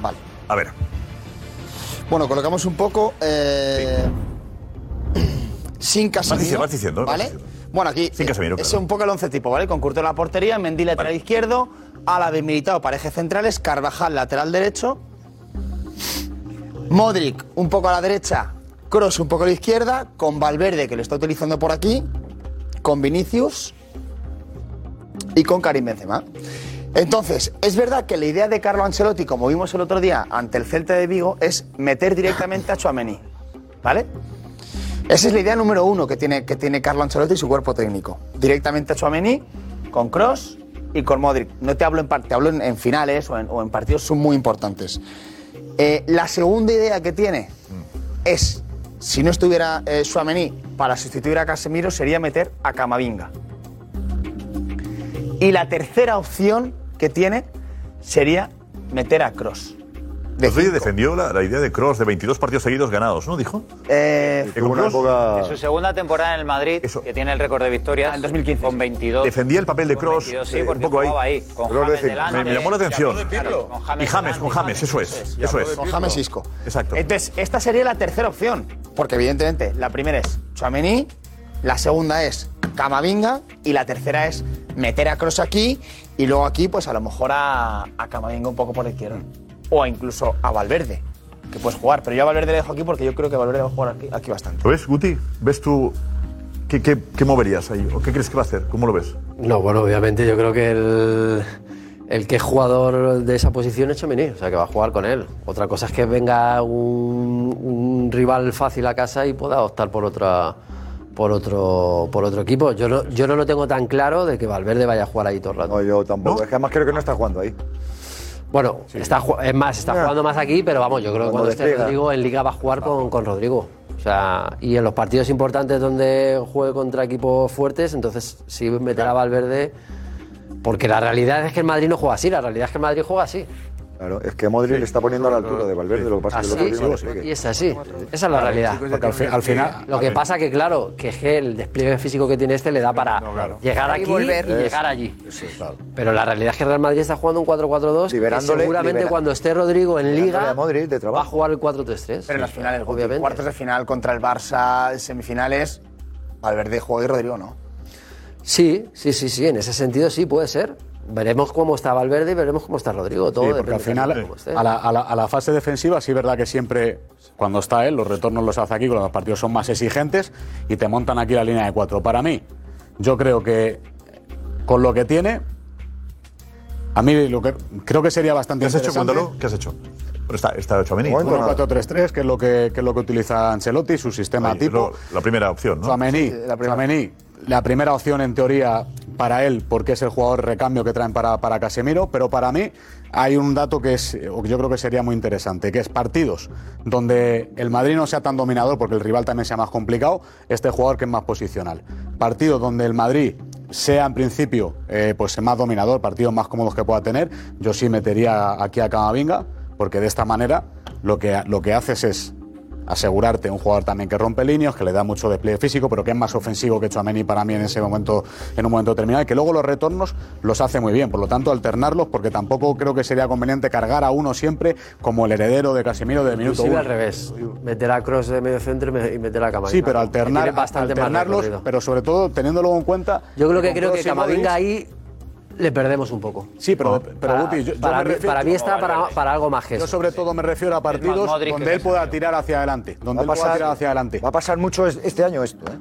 Vale. A ver. Bueno, colocamos un poco eh, sin Casemiro. diciendo, vas diciendo, vas ¿Vale? diciendo. Bueno, aquí eh, Sin Casemiro, es claro. un poco el once tipo, ¿vale? Con Curto en la portería, Mendy lateral izquierdo, Álava y Militao pareja centrales, Carvajal lateral derecho, Modric un poco a la derecha, Cross un poco a la izquierda, con Valverde que lo está utilizando por aquí, con Vinicius y con Karim Benzema. Entonces, es verdad que la idea de Carlo Ancelotti, como vimos el otro día ante el Celta de Vigo, es meter directamente a Chouameni, ¿vale? Esa es la idea número uno que tiene, que tiene Carlo Ancelotti y su cuerpo técnico. Directamente a Chouameni, con Cross y con Modric. No te hablo en parte, hablo en, en finales o en, o en partidos son muy importantes. Eh, la segunda idea que tiene es, si no estuviera eh, Tchouaméni para sustituir a Casemiro, sería meter a Camavinga. Y la tercera opción que tiene sería meter a Cross. Rodríguez defendió la, la idea de Cross de 22 partidos seguidos ganados, ¿no? Dijo. Eh, Que con Kroos En su segunda temporada en el Madrid, que tiene el récord de victorias, Ah, en 2015. con 22. defendía el papel de Con Cross 22, sí, un porque poco ahí. jugaba ahí, con Creo que James sí. delante. me, me llamó la atención. Y habló Eh, de Pirlo. Con Y James James, con James, eso es, eso es. Con James Isco. Exacto. Entonces, esta sería la tercera opción. Porque, evidentemente, la primera es Chouameni, la segunda es Camavinga y la tercera es meter a Cross aquí y luego aquí, pues a lo mejor a, a Camavinga un poco por la izquierda. O incluso a Valverde, que puedes jugar. Pero yo a Valverde le dejo aquí porque yo creo que Valverde va a jugar aquí, aquí bastante. ¿Lo ves, Guti? ¿Ves tú qué, qué- qué moverías ahí? ¿O qué crees que va a hacer? ¿Cómo lo ves? No, bueno, obviamente yo creo que el, el que es jugador de esa posición es Chomini, o sea que va a jugar con él. Otra cosa es que venga un, un rival fácil a casa y pueda optar por otra por otro por otro equipo. Yo no, yo no lo tengo tan claro de que Valverde vaya a jugar ahí todo el rato. No, yo tampoco. Es que además creo que no está jugando ahí. Bueno, está, ju- es más, está jugando más aquí, pero vamos, yo creo que Cuando cuando esté despliega. Rodrigo en Liga va a jugar con, con Rodrigo. O sea, y en los partidos importantes donde juegue contra equipos fuertes, entonces sí meterá a Valverde. Porque la realidad es que el Madrid no juega así, la realidad es que el Madrid juega así. Claro, es que Modric le está poniendo a la altura de Valverde, Pues lo que pasa es que Ah, Así, Valverde no lo sigue. y es así. Esa es la Claro, realidad. chicos, ya Porque al fi- al final- Lo que al- pasa que, claro, que G, el despliegue físico que tiene este le da para llegar Y aquí y, volver. Es- llegar allí. Sí, claro. Pero la realidad es que Real Madrid está jugando un 4-4-2 que Liberándole- seguramente libera- cuando esté Rodrigo en liberándole Liga a Modric de trabajo. va a jugar el 4-3-3. Pero en las finales, obviamente. cuartos de final contra el Barça, semifinales, Valverde juega y Rodrigo no. Sí, sí, sí, sí. En ese sentido sí puede ser. Veremos cómo está Valverde y veremos cómo está Rodrigo. Todo Sí, depende porque al de final, cómo esté. a la, a la- a la fase defensiva, sí es verdad que siempre, cuando está él, los retornos los hace aquí, cuando los partidos son más exigentes y te montan aquí la línea de cuatro. Para mí, yo creo que con lo que tiene, a mí lo que, creo que sería bastante ¿Qué has hecho, interesante. Cuéntalo, ¿Qué has hecho? Pero está, está Tchouaméni. Un 4-3-3, que es lo que, que es lo que utiliza Ancelotti, su sistema Ahí, tipo. luego, La primera opción, ¿no? Tchouaméni, Sí, Tchouaméni, la primera. opción en teoría para él, porque es el jugador recambio que traen para, para Casemiro, pero para mí hay un dato que es, o que yo creo que sería muy interesante, que es partidos donde el Madrid no sea tan dominador, porque el rival también sea más complicado, este jugador que es más posicional. Partidos donde el Madrid sea en principio eh, pues más dominador, partidos más cómodos que pueda tener, yo sí metería aquí a Camavinga, porque de esta manera lo que, lo que haces es asegurarte un jugador también que rompe líneas, que le da mucho despliegue físico, pero que es más ofensivo que Chouameni para mí en ese momento en un momento determinado y que luego los retornos los hace muy bien, por lo tanto alternarlos porque tampoco creo que sería conveniente cargar a uno siempre como el heredero de Casemiro de minuto Inclusive uno. al revés. Meter a Cross de medio centro y me- y meter a Camavinga. Sí, pero que alternar, tiene bastante más alternarlos, recorrido. pero sobre todo teniéndolo en cuenta. Yo creo que con creo que Kroos y Camavinga Modric- ahí le perdemos un poco. Ah, Sí, pero, pero para, Guti, yo- yo para me mí, refiero- para mí está para, para algo más que Yo eso. sobre todo me refiero a partidos Modric que donde él pueda tirar hacia adelante, donde él pueda tirar hacia adelante. va a pasar mucho es- este año esto, ¿eh?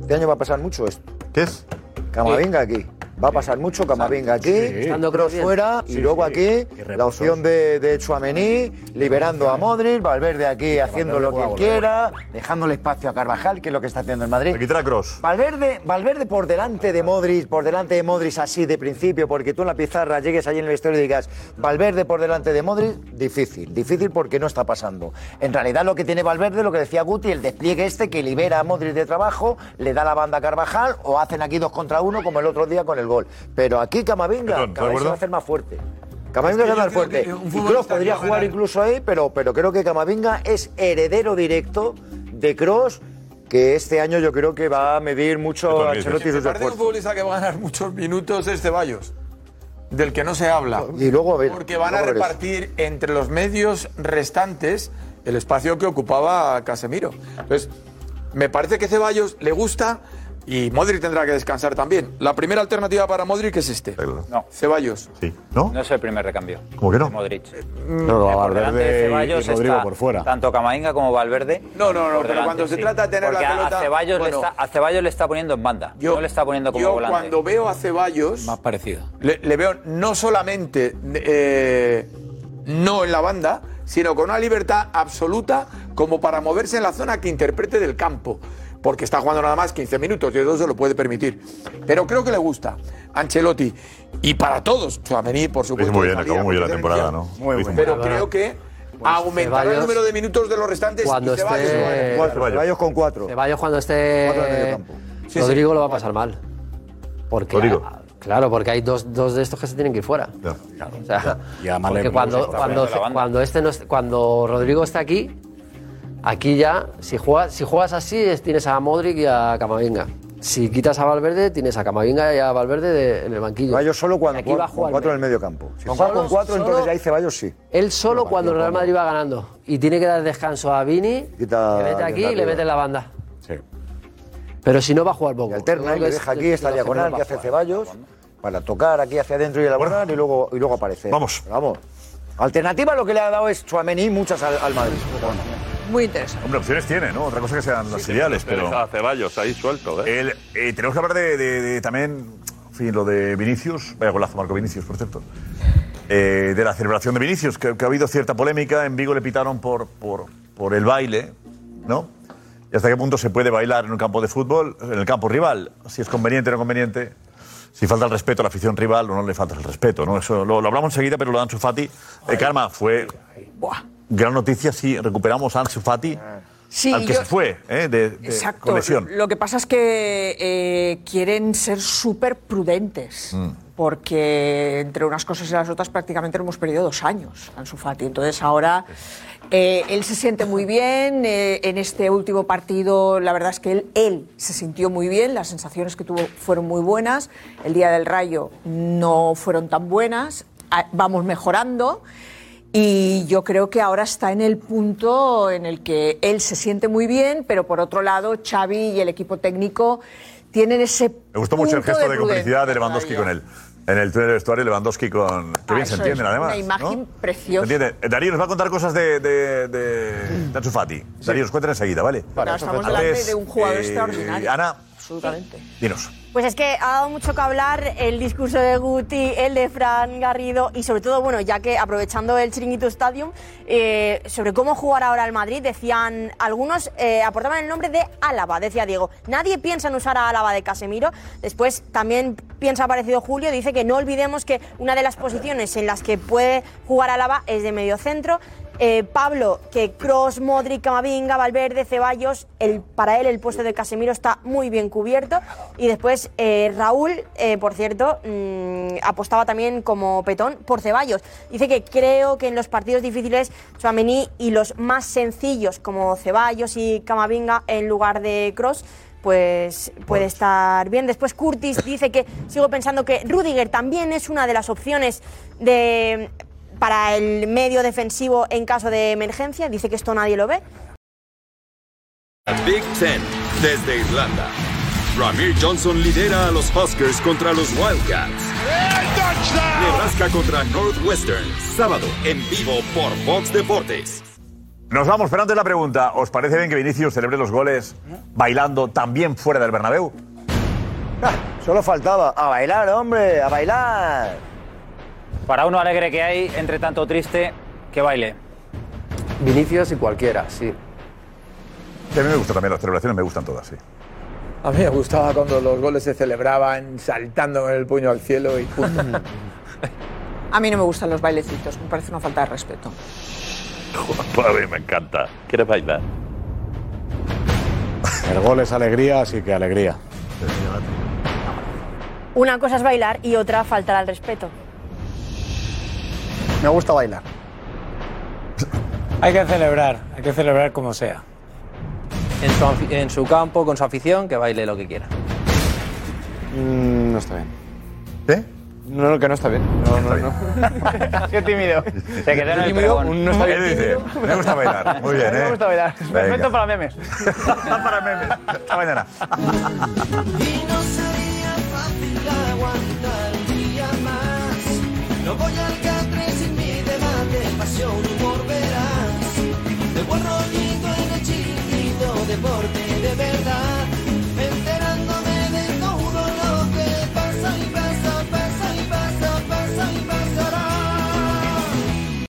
Este año va a pasar mucho esto. ¿Qué es? Camavinga aquí. Va a pasar mucho Camavinga aquí, Estando Kroos bien. fuera y Sí, luego sí. aquí la opción de, de Chouameni, liberando a Modric, Valverde aquí haciendo lo que quiera, dejándole espacio a Carvajal, que es lo que está haciendo el Madrid. Aquí trae Cross. Valverde, Valverde por delante de Modric, por delante de Modric así de principio, porque tú en la pizarra llegues allí en el vestuario y digas Valverde por delante de Modric, difícil, difícil porque no está pasando. En realidad lo que tiene Valverde, lo que decía Guti, el despliegue este que libera a Modric de trabajo, le da la banda a Carvajal o hacen aquí dos contra uno como el otro día con el gol. Pero aquí Camavinga, Perdón, ¿de Camavinga se acuerdo? va a hacer más fuerte. Camavinga Es que se va yo a creo hacer fuerte. que un Y Kroos futbolista podría que va a jugar ganar- incluso ahí, pero, pero creo que Camavinga es heredero directo de Cross, que este año yo creo que va a medir mucho a Ancelotti y Me sus parece un esfuerzos. futbolista que va a ganar muchos minutos es Ceballos, del que no se habla. Y luego a ver. Porque van a luego veremos. repartir entre los medios restantes el espacio que ocupaba Casemiro. Entonces, me parece que Ceballos le gusta y Modric tendrá que descansar también. La primera alternativa para Modric es este. No. Ceballos. Sí. ¿No? No es el primer recambio. ¿Cómo que no? de Modric. No, Eh, por Valverde delante de y- y Ceballos Rodrigo está por fuera. Tanto Camavinga como Valverde. No, no, no, por pero cuando se trata de tener la Porque a- pelota, A Ceballos, bueno. le está, a Ceballos le está poniendo en banda. no le está poniendo como Yo volante. cuando veo a Ceballos, Más parecido. le, le veo no solamente eh, no en la banda, sino con una libertad absoluta como para moverse en la zona que interprete del campo. Porque está jugando nada más 15 minutos y eso se lo puede permitir. Pero creo que le gusta Ancelotti. Y para todos, Chouameni, por supuesto. muy bien, María, acabó muy bien la con temporada, diferencia. ¿no? Muy bien. Pero Bueno. creo que aumentará el Pues Ceballos- número de minutos de los restantes Cuando y Ceballos esté- lo hará. Cuatro, Ceballos. Ceballos con cuatro. Ceballos cuando Cuatro en medio esté campo. Sí, Rodrigo lo va a pasar mal. Porque ah, claro, porque hay dos, dos de estos que se tienen que ir fuera. O sea, Y además porque le- cuando, está cuando, fuera de la banda. cuando este no est- cuando Rodrigo está aquí, aquí ya, si juegas, si juegas así, es- tienes a Modric y a Camavinga. Si quitas a Valverde, tienes a Camavinga y a Valverde de- en el banquillo. Ceballos solo cuando aquí va a con jugar cuatro en el medio campo. Si Con juega con solo- cuatro, solo- entonces ahí Ceballos sí. Él solo cuando el Real Madrid va ganando. Y tiene que dar descanso a Vini, Quita- le mete aquí quita y le arriba. mete en la banda. Pero si no va a jugar poco. Alterna y le deja aquí esta diagonal que hace Ceballos para tocar aquí hacia adentro y elaborar y luego y luego aparecer. Vamos. Vamos. Alternativa lo que le ha dado es Chuamení muchas al, al Madrid. Muy interesante. Hombre, opciones tiene, ¿no? Otra cosa que sean las ideales, Pero pero... a Ceballos ahí suelto, ¿eh? El- eh, tenemos que hablar de, de- de también, en fin, lo de Vinicius. Vaya golazo marcó Vinicius, por cierto. Eh, de la celebración de Vinicius, que, que ha habido cierta polémica. En Vigo le pitaron por, por, por el baile, ¿no? ¿Y hasta qué punto se puede bailar en un campo de fútbol, en el campo rival? Si es conveniente o no conveniente. Si falta el respeto a la afición rival o no le falta el respeto, ¿no? Eso lo, lo hablamos enseguida, pero lo de Ansu Fati. Eh, Karma, fue... Buah, gran noticia si recuperamos a Ansu Fati, Sí, al que yo- se fue, ¿eh? De, de- con lesión. Lo que pasa es que eh, quieren ser súper prudentes. porque entre unas cosas y las otras prácticamente no hemos perdido dos años Ansu Fati. Entonces ahora eh, él se siente muy bien, eh, en este último partido la verdad es que él, él se sintió muy bien, las sensaciones que tuvo fueron muy buenas, el día del rayo no fueron tan buenas, Ah, vamos mejorando. Y yo creo que ahora está en el punto en el que él se siente muy bien, pero por otro lado, Xavi y el equipo técnico tienen ese. Me gustó mucho el punto gesto de, prudencia complicidad de Lewandowski con todavía. él. En el Twitter del vestuario, Lewandowski con. Qué bien se Ah, Eso entienden, es además. Una imagen ¿Se preciosa. entiende? Darío nos va a contar cosas de, de, de, de Ansu Fati. Darío, os cuentan enseguida, ¿vale? Claro, estamos delante de un jugador eh, extraordinario. Ana, Absolutamente. dinos. Pues es que ha dado mucho que hablar el discurso de Guti, el de Fran Garrido y sobre todo, bueno, ya que aprovechando el Chiringuito Stadium, eh, sobre cómo jugar ahora al Madrid, decían algunos, eh, aportaban el nombre de Álava, decía Diego. Nadie piensa en usar a Álava de Casemiro. Después también piensa parecido Julio, dice que no olvidemos que una de las posiciones en las que puede jugar Álava es de medio centro. Eh, Pablo, que Cross, Modric, Camavinga, Valverde, Ceballos, el, para él el puesto de Casemiro está muy bien cubierto. Y después eh, Raúl, eh, por cierto, mm, apostaba también como petón por Ceballos. Dice que creo que en los partidos difíciles, Suamení y los más sencillos como Ceballos y Camavinga en lugar de Cross, pues puede estar bien. Después Curtis dice que sigo pensando que Rudiger también es una de las opciones de para el medio defensivo en caso de emergencia. Dice que esto nadie lo ve. Big Ten, desde Irlanda. Ramir Johnson lidera a los Huskers contra los Wildcats. Nebraska contra Northwestern, sábado en vivo por Fox Deportes. Nos vamos, pero antes la pregunta. ¿Os parece bien que Vinicius celebre los goles bailando también fuera del Bernabéu? Solo faltaba. A bailar, hombre, a bailar. Para uno alegre que hay, entre tanto triste, que baile. Vinicius y cualquiera, sí. Sí, A mí me gustan también las celebraciones, me gustan todas, sí. A mí me gustaba cuando los goles se celebraban saltando con el puño al cielo y punto. A mí no me gustan los bailecitos, me parece una falta de respeto. Joder, me encanta. ¿Quieres bailar? El gol es alegría, así que alegría. Una cosa es bailar y otra faltar al respeto. Me gusta bailar. Hay que celebrar, hay que celebrar como sea. En su, anfi- en su campo, con su afición, que baile lo que quiera. Mm, no está bien. ¿Eh? No, no, que no está bien. No, no, no. Qué tímido. Se quedó en el pregón. No está bien. Me gusta bailar. Muy bien, ¿eh? Me gusta bailar. Venga. Perfecto para memes. para memes. Hasta mañana. aguantar un día más. No voy al catre sin mi debate, pasión, humor verás. De buen rollito en el chiquito deporte